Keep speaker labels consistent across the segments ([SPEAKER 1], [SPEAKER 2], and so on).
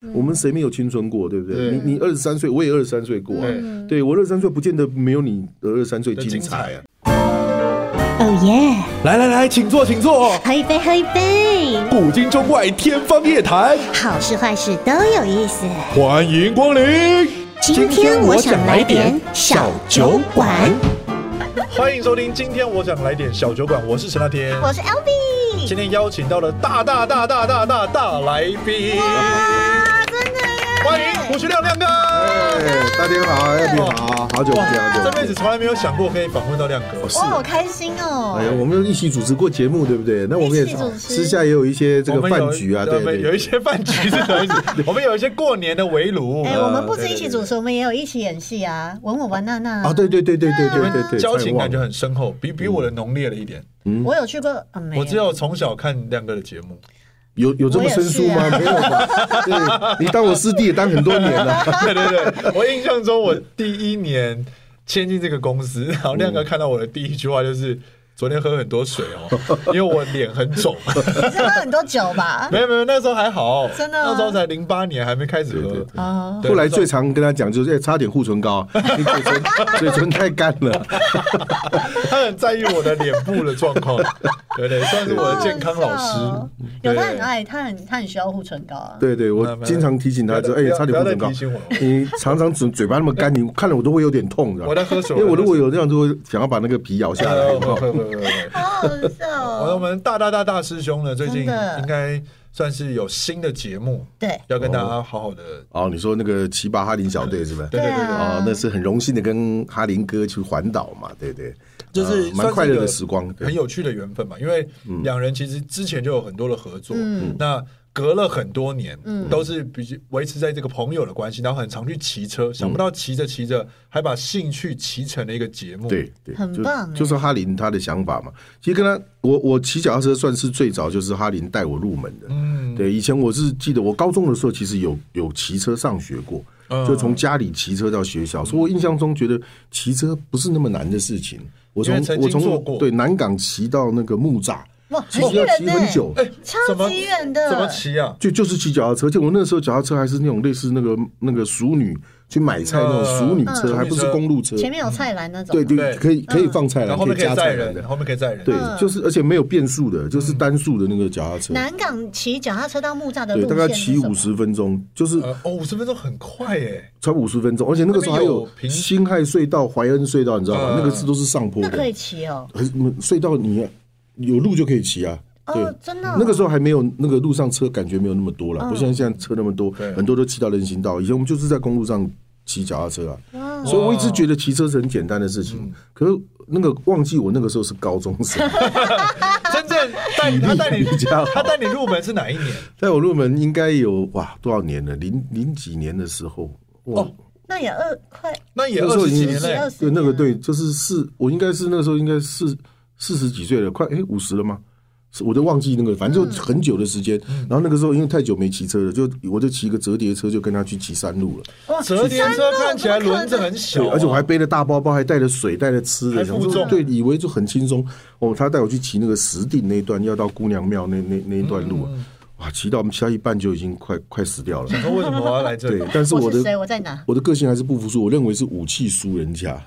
[SPEAKER 1] 嗯
[SPEAKER 2] 我们谁没有青春过，对不对？
[SPEAKER 3] 对
[SPEAKER 2] 你你二十三岁，我也二十三岁过、啊，
[SPEAKER 3] 对，
[SPEAKER 1] 嗯
[SPEAKER 2] 对我二十三岁不见得没有你的二十三岁
[SPEAKER 3] 这
[SPEAKER 2] 精
[SPEAKER 3] 精
[SPEAKER 2] 彩。
[SPEAKER 3] 彩啊！
[SPEAKER 4] Oh,
[SPEAKER 1] 哦耶！
[SPEAKER 5] 来来来，请坐，请坐。
[SPEAKER 1] 喝一杯，喝一杯，
[SPEAKER 5] 古今中外，天方夜谭，
[SPEAKER 1] 好事坏事都有意思。
[SPEAKER 5] 欢迎光临。
[SPEAKER 1] 今天我想来点小酒馆。
[SPEAKER 3] 欢迎收听，今天我想来点小酒馆，我是陈大天，
[SPEAKER 1] 我是 L B。
[SPEAKER 3] 今天邀请到了大大大大大大大来宾，
[SPEAKER 1] 啊，真的耶！
[SPEAKER 3] 欢迎胡旭亮亮哥。
[SPEAKER 6] 哎，大家好，艾比好，好久不见，好久
[SPEAKER 3] 这
[SPEAKER 6] 不
[SPEAKER 3] 辈子
[SPEAKER 6] 见。
[SPEAKER 3] 从来没有想过可以访问到亮哥，
[SPEAKER 1] 哇，好开心哦
[SPEAKER 6] 哎！呀，我们一起主持过节目，对不对？那我们也
[SPEAKER 1] 一起主持
[SPEAKER 6] 私下也有一些这
[SPEAKER 3] 我
[SPEAKER 6] 个
[SPEAKER 3] 们有
[SPEAKER 6] 饭局啊，
[SPEAKER 3] 我
[SPEAKER 6] 对
[SPEAKER 3] 们有一
[SPEAKER 6] 对。
[SPEAKER 3] 些饭局是什么 意思？我们有一些过年的围炉，
[SPEAKER 4] 哎、我们不
[SPEAKER 3] 呃
[SPEAKER 4] 止一起主持，我们也有一起演戏啊，文武玩娜娜。
[SPEAKER 6] 啊，对对对对对
[SPEAKER 3] 对
[SPEAKER 6] 对
[SPEAKER 3] 对
[SPEAKER 6] 对
[SPEAKER 3] 对
[SPEAKER 6] 对，
[SPEAKER 3] 交
[SPEAKER 6] 差点
[SPEAKER 3] 情
[SPEAKER 6] 忘
[SPEAKER 3] 感觉
[SPEAKER 6] 了
[SPEAKER 3] 很深厚，比比我的浓烈了一点。
[SPEAKER 4] 我有去过，啊、没
[SPEAKER 3] 我只有从小看亮哥的节目，
[SPEAKER 6] 有有这么生疏
[SPEAKER 4] 我
[SPEAKER 6] 吗？没有
[SPEAKER 3] 啊
[SPEAKER 6] 吧？对，你当我师弟也当很多年 了。
[SPEAKER 3] 对对对，我印象中我第一年签进这个公 司，然后亮哥看到我的第一句话就是。昨天喝很多水哦， 因为我脸很肿。
[SPEAKER 4] 你是喝很多酒吧？
[SPEAKER 3] 没有没有，那时候还好，
[SPEAKER 4] 真的吗
[SPEAKER 3] 那时候才零八年，还没开始
[SPEAKER 6] 对对
[SPEAKER 3] 喝。
[SPEAKER 6] 对
[SPEAKER 4] 啊，
[SPEAKER 3] 对
[SPEAKER 6] 后来最常跟他讲就是，哎，擦点护唇膏，你嘴唇嘴唇太干了。
[SPEAKER 3] 他很在意我的脸部的状 况，对对，算是我的健康老师。
[SPEAKER 4] 有
[SPEAKER 3] 对
[SPEAKER 4] 他很爱，他很他很需要护唇膏啊。
[SPEAKER 6] 对对，
[SPEAKER 3] 没有
[SPEAKER 6] 我
[SPEAKER 3] 没有
[SPEAKER 6] 经常提醒他，就
[SPEAKER 3] 不要
[SPEAKER 6] 哎，擦点护唇
[SPEAKER 3] 不要再
[SPEAKER 6] 膏
[SPEAKER 3] 提醒我。
[SPEAKER 6] 你常常嘴嘴巴那么干，你看了我都会有点痛的。
[SPEAKER 3] 我在喝水，
[SPEAKER 6] 因为我如果
[SPEAKER 3] 有
[SPEAKER 6] 有这样做，想要把那个皮咬下来。
[SPEAKER 3] 会会 会会 会。
[SPEAKER 4] 好好笑
[SPEAKER 3] 我
[SPEAKER 4] 哦。
[SPEAKER 3] 们大大大大师兄呢，最近
[SPEAKER 4] 真的
[SPEAKER 3] 应该算是有新的节目
[SPEAKER 4] 对
[SPEAKER 3] 要跟大家好好的。
[SPEAKER 6] 哦，你说那个七八哈林小队是吧？
[SPEAKER 3] 对对对对
[SPEAKER 4] 啊
[SPEAKER 6] 哦，那是很荣幸的跟哈林哥去环岛嘛，对对，
[SPEAKER 3] 就是
[SPEAKER 6] 呃
[SPEAKER 3] 算
[SPEAKER 6] 蛮
[SPEAKER 3] 是
[SPEAKER 6] 快
[SPEAKER 3] 一
[SPEAKER 6] 乐
[SPEAKER 3] 个
[SPEAKER 6] 的时光，对嗯
[SPEAKER 3] 很有趣的缘分嘛。因为两人其实之前就有很多的合作，
[SPEAKER 4] 嗯
[SPEAKER 3] 那隔了很多年，都是比较维持在这个朋友的关系，然后很常去骑
[SPEAKER 6] 嗯
[SPEAKER 3] 车，想不到骑着骑着还把兴趣骑成了一个节目。
[SPEAKER 6] 对对，
[SPEAKER 4] 很
[SPEAKER 6] 就
[SPEAKER 4] 棒
[SPEAKER 6] 就是
[SPEAKER 3] 欸
[SPEAKER 6] 哈林他的想法嘛。其实跟他，我我骑脚踏车算是最早就是哈林带我入门的。
[SPEAKER 3] 嗯，
[SPEAKER 6] 对，以前我是记得我高中的时候，其实有有骑车上学过，
[SPEAKER 3] 嗯
[SPEAKER 6] 就从家里骑车到学校。所以我印象中觉得骑车不是那么难的事情。我
[SPEAKER 3] 因
[SPEAKER 6] 从
[SPEAKER 3] 为曾经
[SPEAKER 6] 我
[SPEAKER 3] 做
[SPEAKER 6] 从
[SPEAKER 3] 过
[SPEAKER 6] 对南港骑到那个木栅，
[SPEAKER 4] 哇，
[SPEAKER 6] 其
[SPEAKER 4] 很
[SPEAKER 6] 实
[SPEAKER 4] 远
[SPEAKER 6] 要
[SPEAKER 4] 呢，
[SPEAKER 6] 骑很久。
[SPEAKER 3] 哎，怎么
[SPEAKER 4] 超级远的
[SPEAKER 3] 怎么骑啊？
[SPEAKER 6] 就就是骑脚踏车，而且我那时候脚踏车还是那种类似那个那个熟女去买菜那种
[SPEAKER 3] 嗯
[SPEAKER 6] 熟女
[SPEAKER 3] 嗯
[SPEAKER 6] 车，还不是公路车。
[SPEAKER 4] 前面有菜篮那种。
[SPEAKER 6] 对
[SPEAKER 3] 对嗯
[SPEAKER 6] 对，可以可以放菜
[SPEAKER 3] 然
[SPEAKER 6] 篮，
[SPEAKER 3] 后后面
[SPEAKER 6] 以加
[SPEAKER 3] 载
[SPEAKER 6] 菜篮的
[SPEAKER 3] 人，。后面可以载人。
[SPEAKER 6] 对
[SPEAKER 4] 嗯，
[SPEAKER 6] 就是而且没有变速的，就是单速的那个脚踏车。
[SPEAKER 4] 南港骑脚踏车到木栅的
[SPEAKER 6] 对，
[SPEAKER 4] 路
[SPEAKER 6] 大概
[SPEAKER 4] 线是
[SPEAKER 6] 骑
[SPEAKER 4] 什么
[SPEAKER 6] 五，十分钟，就是
[SPEAKER 3] 呃，哦，五十分钟很快耶，
[SPEAKER 6] 差五十分钟，而且那个时候还
[SPEAKER 3] 那边
[SPEAKER 6] 有
[SPEAKER 3] 有平
[SPEAKER 6] 辛亥隧道、怀恩隧道，你知道吗
[SPEAKER 3] 嗯？
[SPEAKER 6] 那个是都是上坡
[SPEAKER 4] 那
[SPEAKER 6] 的，
[SPEAKER 4] 可以骑哦。
[SPEAKER 6] 可是隧道你有路就可以骑啊。对
[SPEAKER 4] 哦，，真的哦。嗯
[SPEAKER 6] 那个时候还没有那个路上车，感觉没有那么多了，不像现在车那么多
[SPEAKER 3] 对，
[SPEAKER 6] 很多都骑到人行道。以前我们就是在公路上骑脚踏车啊，
[SPEAKER 4] 哇
[SPEAKER 6] 所以我一直觉得骑车是很简单的事
[SPEAKER 3] 嗯
[SPEAKER 6] 情。可是那个忘记我那个时候是高中生，
[SPEAKER 3] 真正带你他带 你
[SPEAKER 6] 比较好
[SPEAKER 3] 他带你入门是哪一年？
[SPEAKER 6] 带我入门应该有哇多少年了？零零几年的时候，哇，
[SPEAKER 3] 哦
[SPEAKER 4] 那也二快
[SPEAKER 3] 那也
[SPEAKER 6] 那时
[SPEAKER 3] 二
[SPEAKER 6] 候
[SPEAKER 3] 十
[SPEAKER 6] 已
[SPEAKER 3] 几
[SPEAKER 6] 经
[SPEAKER 3] 年嘞
[SPEAKER 4] 二。十
[SPEAKER 6] 对
[SPEAKER 4] 年
[SPEAKER 6] 那个
[SPEAKER 4] 了
[SPEAKER 6] 对，就是四，我应该是那个时候应该四四十几岁了，快哎五十了吗？是我都忘记那个，反正就很久的时间。
[SPEAKER 3] 嗯
[SPEAKER 6] 然后那个时候因为太久没骑车了，就我就骑个折叠车，就跟他去骑山路了。
[SPEAKER 4] 哇，
[SPEAKER 3] 折叠车看起来
[SPEAKER 4] 怎么可能
[SPEAKER 3] 轮子很嗯小
[SPEAKER 6] 对，
[SPEAKER 3] 啊，
[SPEAKER 6] 而且我还背了大包包，还带了水，带了吃
[SPEAKER 3] 还
[SPEAKER 6] 的，想
[SPEAKER 3] 负
[SPEAKER 6] 说
[SPEAKER 3] 重
[SPEAKER 6] 对，以为就很轻松。哦，他带我去骑那个石定那一段，要到姑娘庙那那那一段路，啊
[SPEAKER 3] 嗯
[SPEAKER 6] 哇，骑到我们骑到一半就已经快快死掉 了。
[SPEAKER 3] 你说为什么我要来这里
[SPEAKER 6] 对？，但是
[SPEAKER 4] 我
[SPEAKER 6] 我
[SPEAKER 4] 是谁？
[SPEAKER 6] 的
[SPEAKER 4] 我在哪？
[SPEAKER 6] 我的个性还是不服输，我认为是武器输人家，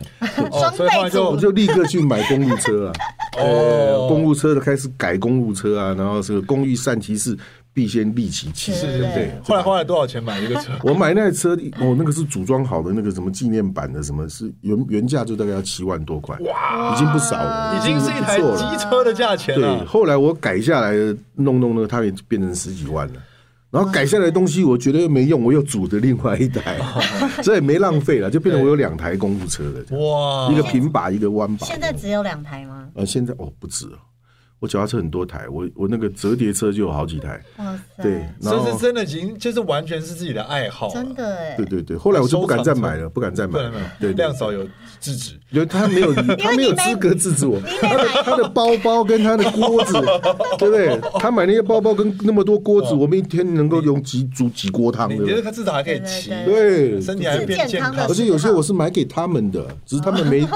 [SPEAKER 3] 哦，所以后来
[SPEAKER 6] 我
[SPEAKER 3] 就
[SPEAKER 6] 就立刻去买公路车啊，
[SPEAKER 3] 哦
[SPEAKER 6] 呃，公路车的开始改公路车啊，然后这个公欲善其事，必先利其器，
[SPEAKER 4] 是
[SPEAKER 3] 是
[SPEAKER 6] 对。
[SPEAKER 3] 后来花了多少钱买一个 车？
[SPEAKER 6] 我买那台车，哦，那个是组装好的，那个什么纪念版的，什么是原原价就大概要七万多块，哇，已经不少了，
[SPEAKER 3] 已经是一台
[SPEAKER 6] 不错了
[SPEAKER 3] 机车的价钱
[SPEAKER 6] 对，
[SPEAKER 3] 了。
[SPEAKER 6] 后来我改下来的，弄弄呢，它也变成十几万了。然后改下来的东西，我觉得又没用，我又组的另外一 台，这也没浪费了，就变成我有两台公路车了，
[SPEAKER 3] 哇，
[SPEAKER 6] 一个平把，一个弯把。
[SPEAKER 4] 现在只有两台吗？
[SPEAKER 6] 呃，现在哦不止了，我脚踏车很多台，我我那个折叠车就有好几台，
[SPEAKER 4] 哇塞，
[SPEAKER 6] 对，然
[SPEAKER 3] 这是
[SPEAKER 6] 后
[SPEAKER 3] 真的已经就是完全是自己的爱好了，
[SPEAKER 4] 真的哎
[SPEAKER 6] 对，对对，后来我就不敢再买
[SPEAKER 3] 收藏
[SPEAKER 6] 了，不敢再
[SPEAKER 3] 不
[SPEAKER 6] 买
[SPEAKER 3] 然没有
[SPEAKER 6] 了，对，对
[SPEAKER 3] 亮嫂有制止，
[SPEAKER 6] 因为他没有，他没有资格制止我。
[SPEAKER 4] 哎
[SPEAKER 6] 他的他的包包跟他的锅子，对不对？他买那些包包跟那么多锅子，我们一天能够用几煮几锅汤
[SPEAKER 3] 哦你
[SPEAKER 6] 的。
[SPEAKER 3] 觉得他至少还可以骑，
[SPEAKER 4] 对
[SPEAKER 6] 对，
[SPEAKER 3] 身体还
[SPEAKER 4] 是
[SPEAKER 3] 变
[SPEAKER 4] 健
[SPEAKER 3] 健
[SPEAKER 4] 康
[SPEAKER 3] 康
[SPEAKER 4] 的
[SPEAKER 6] 而。且有些我是买给
[SPEAKER 3] 嗯
[SPEAKER 6] 他们的，只是他们没骑，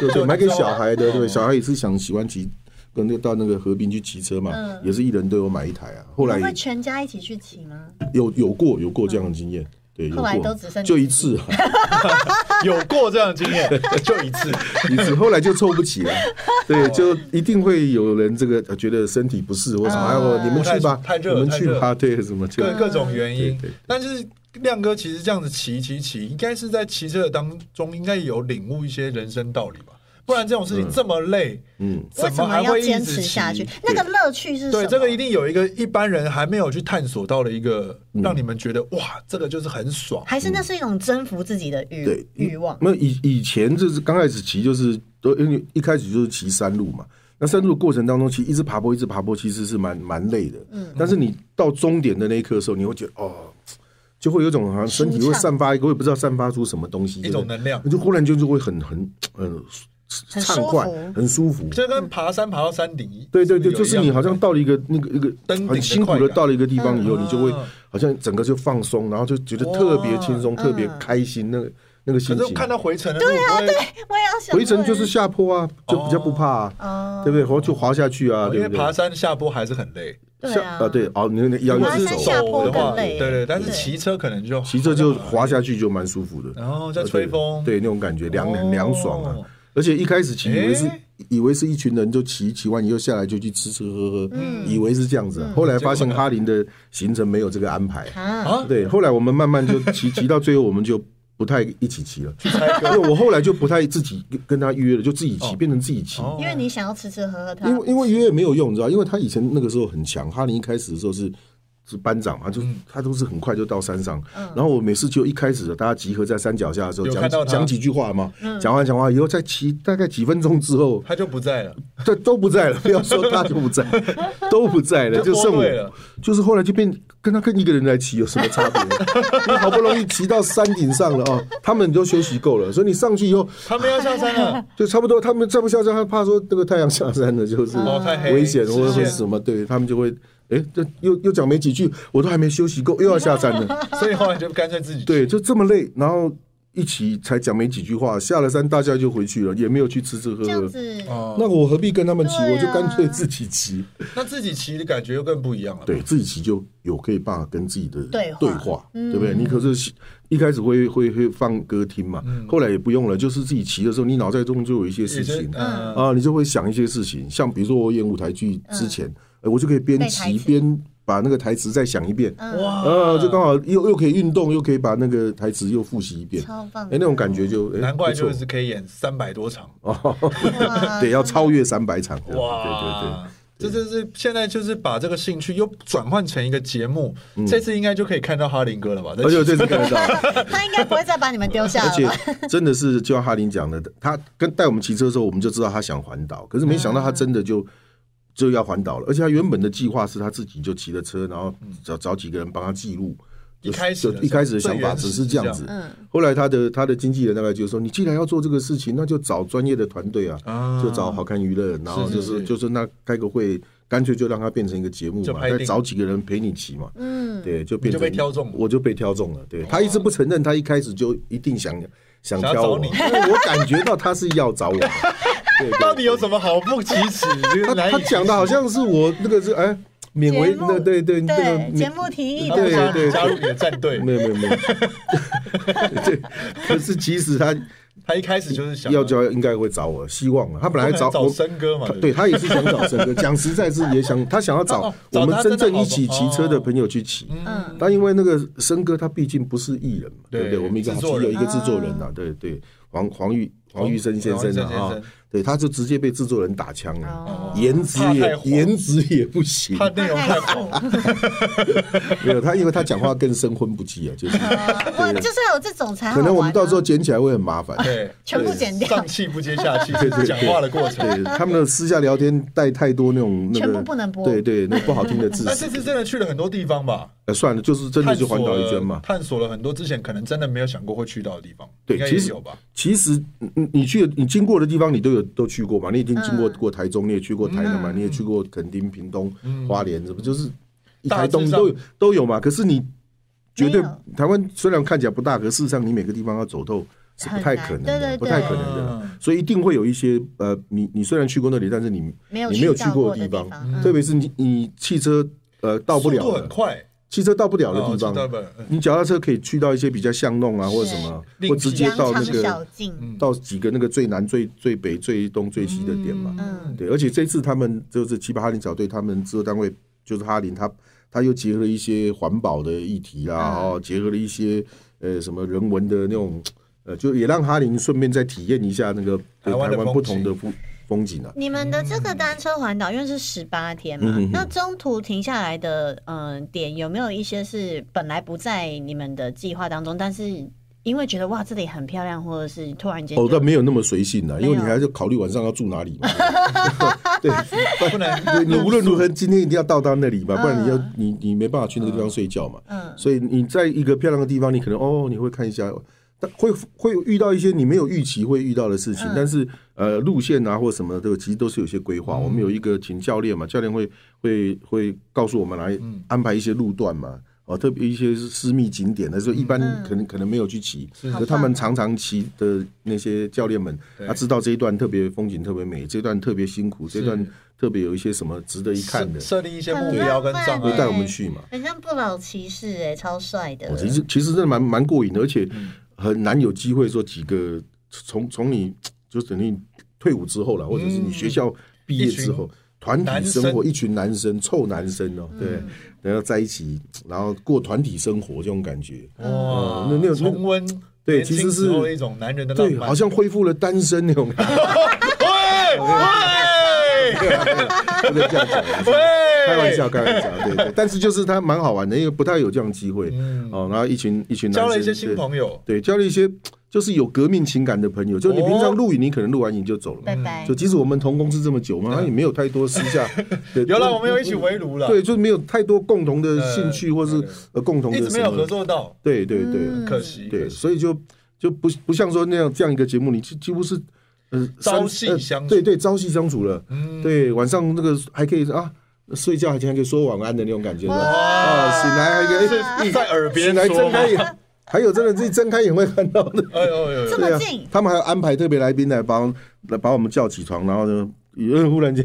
[SPEAKER 6] 对对，买给小孩的，对，小孩也是想喜欢骑。跟那个到那个河滨去骑车嘛，
[SPEAKER 4] 嗯
[SPEAKER 6] 也是一人都有买一台啊。 后来
[SPEAKER 4] 你们会全家一起去骑吗？
[SPEAKER 6] 有有过有过这样的经验，对，有
[SPEAKER 4] 后来
[SPEAKER 6] 过
[SPEAKER 4] 都只剩
[SPEAKER 6] 就
[SPEAKER 4] 你
[SPEAKER 6] 一次啊，
[SPEAKER 3] 有过这样的经验， 就一次。
[SPEAKER 6] 一次，后来就凑不 齐了。对，就一定会有人这个呃觉得身体不适或什么，
[SPEAKER 4] 啊
[SPEAKER 6] 哎我你们去吧
[SPEAKER 3] 太太，热
[SPEAKER 6] 你们
[SPEAKER 3] 太
[SPEAKER 6] 去
[SPEAKER 3] 热
[SPEAKER 6] 吧，对，什么就
[SPEAKER 3] 各各种原因
[SPEAKER 6] 对对。
[SPEAKER 3] 但是亮哥其实这样子骑骑骑，应该是在骑车的当中，应该有领悟一些人生道理吧？不然这种事情这么累，
[SPEAKER 6] 嗯，
[SPEAKER 4] 为
[SPEAKER 3] 怎
[SPEAKER 4] 什
[SPEAKER 3] 么
[SPEAKER 4] 么
[SPEAKER 3] 还
[SPEAKER 4] 要
[SPEAKER 3] 会一
[SPEAKER 4] 坚
[SPEAKER 3] 直
[SPEAKER 4] 持下去
[SPEAKER 3] 骑？？
[SPEAKER 4] 那个乐趣是什么？
[SPEAKER 3] 对，这个一定有一个一般人还没有去探索到的一个，
[SPEAKER 6] 嗯
[SPEAKER 3] 让你们觉得哇，这个就是很爽。
[SPEAKER 4] 还是那是一种征服自己的欲
[SPEAKER 6] 对
[SPEAKER 4] 欲望。
[SPEAKER 6] 那以以前就是刚开始骑，就是都因为一开始就是骑山路嘛。那山路的过程当中，其实一直爬坡，一直爬坡，其实是蛮蛮累的。嗯，但是你到终点的那一刻的时候，你会觉得哦，就会有一种好像身体
[SPEAKER 4] 舒
[SPEAKER 6] 会
[SPEAKER 4] 畅
[SPEAKER 6] 散发一个，我也不知道散发出什么东西，
[SPEAKER 3] 一种
[SPEAKER 6] 就是
[SPEAKER 3] 能量
[SPEAKER 6] 就忽然间就会很很呃
[SPEAKER 4] 很
[SPEAKER 6] 畅
[SPEAKER 4] 舒
[SPEAKER 6] 快
[SPEAKER 4] 服，
[SPEAKER 6] 很舒服。
[SPEAKER 3] 这跟爬山爬到山顶，
[SPEAKER 6] 嗯对对对，就是你好像到了一个那个一个
[SPEAKER 3] 登顶的
[SPEAKER 6] 很辛苦
[SPEAKER 3] 快
[SPEAKER 6] 的
[SPEAKER 3] 感
[SPEAKER 6] 到了一个地方以后，
[SPEAKER 3] 嗯
[SPEAKER 6] 你就会好像整个就放松，然后就觉得特别轻松，特别
[SPEAKER 4] 嗯
[SPEAKER 6] 开心，那个那个
[SPEAKER 3] 可
[SPEAKER 6] 心
[SPEAKER 3] 是
[SPEAKER 6] 情。
[SPEAKER 3] 看到回程的路，
[SPEAKER 4] 啊
[SPEAKER 3] 对
[SPEAKER 4] 我也要想问，
[SPEAKER 6] 回程就是下坡啊，就比较不怕啊，
[SPEAKER 4] 哦
[SPEAKER 6] 对不对？滑就滑下去啊，
[SPEAKER 3] 哦因
[SPEAKER 6] 对
[SPEAKER 3] 为
[SPEAKER 6] 不对？
[SPEAKER 3] 爬山下坡还是很累。
[SPEAKER 4] 对
[SPEAKER 6] 下
[SPEAKER 4] 啊，
[SPEAKER 6] 啊，对，哦，你你要
[SPEAKER 3] 如
[SPEAKER 6] 要
[SPEAKER 3] 果是
[SPEAKER 4] 爬山
[SPEAKER 3] 走
[SPEAKER 4] 下坡
[SPEAKER 3] 的话，
[SPEAKER 4] 更累
[SPEAKER 3] 对对，但是
[SPEAKER 4] 对
[SPEAKER 3] 骑车可能就
[SPEAKER 6] 骑车就滑下去就蛮舒服的，啊
[SPEAKER 3] 然后再吹风
[SPEAKER 6] 对，对那种感觉凉
[SPEAKER 3] 哦
[SPEAKER 6] 凉凉爽啊。而且一开始骑以为是
[SPEAKER 3] 诶
[SPEAKER 6] 以为是一群人就骑骑完以后下来就去吃吃喝喝，
[SPEAKER 4] 嗯
[SPEAKER 6] 以为是这样子啊。后来发现哈林的行程没有这个安排，
[SPEAKER 4] 啊，
[SPEAKER 3] 啊，
[SPEAKER 6] 对，后来我们慢慢就骑 骑到最后，我们就不太一起骑了，
[SPEAKER 3] 去猜歌
[SPEAKER 6] 因为我后来就不太自己跟他约了，就自己骑，变成自己骑。
[SPEAKER 3] 哦
[SPEAKER 4] 因为你想要吃吃喝喝，他
[SPEAKER 6] 因为呃因为约也没有用，你知道，因为他以前那个时候很强，哈林一开始的时候是是班长嘛，就、
[SPEAKER 3] 嗯
[SPEAKER 6] 他都是很快就到山上，然后我每次就一开始大家集合在山脚下的时候
[SPEAKER 3] 有
[SPEAKER 6] 讲
[SPEAKER 3] 看到
[SPEAKER 6] 几
[SPEAKER 3] 他嗯
[SPEAKER 6] 讲几句话嘛，讲完讲话以后再骑大概几分钟之后，
[SPEAKER 3] 他就不在了。
[SPEAKER 6] 这都不在了，不要说他就不在，都不在了，
[SPEAKER 3] 就
[SPEAKER 6] 就
[SPEAKER 3] 脱
[SPEAKER 6] 剩我
[SPEAKER 3] 队了，
[SPEAKER 6] 就是后来就变跟他跟一个人来骑有什么差别？ 你好不容易骑到山顶上了哦，他们都休息够了，所以你上去以后
[SPEAKER 3] 他们要上山 了，
[SPEAKER 6] 就差不多，他们再不下山，他怕说这个太阳下山了就是
[SPEAKER 3] 哦太黑
[SPEAKER 6] 危险或者
[SPEAKER 3] 视线
[SPEAKER 6] 是什么，对他们就会。哎，这又又讲没几句，我都还没休息够，又要下山了。
[SPEAKER 3] 所以后来就干脆自己去
[SPEAKER 6] 对，就这么累，然后一起才讲没几句话，下了山大家就回去了，也没有去吃吃喝
[SPEAKER 4] 这样
[SPEAKER 6] 喝。
[SPEAKER 4] 子，
[SPEAKER 3] 哦
[SPEAKER 6] 那我何必跟他们骑？
[SPEAKER 4] 对啊
[SPEAKER 6] 我就干脆自己骑。
[SPEAKER 3] 那自己骑的感觉又更不一样了。
[SPEAKER 6] 对自己骑就有可以办法跟自己的
[SPEAKER 4] 对话嗯
[SPEAKER 6] 对话，对不对？你可是一开始会会会放歌听嘛，后来也不用了，就是自己骑的时候，你脑袋中就有一些
[SPEAKER 3] 嗯也
[SPEAKER 6] 事
[SPEAKER 3] 是，
[SPEAKER 6] 情
[SPEAKER 3] 嗯，
[SPEAKER 6] 啊，你就会想一些事情，像比如说我演舞台剧之前，呃我就可以边
[SPEAKER 4] 背嗯台
[SPEAKER 6] 骑
[SPEAKER 4] 词嗯
[SPEAKER 6] 边把那个台词再想一遍，
[SPEAKER 3] 哇，
[SPEAKER 6] 呃，就刚好又又可以运动，又可以把那个台词又复习一遍，
[SPEAKER 4] 超棒
[SPEAKER 6] 哎，那种感觉就哎
[SPEAKER 3] 难怪
[SPEAKER 6] 不错
[SPEAKER 3] 就是可以演三百多场，
[SPEAKER 6] 哦，
[SPEAKER 4] 哇
[SPEAKER 6] 对，要超越三百场，对对对对。
[SPEAKER 3] 哇，这就是现在就是把这个兴趣又转换成一个节目，这次应该就可以看到哈林哥了吧？
[SPEAKER 6] 嗯而且我这次看得到，
[SPEAKER 4] 他应该不会再把你们丢下
[SPEAKER 6] 而
[SPEAKER 4] 了
[SPEAKER 6] 且
[SPEAKER 4] 吧？
[SPEAKER 6] 真的是就像哈林讲的，他跟带我们骑车的时候，我们就知道他想环岛，可是没想到他真的
[SPEAKER 3] 嗯
[SPEAKER 6] 就就要环岛了。而且他原本的计划是他自己就骑着车，然后找找几个人帮他记录。
[SPEAKER 3] 一开始
[SPEAKER 6] 就
[SPEAKER 3] 的
[SPEAKER 6] 就一开始的想
[SPEAKER 3] 最
[SPEAKER 6] 法
[SPEAKER 3] 原始
[SPEAKER 6] 只
[SPEAKER 3] 是
[SPEAKER 6] 是这
[SPEAKER 3] 这
[SPEAKER 6] 样
[SPEAKER 3] 样
[SPEAKER 6] 子，后来他的他的经纪人大概就说：“你既然要做这个事情，那就找专业的团队
[SPEAKER 3] 啊
[SPEAKER 6] 啊，就找好看娱乐，然后
[SPEAKER 3] 是
[SPEAKER 6] 就是是
[SPEAKER 3] 是
[SPEAKER 6] 就是那开个会，干脆就让它变成一个节目
[SPEAKER 3] 就
[SPEAKER 6] 嘛，
[SPEAKER 3] 拍
[SPEAKER 6] 再
[SPEAKER 3] 定
[SPEAKER 6] 找几个人陪你骑嘛。”
[SPEAKER 4] 嗯，
[SPEAKER 6] 对，就变
[SPEAKER 3] 你就
[SPEAKER 6] 成
[SPEAKER 3] 被挑中了
[SPEAKER 6] 我就被挑中了。对他一直不承认，他一开始就一定想想
[SPEAKER 3] 哦想要
[SPEAKER 6] 挑
[SPEAKER 3] 找
[SPEAKER 6] 我，
[SPEAKER 3] 你
[SPEAKER 6] 但 是我感觉到他是要找我 的。对对
[SPEAKER 3] 到底有什么好不启 齿？
[SPEAKER 6] 他
[SPEAKER 3] 难以
[SPEAKER 6] 他讲的好像是我那个是哎，
[SPEAKER 4] 节
[SPEAKER 6] 勉为
[SPEAKER 4] 目
[SPEAKER 6] 那对对那个
[SPEAKER 4] 对
[SPEAKER 6] 勉
[SPEAKER 4] 节目提议
[SPEAKER 3] 他不
[SPEAKER 4] 的
[SPEAKER 6] 对
[SPEAKER 3] 加
[SPEAKER 4] 啦，
[SPEAKER 6] 对嗯
[SPEAKER 3] 加入你的战队，
[SPEAKER 6] 没有没有没 有，对，可是其实他
[SPEAKER 3] 他一开始就是想
[SPEAKER 6] 要交应该会找我，希望啊他本来
[SPEAKER 3] 找
[SPEAKER 6] 找
[SPEAKER 3] 找
[SPEAKER 6] 我。
[SPEAKER 3] 森哥嘛，
[SPEAKER 6] 他
[SPEAKER 3] 对不对
[SPEAKER 6] 对他也是想找这个，讲实在是也想，他想要
[SPEAKER 3] 哦
[SPEAKER 6] 找
[SPEAKER 3] 找
[SPEAKER 6] 我
[SPEAKER 3] 他
[SPEAKER 6] 们
[SPEAKER 3] 真的
[SPEAKER 6] 真正
[SPEAKER 3] 好
[SPEAKER 6] 一起
[SPEAKER 3] 朋
[SPEAKER 6] 骑车
[SPEAKER 3] 哦
[SPEAKER 6] 的朋友去骑。
[SPEAKER 4] 嗯，
[SPEAKER 6] 但因为那个森哥他毕竟不是艺人嘛，
[SPEAKER 3] 对
[SPEAKER 6] 对不对？我们一个
[SPEAKER 3] 制
[SPEAKER 6] 好
[SPEAKER 3] 作
[SPEAKER 6] 基友，
[SPEAKER 3] 人
[SPEAKER 6] 一个制作人
[SPEAKER 4] 嗯
[SPEAKER 6] 呐，对对，黄黄玉黄玉生先
[SPEAKER 3] 黄玉
[SPEAKER 6] 生
[SPEAKER 3] 生
[SPEAKER 6] 啊
[SPEAKER 3] 先
[SPEAKER 6] 啊
[SPEAKER 3] 生，
[SPEAKER 6] 对，他就直接被制作人打枪了
[SPEAKER 4] 哦，
[SPEAKER 6] 颜值
[SPEAKER 3] 怕太
[SPEAKER 6] 也
[SPEAKER 3] 黄
[SPEAKER 6] 颜值也不行，
[SPEAKER 3] 他内容太
[SPEAKER 4] 太
[SPEAKER 3] 好，
[SPEAKER 6] 没有他，因为他讲话更深昏不羁啊， 就是
[SPEAKER 4] 我就是有这种才好
[SPEAKER 6] 可
[SPEAKER 4] 玩啊
[SPEAKER 6] 能我们到时候捡起来会很麻烦。
[SPEAKER 3] 对，
[SPEAKER 4] 全部剪掉，
[SPEAKER 3] 上气不接下气，就是讲话的过程。
[SPEAKER 6] 对，他们的私下聊天带太多那种那个，
[SPEAKER 4] 全部不能播
[SPEAKER 6] 对对，那不好听的 字
[SPEAKER 3] 那这次真的去了很多地方吧？
[SPEAKER 6] 呃算了，就是真的
[SPEAKER 3] 探
[SPEAKER 6] 就
[SPEAKER 3] 索
[SPEAKER 6] 环岛一圈嘛
[SPEAKER 3] 了。探索了很多之前可能真的没有想过会去到的地方，
[SPEAKER 6] 对
[SPEAKER 3] 应该也
[SPEAKER 6] 其实
[SPEAKER 3] 有吧？
[SPEAKER 6] 其实嗯嗯你去你经过的地方，你都有都去过嘛？你已经
[SPEAKER 4] 嗯
[SPEAKER 6] 经过过台中，你也去过台南嘛？你也去过垦丁、屏东、花莲，这不就是一
[SPEAKER 3] 嗯大
[SPEAKER 6] 台
[SPEAKER 3] 致
[SPEAKER 6] 东
[SPEAKER 3] 上
[SPEAKER 6] 都有都有嘛？可是你绝对
[SPEAKER 4] 没有
[SPEAKER 6] 台湾虽然看起来不大，可事实上你每个地方要走透是不
[SPEAKER 4] 很
[SPEAKER 6] 太
[SPEAKER 4] 难
[SPEAKER 6] 可能
[SPEAKER 4] 对对
[SPEAKER 6] 的，不太可能
[SPEAKER 3] 嗯
[SPEAKER 6] 的。所以一定会有一些呃，你你虽然去过那里，但是你
[SPEAKER 4] 没有
[SPEAKER 6] 你没有
[SPEAKER 4] 去
[SPEAKER 6] 去
[SPEAKER 4] 到
[SPEAKER 6] 过
[SPEAKER 4] 过的
[SPEAKER 6] 地
[SPEAKER 4] 地方嗯
[SPEAKER 6] 特别是你你汽车呃到不
[SPEAKER 3] 速度
[SPEAKER 6] 了
[SPEAKER 3] 很
[SPEAKER 6] 的，
[SPEAKER 3] 快，
[SPEAKER 6] 汽车到不了的
[SPEAKER 3] 哦
[SPEAKER 6] 地
[SPEAKER 3] 知道
[SPEAKER 6] 方，
[SPEAKER 3] 吧嗯
[SPEAKER 6] 你脚踏车可以去到一些比较巷弄啊，或者
[SPEAKER 4] 是
[SPEAKER 6] 什么，
[SPEAKER 3] 另
[SPEAKER 6] 或直接
[SPEAKER 4] 羊
[SPEAKER 6] 到
[SPEAKER 4] 肠
[SPEAKER 6] 那
[SPEAKER 4] 小
[SPEAKER 6] 个嗯
[SPEAKER 4] 径，
[SPEAKER 6] 到几个那个最南、最最北、最东、最西的点嘛。
[SPEAKER 4] 嗯，
[SPEAKER 6] 对，而且这次他们就是奇葩哈林小队，他们制作单位就是哈林，他他又结合了一些环保的议题啦，哦，结合了一些呃什么人文的那种，呃，就也让哈林顺便再体验一下那个
[SPEAKER 3] 台
[SPEAKER 6] 对
[SPEAKER 3] 湾
[SPEAKER 6] 台
[SPEAKER 3] 的
[SPEAKER 6] 湾
[SPEAKER 3] 风
[SPEAKER 6] 不同
[SPEAKER 3] 景
[SPEAKER 6] 的风风景啊。
[SPEAKER 4] 你们的这个单车环岛，因为是十八天
[SPEAKER 6] 嗯
[SPEAKER 4] 嘛，那中途停下来的嗯、呃点有没有一些是本来不在你们的计划当中，但是因为觉得哇这里很漂亮，或者是突然间
[SPEAKER 6] 哦，
[SPEAKER 4] 觉
[SPEAKER 6] 但
[SPEAKER 4] 得
[SPEAKER 6] 没有那么随性啊啦，因为你
[SPEAKER 4] 没有
[SPEAKER 6] 还要考虑晚上要住哪里嘛。对，
[SPEAKER 3] 不能
[SPEAKER 6] 对你无论 如何今天一定要到达那里嘛，不然你要
[SPEAKER 4] 嗯
[SPEAKER 6] 你你没办法去那个地方睡觉嘛。
[SPEAKER 4] 嗯
[SPEAKER 6] 所以你在一个漂亮的地方，你可能哦，你会看一下，但会会遇到一些你没有预期会遇到的事情，但是呃，路线啊或什么的，这个其实都是有些规划。我们有一个请教练嘛，教练会会会告诉我们来安排一些路段嘛。哦，特别一些是私密景点的时候，一般可能可能没有去骑，可他们常常骑的那些教练们，他知道这一段特别风景特别美，这段特别辛苦，这段特别有一些什么值得一看的
[SPEAKER 3] 设，设定一些目标跟障
[SPEAKER 6] 会带
[SPEAKER 3] 碍，
[SPEAKER 6] 我们去嘛。
[SPEAKER 4] 很像不老骑士哎、超帅的
[SPEAKER 6] 哦，，其实其实真的蛮蛮过瘾的，而且
[SPEAKER 3] 嗯
[SPEAKER 6] 很难有机会说几个从从你就等于退伍之后
[SPEAKER 3] 嗯
[SPEAKER 6] 了，或者是你学校毕业之后，团体生活一群男生臭男生哦，对，
[SPEAKER 3] 嗯
[SPEAKER 6] 然后在一起，然后过团体生活这种感觉，
[SPEAKER 3] 哇
[SPEAKER 6] 哦，那那有
[SPEAKER 3] 重温
[SPEAKER 6] 对
[SPEAKER 3] 年轻
[SPEAKER 6] 其实是
[SPEAKER 3] 时候一种男人的浪
[SPEAKER 6] 对，
[SPEAKER 3] 漫，
[SPEAKER 6] 好像恢复了单身那种感 觉，
[SPEAKER 3] 喂喂
[SPEAKER 6] 不能这样讲。
[SPEAKER 3] 喂，
[SPEAKER 6] 开玩笑，开玩笑，对对，但是就是他蛮好玩的，因为不太有这样的机会、哦。然后一群一群男生
[SPEAKER 3] 嗯交了一些新
[SPEAKER 6] 对
[SPEAKER 3] 朋友，
[SPEAKER 6] 对，交了一些就是有革命情感的朋友。就你平
[SPEAKER 3] 哦
[SPEAKER 6] 常录影，你可能录完影就走了嘛。
[SPEAKER 4] 拜
[SPEAKER 3] 哎
[SPEAKER 4] 拜
[SPEAKER 6] 嗯就。即使我们同公司这么久嘛，那也没有太多私下 的。
[SPEAKER 3] 原来我们有一起围炉了，
[SPEAKER 6] 对，，就是没有太多共同的兴趣，
[SPEAKER 3] 嗯
[SPEAKER 6] 或是
[SPEAKER 3] 嗯
[SPEAKER 6] 呃共同的
[SPEAKER 3] 一直没有
[SPEAKER 6] 什么
[SPEAKER 3] 合。作到，
[SPEAKER 6] 对对对
[SPEAKER 4] 嗯
[SPEAKER 3] 可惜，
[SPEAKER 6] 对，
[SPEAKER 3] 可惜
[SPEAKER 6] 所以就就不不像说那样这样一个节目，你几几乎是呃
[SPEAKER 3] 朝
[SPEAKER 6] 三
[SPEAKER 3] 夕相处
[SPEAKER 6] 呃
[SPEAKER 3] 嗯
[SPEAKER 6] 对对，朝夕相处了。对，晚上那个还可以啊。睡觉还可以说晚安的那种感觉，啊，醒来还可以哎
[SPEAKER 3] 在耳边
[SPEAKER 6] 醒来
[SPEAKER 3] 说
[SPEAKER 6] 睁
[SPEAKER 3] 吗
[SPEAKER 6] 开眼，还有真的自己睁开眼会看到的，
[SPEAKER 3] 哎呦哎呦，哎
[SPEAKER 4] 这
[SPEAKER 3] 呦
[SPEAKER 4] 么
[SPEAKER 6] 对啊
[SPEAKER 4] 近，
[SPEAKER 6] 他们还有安排特别来宾来帮来把我们叫起床，然后呢，有人忽然间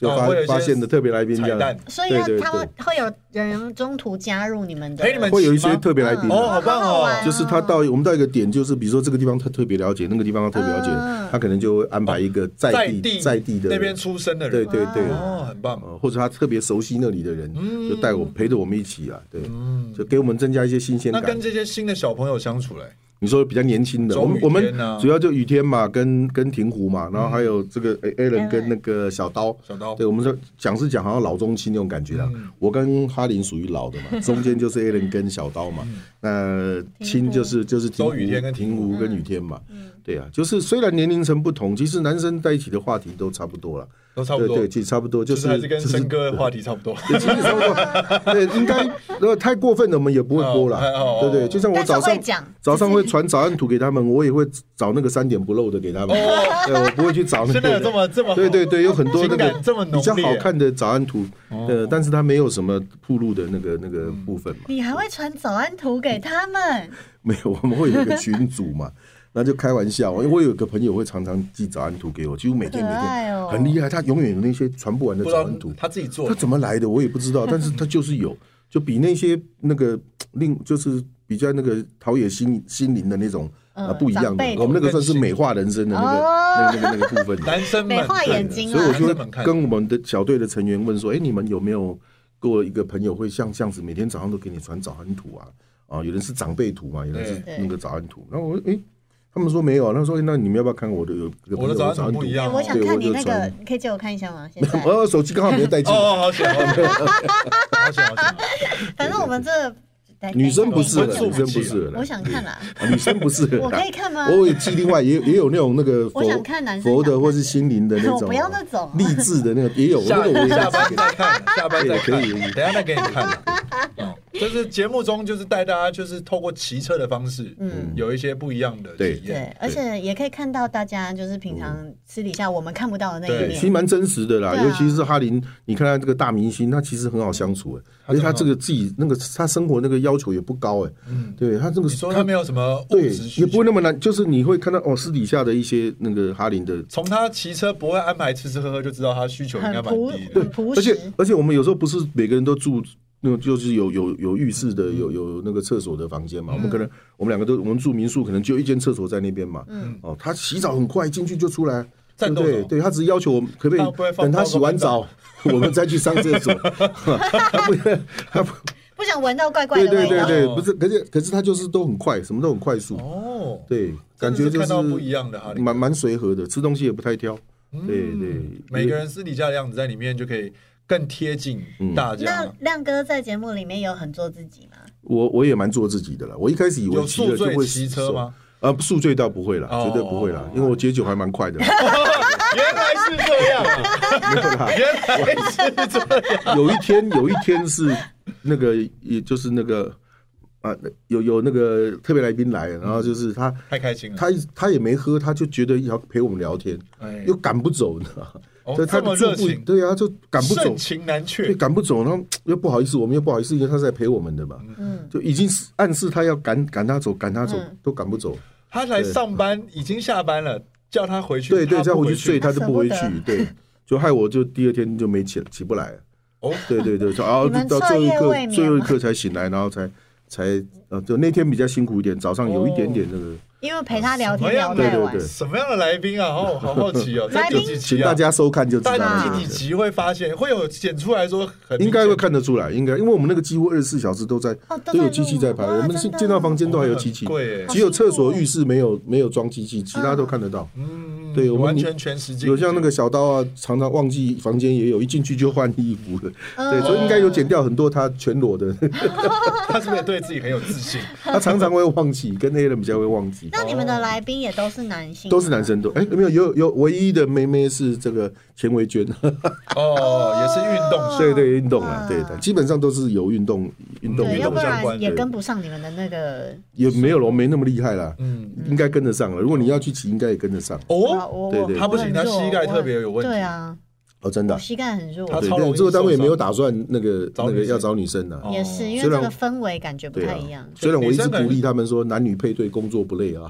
[SPEAKER 6] 就
[SPEAKER 3] 啊
[SPEAKER 6] 发、
[SPEAKER 3] 会有一些
[SPEAKER 6] 发现的特别来宾这
[SPEAKER 3] 彩蛋
[SPEAKER 6] 样，
[SPEAKER 4] 所以要
[SPEAKER 6] 对对
[SPEAKER 4] 他们
[SPEAKER 6] 对
[SPEAKER 4] 会有人中途加入你们的，
[SPEAKER 3] 陪你们
[SPEAKER 6] 会有一
[SPEAKER 3] 骑
[SPEAKER 6] 些
[SPEAKER 3] 吗
[SPEAKER 6] 特别来宾、
[SPEAKER 3] 哦，好棒
[SPEAKER 4] 好好
[SPEAKER 3] 哦
[SPEAKER 4] 玩，
[SPEAKER 6] 就是他到我们到一个点，就是比如说这个地方他特别了解，那个地方他特别了解，
[SPEAKER 4] 嗯
[SPEAKER 6] 他可能就会安排一个在地
[SPEAKER 3] 地
[SPEAKER 6] 在地的
[SPEAKER 3] 那边出生的
[SPEAKER 6] 对
[SPEAKER 3] 人，
[SPEAKER 6] 对对。
[SPEAKER 3] 哦，很棒，
[SPEAKER 6] 呃或者他特别熟悉那里的人，
[SPEAKER 3] 嗯
[SPEAKER 6] 就带我陪着我们一起啊，对，就给我们增加一些新鲜
[SPEAKER 3] 那
[SPEAKER 6] 感。
[SPEAKER 3] 跟这些新的小朋友相处嘞，
[SPEAKER 6] 你说比较年轻的，
[SPEAKER 3] 周
[SPEAKER 6] 我们
[SPEAKER 3] 雨
[SPEAKER 6] 我们
[SPEAKER 3] 天啊
[SPEAKER 6] 主要就雨天嘛，跟跟庭湖嘛，然后还有这个 A Alan 跟那个小刀，
[SPEAKER 3] 小刀
[SPEAKER 6] 对，我们说讲是讲好像老中青那种感觉啦。
[SPEAKER 3] 嗯
[SPEAKER 6] 我跟哈林属于老的 嘛，中间就是 Alan 跟小刀嘛，那青就是就是庭湖
[SPEAKER 3] 嗯周雨天跟
[SPEAKER 6] 庭
[SPEAKER 3] 庭
[SPEAKER 6] 湖
[SPEAKER 4] 嗯
[SPEAKER 6] 跟雨天嘛，对啊，就是虽然年龄层不同，其实男生在一起的话题都差不多了，
[SPEAKER 3] 都差不多
[SPEAKER 6] 对对，其实差不多，就
[SPEAKER 3] 就是是还是跟
[SPEAKER 6] 就是
[SPEAKER 3] 森哥的话题差不多，
[SPEAKER 6] 其实差不多，对，应 该如果太过分的，我们也不会播了
[SPEAKER 3] 哦哦哦，
[SPEAKER 6] 对对，就像我早
[SPEAKER 4] 但是
[SPEAKER 6] 上
[SPEAKER 4] 会讲
[SPEAKER 6] 早上会传早安图给他们，我也会找那个三点不漏的给他们，对，我不会去找那
[SPEAKER 3] 哦现在有
[SPEAKER 6] 个
[SPEAKER 3] 这。么这 么
[SPEAKER 6] 对对对，有很多那
[SPEAKER 3] 情感 这么
[SPEAKER 6] 个
[SPEAKER 3] 浓
[SPEAKER 6] 比较
[SPEAKER 3] 烈哦
[SPEAKER 6] 好看的早安图，呃，但是它没有什么铺路的那个那个部分嘛。
[SPEAKER 3] 嗯
[SPEAKER 4] 你还会传早安图给他
[SPEAKER 3] 哦
[SPEAKER 4] 们？
[SPEAKER 6] 没有，我们会有一个群组嘛， 那就开玩笑。因为我有一个朋友会常常寄早安图给我，几乎每天每
[SPEAKER 4] 好可爱
[SPEAKER 6] 天
[SPEAKER 4] 哦
[SPEAKER 6] 很厉害，他永远有那些传不完的
[SPEAKER 3] 啊不知
[SPEAKER 6] 早
[SPEAKER 3] 道
[SPEAKER 6] 安图。
[SPEAKER 3] 他自己做
[SPEAKER 6] 他，怎么来的我也不知 道，但是他就是有，就比那些那个另就是比较那个陶冶心心灵的那种啊、
[SPEAKER 4] 嗯
[SPEAKER 6] 不一样
[SPEAKER 4] 长
[SPEAKER 6] 的
[SPEAKER 4] 辈，的
[SPEAKER 6] 我们那个算是美化人生的那个、那个那个那个部分的。
[SPEAKER 3] 男生们
[SPEAKER 4] 美化眼睛啊
[SPEAKER 6] 所以我
[SPEAKER 4] 啦，
[SPEAKER 6] 就
[SPEAKER 3] 男生们
[SPEAKER 6] 会
[SPEAKER 3] 看
[SPEAKER 6] 跟我们的小队的成员问说：“哎、你们有没有过一个朋友会像这样子，每天早上都给你传早安图啊？啊，有人是长辈图嘛，有人是
[SPEAKER 4] 对
[SPEAKER 6] 那个早安图。”然后我哎、诶他们说没有啊，那说、诶那你们要不要看我的有有
[SPEAKER 3] 我
[SPEAKER 6] 朋
[SPEAKER 3] 的
[SPEAKER 6] 友
[SPEAKER 3] 早
[SPEAKER 6] 的
[SPEAKER 3] 安
[SPEAKER 6] 早
[SPEAKER 3] 图
[SPEAKER 6] 安
[SPEAKER 3] 不
[SPEAKER 6] 图
[SPEAKER 3] 一？ 样
[SPEAKER 4] 哎我
[SPEAKER 3] 哦，
[SPEAKER 4] 想看
[SPEAKER 6] 对我
[SPEAKER 4] 你
[SPEAKER 6] 就
[SPEAKER 4] 那个
[SPEAKER 6] 传，
[SPEAKER 4] 你可以借我看一下吗？现在，
[SPEAKER 6] 呃，手机刚好没带进 来。
[SPEAKER 3] 哦，好险，好险，好险，好 险！
[SPEAKER 4] 反正我们这
[SPEAKER 6] 女生不是
[SPEAKER 3] 我
[SPEAKER 6] 了，
[SPEAKER 3] 们
[SPEAKER 6] 女生不是了
[SPEAKER 4] 哦我。想看 啦，，
[SPEAKER 6] 啊女生不是
[SPEAKER 4] 我可以看吗
[SPEAKER 6] 我也记另外也也有那种那个佛
[SPEAKER 4] 我想看男生
[SPEAKER 6] 佛的
[SPEAKER 4] 想看
[SPEAKER 6] 或
[SPEAKER 4] 的
[SPEAKER 6] 是心灵的那种，
[SPEAKER 4] 我不要那种
[SPEAKER 6] 励志的那个也有，那
[SPEAKER 3] 下
[SPEAKER 6] 个我也
[SPEAKER 3] 下
[SPEAKER 6] 有寄
[SPEAKER 3] 班
[SPEAKER 6] 给
[SPEAKER 3] 再
[SPEAKER 6] 他。
[SPEAKER 3] 看，下班
[SPEAKER 6] 对
[SPEAKER 3] 再
[SPEAKER 6] 可
[SPEAKER 3] 看，
[SPEAKER 6] 以
[SPEAKER 3] 等一下再给你看。嗯就是节目中就是带大家就是透过骑车的方式，嗯，有一些不一样的
[SPEAKER 6] 对
[SPEAKER 3] 体验。
[SPEAKER 4] 对，而且也可以看到大家就是平常私底下我们看不到的那
[SPEAKER 3] 对
[SPEAKER 4] 一
[SPEAKER 6] 对，其实
[SPEAKER 4] 面。
[SPEAKER 6] 蛮真实的啦，
[SPEAKER 4] 啊对啊
[SPEAKER 6] 尤其是哈林，你看他这个大明星，他其实很好相处，哎而且他这个自己那个他生活那个要求也不高，哎，对他这个
[SPEAKER 3] 嗯你说他没有什么物
[SPEAKER 6] 对
[SPEAKER 3] 质需
[SPEAKER 6] 也不
[SPEAKER 3] 求
[SPEAKER 6] 会，那么难，就是你会看到哦，私底下的一些那个哈林的
[SPEAKER 3] 从他骑车不会安排吃吃喝喝就知道他需求应该
[SPEAKER 4] 很
[SPEAKER 3] 蛮
[SPEAKER 4] 朴
[SPEAKER 3] 低的
[SPEAKER 4] 很。朴
[SPEAKER 6] 而且
[SPEAKER 4] 实，
[SPEAKER 6] 而且我们有时候不是每个人都住那种就是有有有浴室的有有那个厕所的房间嘛，我们可能我们两个都我们住民宿，可能就一间厕所在那边嘛。哦，他洗澡很快，进去就出来。对
[SPEAKER 3] 战
[SPEAKER 6] 不
[SPEAKER 3] 斗
[SPEAKER 6] 对？
[SPEAKER 3] 澡
[SPEAKER 6] 对他只要求我们可不可
[SPEAKER 3] 他不会
[SPEAKER 6] 以
[SPEAKER 3] 放
[SPEAKER 6] 等他洗完
[SPEAKER 3] 泡
[SPEAKER 6] 澡， 我们再去上厕所。他不，他不，
[SPEAKER 4] 不想闻到怪怪
[SPEAKER 6] 对
[SPEAKER 4] 的
[SPEAKER 6] 对
[SPEAKER 4] 味
[SPEAKER 6] 对
[SPEAKER 4] 道。
[SPEAKER 6] 对，不是，可是可是他就是都很快，什么都很快速，
[SPEAKER 3] 哦，
[SPEAKER 6] 对，感觉就
[SPEAKER 3] 真的是看到
[SPEAKER 6] 是
[SPEAKER 3] 不一样啊的哈林
[SPEAKER 6] 蛮蛮随和的，吃东西也不太挑，对对，
[SPEAKER 3] 每个人私底下的样子在里面就可以更贴近
[SPEAKER 6] 嗯
[SPEAKER 3] 大
[SPEAKER 4] 那
[SPEAKER 3] 家。
[SPEAKER 4] 亮哥在节目里面有很做自己吗？
[SPEAKER 6] 我我也蛮做自己的了。我一开始以为
[SPEAKER 3] 有
[SPEAKER 6] 骑了
[SPEAKER 3] 宿
[SPEAKER 6] 就
[SPEAKER 3] 醉
[SPEAKER 6] 会
[SPEAKER 3] 骑
[SPEAKER 6] 死
[SPEAKER 3] 车
[SPEAKER 6] 手
[SPEAKER 3] 吗？
[SPEAKER 6] 呃，宿醉倒不会啦，
[SPEAKER 3] 哦
[SPEAKER 6] 绝对不会啦，因为我解酒还蛮快的，
[SPEAKER 3] 原来是这样 啊，
[SPEAKER 6] 没有啦。
[SPEAKER 3] 原来是这样。
[SPEAKER 6] 有一天，有一天是那个，也就是那个啊，有有那个特别来宾来，然后就是他，
[SPEAKER 3] 太开心了，
[SPEAKER 6] 他他也没喝，他就觉得要陪我们聊天，
[SPEAKER 3] 哎
[SPEAKER 6] 又赶不走，你知道吗
[SPEAKER 3] 哦
[SPEAKER 6] 就他
[SPEAKER 3] 这么
[SPEAKER 6] 就
[SPEAKER 3] 热
[SPEAKER 6] 故意
[SPEAKER 3] 情
[SPEAKER 6] 对啊，就赶不走
[SPEAKER 3] 盛，情难却
[SPEAKER 6] 对，。赶不走，然后又不好意思，我们又不好意思，因为他是在陪我们的嘛，
[SPEAKER 4] 嗯，
[SPEAKER 6] 就已经是暗示他要赶赶他走，赶他走，都赶不走。
[SPEAKER 3] 他来上班已经下班了，叫他回去，
[SPEAKER 6] 对对，
[SPEAKER 3] 他
[SPEAKER 6] 这样
[SPEAKER 3] 不
[SPEAKER 6] 回
[SPEAKER 3] 回
[SPEAKER 6] 去睡，他就
[SPEAKER 4] 他舍
[SPEAKER 6] 不
[SPEAKER 4] 不
[SPEAKER 6] 会
[SPEAKER 4] 得
[SPEAKER 6] 去，对，就害我就第二天就没起起不来。
[SPEAKER 3] 哦，
[SPEAKER 6] 对对对，就啊，
[SPEAKER 4] 你们
[SPEAKER 6] 就到
[SPEAKER 4] 彻
[SPEAKER 6] 最后一
[SPEAKER 4] 夜
[SPEAKER 6] 刻，
[SPEAKER 4] 未眠
[SPEAKER 6] 最后一
[SPEAKER 4] 吗
[SPEAKER 6] 刻才醒来，然后才才呃，就那天比较辛苦一点，早上有一点点那
[SPEAKER 3] 哦
[SPEAKER 6] 个，
[SPEAKER 4] 因为陪他聊天
[SPEAKER 3] 什么样
[SPEAKER 4] 聊
[SPEAKER 3] 的
[SPEAKER 4] 太
[SPEAKER 6] 对对
[SPEAKER 4] 晚
[SPEAKER 6] 对，
[SPEAKER 3] 什么样的来宾啊？哦，好好奇哦，在
[SPEAKER 4] 来宾
[SPEAKER 3] 第几集
[SPEAKER 6] 请
[SPEAKER 3] 啊？
[SPEAKER 6] 大家收看就知道
[SPEAKER 3] 大
[SPEAKER 6] 了。
[SPEAKER 3] 家第几
[SPEAKER 6] 对
[SPEAKER 3] 集会发现会有剪出来说很
[SPEAKER 6] 应该会
[SPEAKER 3] 明显
[SPEAKER 6] 看得出来，应该，因为我们那个几乎二十四小时都在
[SPEAKER 4] 哦都
[SPEAKER 6] 都
[SPEAKER 4] 在
[SPEAKER 6] 有机器
[SPEAKER 4] 录
[SPEAKER 6] 在拍，
[SPEAKER 4] 哇
[SPEAKER 6] 我们
[SPEAKER 4] 真
[SPEAKER 6] 是
[SPEAKER 4] 的
[SPEAKER 6] 进到房间都还有
[SPEAKER 3] 哦
[SPEAKER 6] 机器
[SPEAKER 3] 很贵耶，
[SPEAKER 6] 只有厕所、
[SPEAKER 4] 好辛苦哦
[SPEAKER 6] 浴室没有没有装机器，其他都看得到。
[SPEAKER 3] 嗯
[SPEAKER 6] 对我们
[SPEAKER 3] 完全全实境，
[SPEAKER 6] 有像那个小刀啊，常常忘记房间也有，一进去就换衣服了。
[SPEAKER 4] 嗯
[SPEAKER 6] 对，所以应该有减掉很多他全裸的，
[SPEAKER 3] 他是不是对自己很有自信？
[SPEAKER 6] 他常常会忘记，跟 A 人比较会忘记。
[SPEAKER 4] 那你们的来宾也都是男性，啊
[SPEAKER 6] 都是男。生都哎、没有有有唯一的妹妹是这个钱维娟，
[SPEAKER 3] 哦，也是运动
[SPEAKER 6] 对对运动啊，
[SPEAKER 4] 嗯
[SPEAKER 6] 对的，基本上都是有运动运动
[SPEAKER 4] 对，
[SPEAKER 6] 运
[SPEAKER 4] 要
[SPEAKER 6] 动
[SPEAKER 4] 不
[SPEAKER 6] 相
[SPEAKER 4] 然
[SPEAKER 6] 关
[SPEAKER 4] 也跟
[SPEAKER 6] 的，
[SPEAKER 4] 不上你们的那个。
[SPEAKER 6] 也没有了，没那么厉害啦，
[SPEAKER 3] 嗯
[SPEAKER 6] 应该跟得上了。啊如果你要去骑，应该也跟得上
[SPEAKER 4] 啊
[SPEAKER 3] 哦，
[SPEAKER 4] 我
[SPEAKER 6] 对
[SPEAKER 4] 我
[SPEAKER 6] 对
[SPEAKER 3] 他不
[SPEAKER 4] 我
[SPEAKER 3] 行，
[SPEAKER 4] 很
[SPEAKER 3] 他
[SPEAKER 4] 弱
[SPEAKER 3] 膝盖
[SPEAKER 4] 我
[SPEAKER 3] 特别有问题。
[SPEAKER 4] 对，啊，
[SPEAKER 6] 哦，真的
[SPEAKER 4] 我
[SPEAKER 6] 啊。
[SPEAKER 4] 膝盖很弱，
[SPEAKER 3] 嗯他
[SPEAKER 6] 对，
[SPEAKER 3] 超容易
[SPEAKER 6] 但制作单位也没有
[SPEAKER 3] 受伤哦
[SPEAKER 6] 打算那个
[SPEAKER 3] 找
[SPEAKER 6] 那
[SPEAKER 3] 女
[SPEAKER 6] 个
[SPEAKER 3] 生
[SPEAKER 6] 要找女生的，
[SPEAKER 4] 也是因为
[SPEAKER 6] 虽然
[SPEAKER 4] 这个氛围感觉不
[SPEAKER 6] 对
[SPEAKER 4] 太
[SPEAKER 6] 啊
[SPEAKER 4] 一样。
[SPEAKER 6] 虽然我一直
[SPEAKER 3] 女生可能
[SPEAKER 6] 鼓励他们说男女配对工作不累 啊，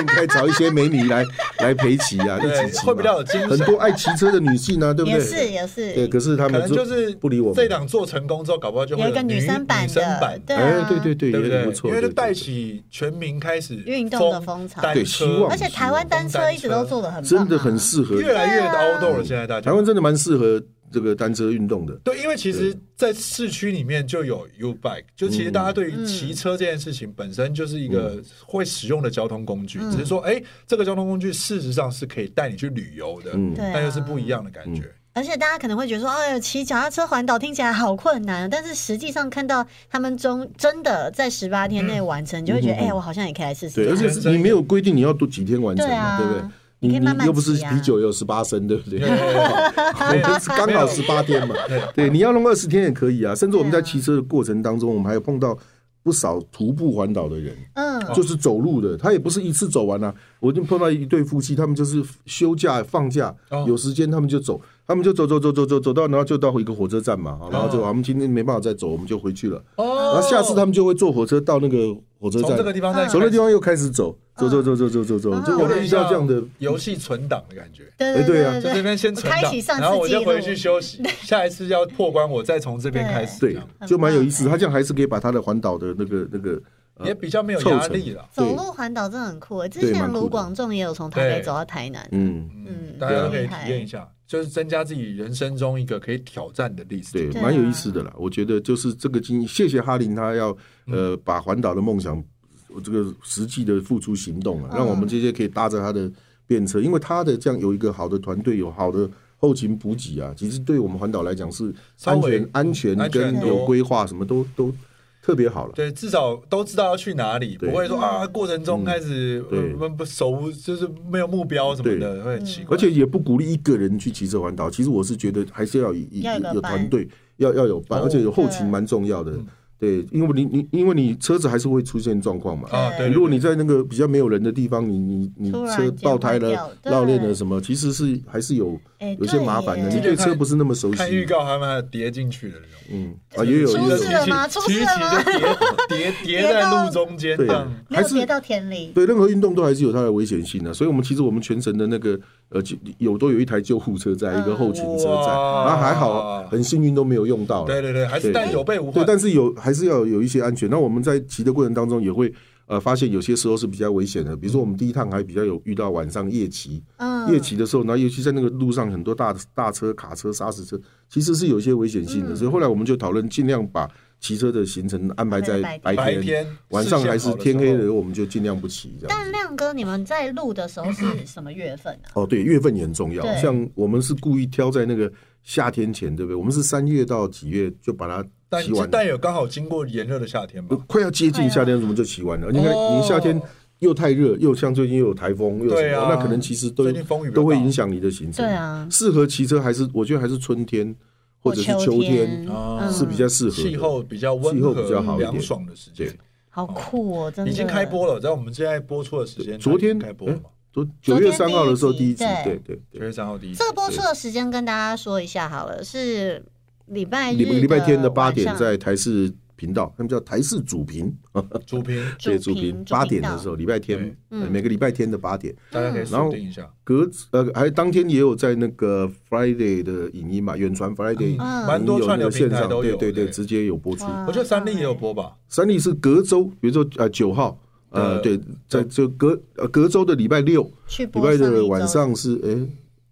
[SPEAKER 6] 应该找一些美女来来陪骑啊，一
[SPEAKER 3] 对
[SPEAKER 6] 起骑嘛
[SPEAKER 3] 会比较有精神
[SPEAKER 6] 很多爱骑车的女性啊，对不
[SPEAKER 4] 也
[SPEAKER 6] 对？
[SPEAKER 4] 是也是，
[SPEAKER 6] 对，可是他
[SPEAKER 3] 可
[SPEAKER 6] 们
[SPEAKER 3] 能就是
[SPEAKER 6] 不理我们。
[SPEAKER 3] 这档做成功之后，搞不好就会
[SPEAKER 4] 有一个
[SPEAKER 3] 女
[SPEAKER 4] 女生版
[SPEAKER 3] 女生
[SPEAKER 4] 的
[SPEAKER 3] 版，
[SPEAKER 4] 对
[SPEAKER 6] 哎
[SPEAKER 4] 啊，，
[SPEAKER 6] 对对对，
[SPEAKER 3] 对不
[SPEAKER 6] 也
[SPEAKER 3] 对
[SPEAKER 6] 不？错，
[SPEAKER 3] 因为就
[SPEAKER 6] 对对
[SPEAKER 3] 带
[SPEAKER 6] 对
[SPEAKER 3] 起全民开始
[SPEAKER 4] 运动的风潮
[SPEAKER 3] 单车
[SPEAKER 6] 对希望
[SPEAKER 4] 而且台湾单车一直都做的很棒啊
[SPEAKER 6] 真的很适合嗯
[SPEAKER 3] 越来越
[SPEAKER 4] 啊
[SPEAKER 3] outdoor 了。现在大家
[SPEAKER 6] 台湾真的蛮适合这个单车运动的。
[SPEAKER 3] 对，因为其实，在市区里面就有 U bike，就其实大家对于骑车这件事情本身就是一
[SPEAKER 6] 嗯
[SPEAKER 3] 个会使用的交通工
[SPEAKER 4] 嗯
[SPEAKER 3] 具，只是说，哎，这个交通工具事实上是可以带你去旅游的，
[SPEAKER 6] 嗯
[SPEAKER 4] 对啊
[SPEAKER 3] 但又是不一样的感觉。
[SPEAKER 4] 而且大家可能会觉得说，哎呦，骑脚踏车环岛听起来好困难，啊但是实际上看到他们中真的在十八
[SPEAKER 6] 嗯
[SPEAKER 4] 天内完成，你就会觉得，哎，我好像也可以来试试
[SPEAKER 6] 对，而
[SPEAKER 4] 看。
[SPEAKER 6] 且
[SPEAKER 3] 真的
[SPEAKER 6] 你没有规定你要多几天完成嘛，
[SPEAKER 4] 对
[SPEAKER 6] 对不
[SPEAKER 4] 啊
[SPEAKER 6] 对？
[SPEAKER 4] 你可以
[SPEAKER 6] 你
[SPEAKER 4] 慢慢
[SPEAKER 6] 又不是
[SPEAKER 4] 骑啊
[SPEAKER 6] 啤酒也有十八升，对不对？
[SPEAKER 3] 对啊 对对
[SPEAKER 6] 我们是刚好十八天嘛，对，你要弄二十天也可以啊。甚至我们在骑车的过程当中，我们还有碰到不少徒步环岛的人，
[SPEAKER 4] 嗯，
[SPEAKER 6] 就是走路的，他也不是一次走完啊。我就碰到一对夫妻，他们就是休假放假，
[SPEAKER 3] 哦
[SPEAKER 6] 有时间他们就走，他们就走走走走走走到，然后就到一个火车站嘛，好然后就、
[SPEAKER 3] 哦
[SPEAKER 6] 我们今天没办法再走，我们就回去了。
[SPEAKER 3] 哦
[SPEAKER 6] 然后下次他们就会坐火车到那个火车
[SPEAKER 3] 从
[SPEAKER 6] 站，
[SPEAKER 3] 这个地方哦再
[SPEAKER 6] 从那地方又开始走，走走走走走走走，
[SPEAKER 4] 嗯
[SPEAKER 6] 就我们遇到这样的，
[SPEAKER 3] 游戏存档的感觉。
[SPEAKER 4] 对
[SPEAKER 6] 哎对啊
[SPEAKER 4] 对
[SPEAKER 3] 就
[SPEAKER 4] 对
[SPEAKER 3] 这边先存
[SPEAKER 4] 我开
[SPEAKER 3] 档
[SPEAKER 4] 启，上
[SPEAKER 3] 然后我
[SPEAKER 4] 世纪
[SPEAKER 3] 就回去
[SPEAKER 4] 路
[SPEAKER 3] 休息。下一次要破关，我再从这边开始。
[SPEAKER 6] 对
[SPEAKER 3] 这样，
[SPEAKER 6] 就蛮有意思。他这样还是可以把他的环岛的那个那个呃
[SPEAKER 3] 也比较没有
[SPEAKER 6] 凑
[SPEAKER 3] 压
[SPEAKER 6] 成
[SPEAKER 3] 力了。
[SPEAKER 4] 走路环岛真的很酷欸，之
[SPEAKER 6] 对
[SPEAKER 4] 前
[SPEAKER 6] 蛮酷的
[SPEAKER 4] 卢广仲也有从台北
[SPEAKER 3] 对
[SPEAKER 4] 走到台南，
[SPEAKER 6] 嗯，
[SPEAKER 3] 嗯
[SPEAKER 4] 嗯，
[SPEAKER 3] 大家都可
[SPEAKER 4] 对
[SPEAKER 3] 以
[SPEAKER 4] 啊
[SPEAKER 3] 体验一下，就是增加自己人生中一个可以挑战的历史。
[SPEAKER 6] 对，
[SPEAKER 4] 对啊
[SPEAKER 6] 蛮有意思的啦。我觉得就是这个经，谢谢哈林，他要呃
[SPEAKER 3] 嗯
[SPEAKER 6] 把环岛的梦想，我这个实际的付出行动啊，让我们
[SPEAKER 4] 嗯
[SPEAKER 6] 这些可以搭着他的便车，因为他的这样有一个好的团队，有好的。后勤补给啊，其实对我们环岛来讲是
[SPEAKER 3] 稍
[SPEAKER 6] 安
[SPEAKER 3] 微嗯
[SPEAKER 6] 全、安全
[SPEAKER 3] 安全
[SPEAKER 6] 跟
[SPEAKER 3] 很多
[SPEAKER 6] 有规划，什么都都特别好了。
[SPEAKER 3] 对，至少都知道要去哪里，
[SPEAKER 6] 对嗯
[SPEAKER 3] 不会
[SPEAKER 4] 嗯
[SPEAKER 3] 说啊，过程中开始
[SPEAKER 6] 对
[SPEAKER 3] 呃不手无就是没有目标什么的，会很奇怪。
[SPEAKER 6] 而且也不鼓励一个人去骑车环岛。其实我是觉得还是要以以
[SPEAKER 4] 要有个
[SPEAKER 6] 有
[SPEAKER 4] 伴
[SPEAKER 6] 团队，要要有伴，
[SPEAKER 3] 哦嗯
[SPEAKER 6] 而且有后勤蛮重要的。对，因为你你因为你车子还是会出现状况嘛。
[SPEAKER 3] 啊，对，
[SPEAKER 6] 如果你在那个比较没有人的地方，你你你
[SPEAKER 4] 突然
[SPEAKER 6] 车
[SPEAKER 4] 间
[SPEAKER 6] 爆胎
[SPEAKER 4] 坏掉
[SPEAKER 6] 了、
[SPEAKER 4] 对
[SPEAKER 6] 绕链了什么，其实是还是有
[SPEAKER 4] 哎
[SPEAKER 6] 有一些麻烦的。
[SPEAKER 4] 对耶
[SPEAKER 6] 你对车不是那么熟
[SPEAKER 3] 看预
[SPEAKER 6] 悉，
[SPEAKER 3] 告还蛮跌进去的那种。
[SPEAKER 6] 嗯啊，也有
[SPEAKER 4] 出
[SPEAKER 6] 也有
[SPEAKER 4] 事了吗
[SPEAKER 3] 骑
[SPEAKER 4] 出事了吗
[SPEAKER 3] 骑就 跌跌跌在路中间，嗯
[SPEAKER 6] 对
[SPEAKER 3] 这样，
[SPEAKER 4] 没
[SPEAKER 6] 还
[SPEAKER 4] 有
[SPEAKER 6] 是
[SPEAKER 4] 跌到田里，
[SPEAKER 6] 对，任何运动都还是有它的危险性的、所以，我们其实我们全程的那个呃，就有都有一台救护车在，一个
[SPEAKER 4] 嗯
[SPEAKER 6] 后勤车在，
[SPEAKER 3] 哇
[SPEAKER 6] 然后还好，很幸运都没有用到
[SPEAKER 3] 对
[SPEAKER 6] 了。
[SPEAKER 3] 对对，还是但有备无
[SPEAKER 6] 对，
[SPEAKER 3] 患。
[SPEAKER 6] 但是有还是要有一些安全。那我们在骑的过程当中也会呃发现有些时候是比较危险的，比如说我们第一趟还比较有遇到晚上夜骑，
[SPEAKER 4] 嗯，
[SPEAKER 6] 夜骑啊的时候，然后尤其在那个路上很多大大车、卡车、砂石车，其实是有一些危险性
[SPEAKER 4] 嗯
[SPEAKER 6] 的。所以后来我们就讨论尽量把骑车的行程安排在
[SPEAKER 4] 安排在白
[SPEAKER 6] 白
[SPEAKER 3] 白
[SPEAKER 6] 天。
[SPEAKER 3] 天
[SPEAKER 6] 晚上还是天黑
[SPEAKER 3] 视线好的时
[SPEAKER 6] 了，
[SPEAKER 3] 候，
[SPEAKER 6] 我们就尽量不骑这样子。
[SPEAKER 4] 但亮哥，你们在录的时候是什么月份啊？
[SPEAKER 6] 哦，对，月份也很重要
[SPEAKER 4] 对。
[SPEAKER 6] 像我们是故意挑在那个夏天前，对不对？我们是三月到几月就把它
[SPEAKER 3] 但
[SPEAKER 6] 骑完，
[SPEAKER 3] 但有刚好经过炎热的夏天吧
[SPEAKER 6] 呃，快要接近夏天，我们就骑完了。你看，
[SPEAKER 3] 哦
[SPEAKER 6] 你夏天又太热，又像最近又有台风，又有
[SPEAKER 3] 对
[SPEAKER 6] 什
[SPEAKER 3] 啊
[SPEAKER 6] 么，那可能其实都
[SPEAKER 3] 最近风雨比较
[SPEAKER 6] 都会
[SPEAKER 3] 大
[SPEAKER 6] 影响你的行程。
[SPEAKER 4] 对啊
[SPEAKER 6] 适合骑车还是我觉得还是春天或者是秋
[SPEAKER 4] 天，嗯
[SPEAKER 3] 啊
[SPEAKER 6] 是比较适合的
[SPEAKER 3] 气候比较温
[SPEAKER 6] 气候
[SPEAKER 3] 和、
[SPEAKER 6] 比较好一点
[SPEAKER 3] 凉爽的时间
[SPEAKER 6] 对。
[SPEAKER 4] 好酷哦，真的
[SPEAKER 3] 已经开播了，在我们现在播出的时间，
[SPEAKER 6] 昨天
[SPEAKER 3] 它已经开播了嘛？
[SPEAKER 6] 都九月
[SPEAKER 4] 昨天
[SPEAKER 6] 三号的时候
[SPEAKER 4] 第
[SPEAKER 6] 第
[SPEAKER 4] 一
[SPEAKER 6] 一
[SPEAKER 4] 集
[SPEAKER 6] 集，
[SPEAKER 4] 对
[SPEAKER 6] 对对
[SPEAKER 3] 九
[SPEAKER 6] 对，
[SPEAKER 3] 月三号第一集
[SPEAKER 4] 这个播出的时间跟大家说一下好了，是礼拜日
[SPEAKER 6] 礼拜礼拜天的八点
[SPEAKER 4] 晚上
[SPEAKER 6] 在台视频道，他们叫台视主频啊，
[SPEAKER 3] 主屏，
[SPEAKER 4] 主
[SPEAKER 6] 对主
[SPEAKER 4] 频
[SPEAKER 6] 频八点的时
[SPEAKER 4] 候，
[SPEAKER 6] 候，礼拜
[SPEAKER 3] 对
[SPEAKER 6] 天呃每个礼拜天的八点。
[SPEAKER 3] 大家可以锁定一下。
[SPEAKER 6] 隔呃，还当天也有在那个 Friday 的影音嘛，远传 Friday，
[SPEAKER 4] 嗯
[SPEAKER 3] 蛮多
[SPEAKER 6] 有那
[SPEAKER 3] 串流
[SPEAKER 6] 个
[SPEAKER 3] 平
[SPEAKER 6] 线
[SPEAKER 3] 台
[SPEAKER 6] 上，
[SPEAKER 3] 都有
[SPEAKER 6] 对对
[SPEAKER 3] 对
[SPEAKER 6] 对，直接有播出。
[SPEAKER 4] 哇
[SPEAKER 3] 我觉得三立也有播吧，
[SPEAKER 6] 三立是隔周，比如说呃九号，呃
[SPEAKER 3] 对
[SPEAKER 6] 对，在就隔呃隔周的礼拜六，
[SPEAKER 4] 去
[SPEAKER 6] 礼
[SPEAKER 4] 播
[SPEAKER 6] 拜
[SPEAKER 4] 上一
[SPEAKER 6] 的
[SPEAKER 4] 周
[SPEAKER 6] 晚上是哎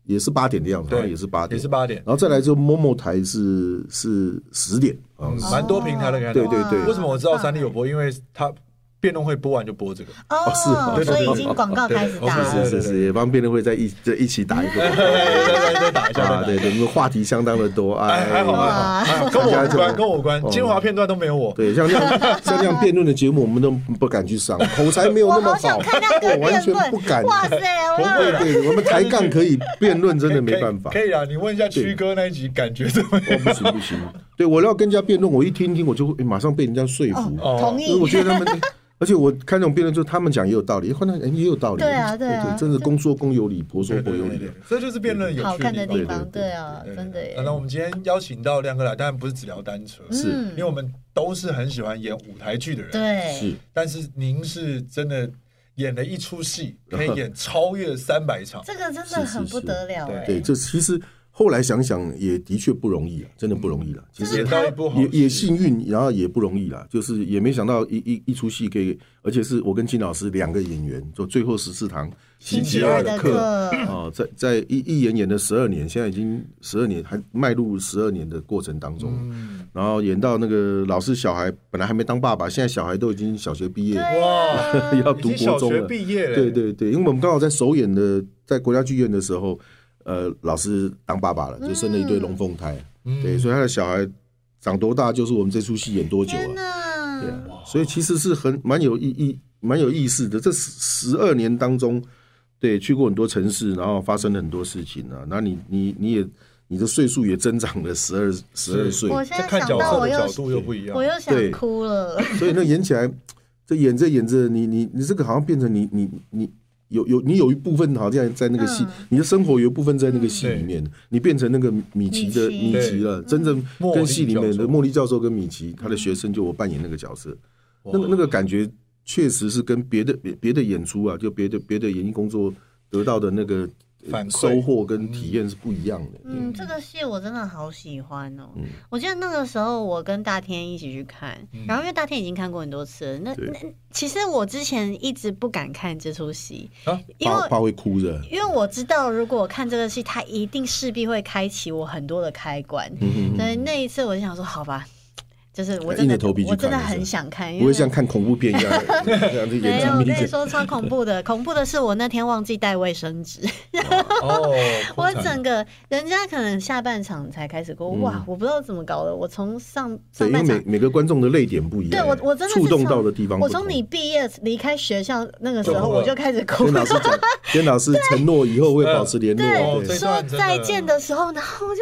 [SPEAKER 6] 也是八点的样子，
[SPEAKER 3] 对
[SPEAKER 6] 好像也是八
[SPEAKER 3] 也
[SPEAKER 6] 点
[SPEAKER 3] 是，八点，
[SPEAKER 6] 然后再来就 Momo 台是是十点啊
[SPEAKER 3] 嗯，蛮多平台都可以看到。
[SPEAKER 6] 对对对
[SPEAKER 3] 为什么我知道三立有播？因为它辩论会播完就播这个，
[SPEAKER 4] 哦，
[SPEAKER 6] 是哦对对
[SPEAKER 4] 所
[SPEAKER 6] 对
[SPEAKER 4] 以已经广告开始打
[SPEAKER 3] 对对对
[SPEAKER 4] 了
[SPEAKER 6] 是，是是，也方便的会在一在一起打一 个
[SPEAKER 3] 再再打一下，
[SPEAKER 6] 啊，对
[SPEAKER 3] 再打一下。
[SPEAKER 6] 对，我们话题相当的多，
[SPEAKER 3] 哎，还好还好
[SPEAKER 4] 哇
[SPEAKER 3] 还好，跟我无关，跟我无关，
[SPEAKER 6] 哦
[SPEAKER 3] 精华片段都没有我。
[SPEAKER 6] 对，像这 样像这样辩论的节目，我们都不敢去上，口才没有
[SPEAKER 4] 我
[SPEAKER 6] 那么
[SPEAKER 4] 好想
[SPEAKER 6] 好，
[SPEAKER 4] 看亮哥
[SPEAKER 6] 我完
[SPEAKER 4] 辩
[SPEAKER 6] 全
[SPEAKER 4] 论，
[SPEAKER 6] 不敢。
[SPEAKER 4] 哇塞，
[SPEAKER 3] 不
[SPEAKER 4] 哇
[SPEAKER 3] 会啦
[SPEAKER 6] 对，我们抬杠可以辩论，真的没办法
[SPEAKER 3] 可。以可以啊，你问一下曲哥那一集感觉怎么样？
[SPEAKER 6] 哦，不行不行，对我要跟人家辩论，我一听一听我就会、诶马上被人家说服，
[SPEAKER 3] 哦
[SPEAKER 4] 同
[SPEAKER 6] 因为我
[SPEAKER 4] 意，
[SPEAKER 6] 觉得他们，而且我看那种辩论，就他们讲也有道理，哎后来诶也有道理，哎
[SPEAKER 4] 对啊对啊
[SPEAKER 6] 真的公说公有理，婆说
[SPEAKER 3] 对
[SPEAKER 6] 婆
[SPEAKER 3] 对
[SPEAKER 6] 有
[SPEAKER 3] 对
[SPEAKER 6] 理
[SPEAKER 3] 对，，这就是辩论有
[SPEAKER 4] 好
[SPEAKER 3] 趣
[SPEAKER 4] 看的
[SPEAKER 3] 地方
[SPEAKER 4] 地方，
[SPEAKER 6] 对对对
[SPEAKER 4] 对啊，真的
[SPEAKER 3] 啊
[SPEAKER 4] 耶，
[SPEAKER 3] 那我们今天邀请到亮哥来，当然不是只聊单车，
[SPEAKER 6] 是
[SPEAKER 3] 因为我们都是很喜欢演舞台剧的人。，
[SPEAKER 4] 对，
[SPEAKER 3] 但是您是真的演了一出戏，可以演超越三百场。
[SPEAKER 4] 这个真的很不得了哎，
[SPEAKER 6] 对，这其实后来想想也的确不容易啊，真的不容易了。其实
[SPEAKER 3] 演到一部好
[SPEAKER 6] 也
[SPEAKER 3] 戏
[SPEAKER 6] 也幸运，然后也不容易啦，就是也没想到一一一出戏可以，而且是我跟金老师两个演员做最后十四堂星
[SPEAKER 3] 期
[SPEAKER 6] 期
[SPEAKER 3] 二
[SPEAKER 6] 二
[SPEAKER 3] 的
[SPEAKER 6] 的
[SPEAKER 4] 课
[SPEAKER 6] 课啊，在在一一演演了十二年，现在已经十二年，还迈入十二年的过程当中，
[SPEAKER 3] 嗯
[SPEAKER 6] 然后演到那个老师小孩本来还没当爸爸，现在小孩都已经小学毕业，
[SPEAKER 3] 哇，
[SPEAKER 6] 要
[SPEAKER 3] 啊已
[SPEAKER 6] 读国
[SPEAKER 3] 经小
[SPEAKER 6] 中
[SPEAKER 3] 学
[SPEAKER 6] 了，
[SPEAKER 3] 毕业了，
[SPEAKER 6] 对，对对，因为我们刚好在首演的在国家剧院的时候，呃，老师当爸爸了，
[SPEAKER 4] 嗯
[SPEAKER 6] 就生了一对龙凤胎，对，所以他的小孩长多大就是我们这出戏演多久
[SPEAKER 4] 天
[SPEAKER 6] 啊，
[SPEAKER 4] 哪
[SPEAKER 6] 对，啊，所以其实是很蛮有意义、蛮有意思的。这十十二年当中，对，去过很多城市，然后发生了很多事情啊，那你你你也你的岁数也增长了十二十二岁，
[SPEAKER 4] 我现
[SPEAKER 3] 这
[SPEAKER 4] 在
[SPEAKER 3] 看
[SPEAKER 4] 想
[SPEAKER 3] 角
[SPEAKER 4] 到
[SPEAKER 3] 色
[SPEAKER 4] 我
[SPEAKER 3] 的
[SPEAKER 4] 又
[SPEAKER 3] 角度又不一样
[SPEAKER 4] 我。又想
[SPEAKER 6] 对
[SPEAKER 4] 哭了，
[SPEAKER 6] 所以那演起来，这演着演着，你你你这个好像变成你你你有有你有一部分好像在那个戏，
[SPEAKER 4] 嗯
[SPEAKER 6] 你的生活有一部分在那个戏里面，你变成那个米奇的米
[SPEAKER 4] 米奇
[SPEAKER 6] 奇了，真正
[SPEAKER 3] 莫
[SPEAKER 6] 跟
[SPEAKER 3] 莉
[SPEAKER 6] 戏里面
[SPEAKER 3] 教
[SPEAKER 6] 的
[SPEAKER 3] 授
[SPEAKER 6] 茉莉教授跟米奇他的学生，就我扮演那个角色，那个那个感觉确实是跟别的别别的演出啊，就别的别的演艺工作得到的那个呃
[SPEAKER 3] 反馈
[SPEAKER 6] 收获跟体验是不一样的。
[SPEAKER 4] 嗯，这个戏我真的好喜欢哦！
[SPEAKER 6] 嗯
[SPEAKER 4] 我记得那个时候我跟大天一起去看，然后因为大天已经看过很多次了，那
[SPEAKER 6] 对
[SPEAKER 4] 那其实我之前一直不敢看这出戏，
[SPEAKER 3] 啊
[SPEAKER 4] 因
[SPEAKER 6] 怕
[SPEAKER 4] 为
[SPEAKER 6] 怕会哭着，
[SPEAKER 4] 因为我知道如果我看这个戏，它
[SPEAKER 6] 嗯
[SPEAKER 4] 一定势必会开启我很多的开关。所以那一次我就想说，好吧，就是我真
[SPEAKER 6] 呃硬
[SPEAKER 4] 的
[SPEAKER 6] 着头皮去
[SPEAKER 4] 我真的
[SPEAKER 6] 看一下
[SPEAKER 4] 很想看，因
[SPEAKER 6] 不
[SPEAKER 4] 为
[SPEAKER 6] 会像看恐怖片一样， 这样子眼睛
[SPEAKER 4] 没有，我跟
[SPEAKER 6] 眯
[SPEAKER 4] 你
[SPEAKER 6] 着。
[SPEAKER 4] 说超恐怖的，恐怖的是我那天忘记带卫生纸，
[SPEAKER 3] 哦，
[SPEAKER 4] 我
[SPEAKER 3] 哭惨
[SPEAKER 4] 整个人家可能下半场才开始过，哇，我不知道怎么搞的，我从上
[SPEAKER 6] 嗯对，
[SPEAKER 4] 上
[SPEAKER 6] 因为
[SPEAKER 4] 半场
[SPEAKER 6] 每。每个观众的泪点不一
[SPEAKER 4] 对
[SPEAKER 6] 样，哎
[SPEAKER 4] 我，我真的是
[SPEAKER 6] 触动
[SPEAKER 4] 从
[SPEAKER 6] 到的地方不
[SPEAKER 4] 我
[SPEAKER 6] 同。
[SPEAKER 4] 从你毕业离开学校那个时
[SPEAKER 3] 就
[SPEAKER 4] 候，
[SPEAKER 3] 哭
[SPEAKER 4] 我
[SPEAKER 3] 了
[SPEAKER 4] 就开始哭
[SPEAKER 6] 跟老师 讲，跟老师承诺以后会保持联络。
[SPEAKER 3] 哦
[SPEAKER 6] 对
[SPEAKER 3] 这，
[SPEAKER 4] 说
[SPEAKER 3] 段真的
[SPEAKER 4] 再见的时候，然后我就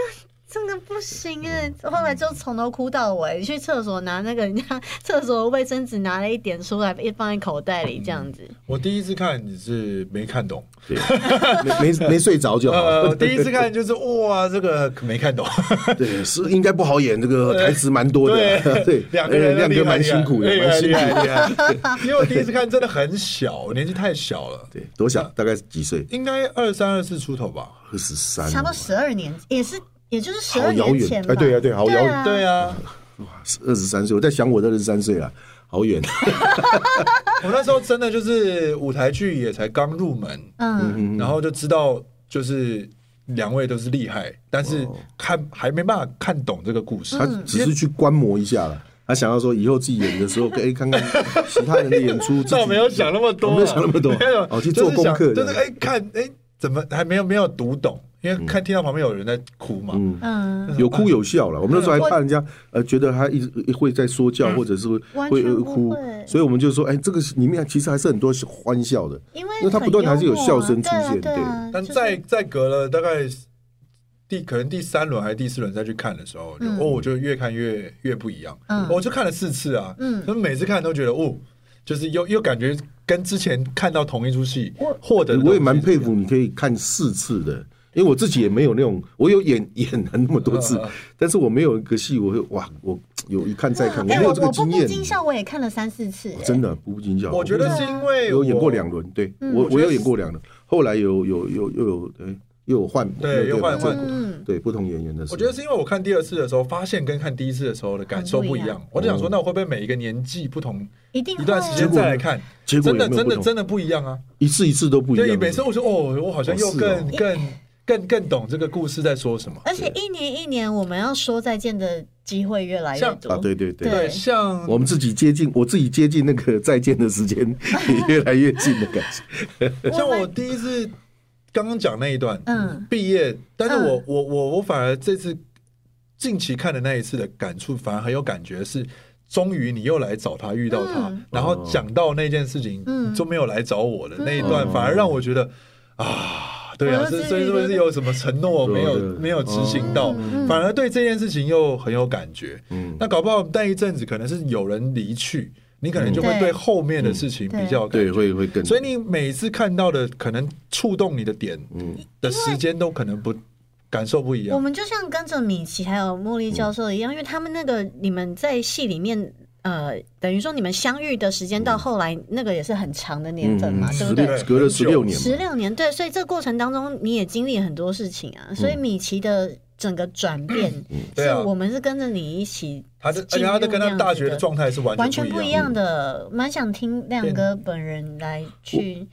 [SPEAKER 4] 真的不行哎、
[SPEAKER 6] 嗯
[SPEAKER 4] 后来就从头哭到尾，去厕所拿那个人家厕所的卫生纸拿了一点出来， 一放在口袋里这样子。
[SPEAKER 6] 嗯
[SPEAKER 3] 我第一次看你是没看懂，
[SPEAKER 6] 没没没睡着就好了。
[SPEAKER 3] 呃，第呃一次看就是哇，这个没看 懂，
[SPEAKER 6] 对，是应该不好演，这个台词蛮多的。 对，
[SPEAKER 3] 两个人
[SPEAKER 6] 呃亮
[SPEAKER 3] 厉
[SPEAKER 6] 哥
[SPEAKER 3] 害
[SPEAKER 6] 蛮辛苦的，
[SPEAKER 3] 厉
[SPEAKER 6] 蛮
[SPEAKER 3] 害
[SPEAKER 6] 辛
[SPEAKER 3] 厉
[SPEAKER 6] 苦。
[SPEAKER 3] 害厉害。因为我第一次看真的很小，我年纪太小了，
[SPEAKER 6] 对，多小？大概几岁？
[SPEAKER 3] 应该二三二四出头吧。
[SPEAKER 6] 二十三，
[SPEAKER 4] 差不多十二年，也是也就是十
[SPEAKER 6] 嗯好
[SPEAKER 4] 二
[SPEAKER 6] 遥
[SPEAKER 4] 年
[SPEAKER 6] 远
[SPEAKER 4] 前吧。
[SPEAKER 6] 哎对啊对好遥远
[SPEAKER 4] 啊
[SPEAKER 3] 对啊，
[SPEAKER 6] 二十三岁。我在想我的二十三岁啊，好远。
[SPEAKER 4] 嗯
[SPEAKER 3] 我那时候真的就是舞台剧也才刚入门，
[SPEAKER 4] 嗯，
[SPEAKER 3] 然后就知道就是两位都是厉害，但是看还没办法看懂这个故事
[SPEAKER 6] 哦他。只是去观摩一下了。他想要说，以后自己演的时候，可以看看其他人的演出。自己
[SPEAKER 3] 倒没有想那么多啊，
[SPEAKER 6] 我没有想那么多
[SPEAKER 3] 没有，
[SPEAKER 6] 哦，去做功课。
[SPEAKER 3] 就是想就是哎看哎怎么还没有没有读懂，因
[SPEAKER 6] 嗯
[SPEAKER 3] 为看听到旁边有人在哭嘛，
[SPEAKER 4] 嗯，
[SPEAKER 6] 有哭有笑了。我们那时候还怕人家呃，觉得他一直会在说教，或者是会
[SPEAKER 4] 嗯完
[SPEAKER 6] 会
[SPEAKER 4] 全
[SPEAKER 6] 呃
[SPEAKER 4] 不
[SPEAKER 6] 哭
[SPEAKER 4] 会，
[SPEAKER 6] 所以我们就说，哎，这个里面其实还是很多欢笑的。
[SPEAKER 4] 因为
[SPEAKER 6] 因为他
[SPEAKER 4] 很
[SPEAKER 6] 不断还是有
[SPEAKER 4] 幽默啊
[SPEAKER 6] 笑声出
[SPEAKER 4] 对啊
[SPEAKER 6] 现
[SPEAKER 4] 对啊
[SPEAKER 3] 但
[SPEAKER 4] 就是
[SPEAKER 3] 再再隔了大概第可能第三轮还是第四轮再去看的时候，就哦，我就越看越越不一样。
[SPEAKER 4] 嗯
[SPEAKER 3] 我就看了四次啊，
[SPEAKER 4] 嗯
[SPEAKER 3] 嗯，每次看都觉得哦，就是又又感觉跟之前看到同一出戏获得的东西
[SPEAKER 6] 我也蛮佩服你可以看四次的，因为我自己也没有那种，我有演 演了那么多次
[SPEAKER 3] 嗯嗯嗯，
[SPEAKER 6] 但是我没有一个戏，我会哇，我有一看再看，我
[SPEAKER 4] 哎
[SPEAKER 6] 没
[SPEAKER 4] 我
[SPEAKER 6] 有这个
[SPEAKER 4] 我步
[SPEAKER 6] 经
[SPEAKER 4] 步
[SPEAKER 6] 验。哦
[SPEAKER 4] 惊笑我也看了三四次、哎
[SPEAKER 6] 真的步步惊心。
[SPEAKER 3] 我觉得是因为
[SPEAKER 6] 有演
[SPEAKER 3] 我
[SPEAKER 6] 过两轮，对
[SPEAKER 4] 嗯
[SPEAKER 6] 我我有演过两轮，后来有有有又有哎又有换
[SPEAKER 3] 对
[SPEAKER 6] 又
[SPEAKER 3] 又换换
[SPEAKER 4] 嗯，
[SPEAKER 6] 对不同演员的时候，
[SPEAKER 3] 我觉得是因为我看第二次的时候，发现跟看第一次的时候的感受不一
[SPEAKER 4] 很不一
[SPEAKER 3] 样。我就
[SPEAKER 6] 哦
[SPEAKER 3] 想说，那我会不会每一个年纪不同，
[SPEAKER 4] 一定会
[SPEAKER 3] 一段时间再来看，
[SPEAKER 6] 结
[SPEAKER 3] 真
[SPEAKER 6] 果
[SPEAKER 3] 的
[SPEAKER 6] 有没有
[SPEAKER 3] 真
[SPEAKER 6] 不
[SPEAKER 3] 的
[SPEAKER 6] 同
[SPEAKER 3] 真的不一样啊！
[SPEAKER 6] 一次一次都不一
[SPEAKER 3] 对，
[SPEAKER 6] 样。
[SPEAKER 3] 每次我说哦，我好像又
[SPEAKER 6] 哦是哦
[SPEAKER 3] 更更更更懂这个故事在说什么。
[SPEAKER 4] 而且一年一年我们要说再见的机会越来越
[SPEAKER 3] 像
[SPEAKER 4] 多
[SPEAKER 6] 啊，对对对。
[SPEAKER 4] 对
[SPEAKER 3] 对，像
[SPEAKER 6] 我们自己接近，我自己接近那个再见的时间 也越来越近的感觉。
[SPEAKER 3] 像我第一次刚刚讲那一段，
[SPEAKER 4] 嗯
[SPEAKER 3] 嗯，毕业，但是我、
[SPEAKER 4] 嗯
[SPEAKER 3] 我我我反而这次近期看的那一次的感触，反而很有感觉是。终于你又来找他，遇到他，
[SPEAKER 4] 嗯
[SPEAKER 3] 然后讲到那件事情，
[SPEAKER 4] 嗯
[SPEAKER 3] 就没有来找我的、那一段，反而让我觉得啊，对啊，
[SPEAKER 4] 我就是是
[SPEAKER 3] 所以是不是有什么承诺没有
[SPEAKER 6] 对对
[SPEAKER 3] 没有执行到，反而对这件事情又很有感觉。
[SPEAKER 6] 嗯，
[SPEAKER 3] 那搞不好那一阵子可能是有人离去，你可能就会
[SPEAKER 4] 嗯
[SPEAKER 3] 对后面的事情比较有感
[SPEAKER 6] 对，
[SPEAKER 3] 觉。
[SPEAKER 6] 会会更。
[SPEAKER 3] 所以你每次看到的可能触动你的点
[SPEAKER 6] 嗯
[SPEAKER 3] 的时间都可能不感受不一
[SPEAKER 4] 我
[SPEAKER 3] 样。
[SPEAKER 4] 们就像跟着米奇还有茉莉教授一样，因为他们那个你们在戏里面，呃，等于说你们相遇的时间
[SPEAKER 6] 嗯
[SPEAKER 4] 到后来那个也是很长的年份嘛，对
[SPEAKER 6] 十
[SPEAKER 4] 不
[SPEAKER 6] 六
[SPEAKER 4] 对？
[SPEAKER 6] 隔了十六年
[SPEAKER 4] 十
[SPEAKER 6] 嘛，
[SPEAKER 4] 六年，对，所以这个过程当中你也经历很多事情
[SPEAKER 6] 嗯
[SPEAKER 4] 啊，所以米奇的整个转变，
[SPEAKER 3] 对
[SPEAKER 4] 是
[SPEAKER 3] 啊
[SPEAKER 4] 我们是跟着你一起
[SPEAKER 3] 他
[SPEAKER 4] 进
[SPEAKER 3] 的
[SPEAKER 4] 入
[SPEAKER 3] 而且他的跟
[SPEAKER 4] 那
[SPEAKER 3] 他
[SPEAKER 4] 样
[SPEAKER 3] 大
[SPEAKER 4] 子
[SPEAKER 3] 学的
[SPEAKER 4] 的
[SPEAKER 3] 状态是完
[SPEAKER 4] 完
[SPEAKER 3] 全
[SPEAKER 4] 全
[SPEAKER 3] 不
[SPEAKER 4] 不
[SPEAKER 3] 一
[SPEAKER 4] 一
[SPEAKER 3] 样。
[SPEAKER 4] 样的，蛮想听亮哥本人来去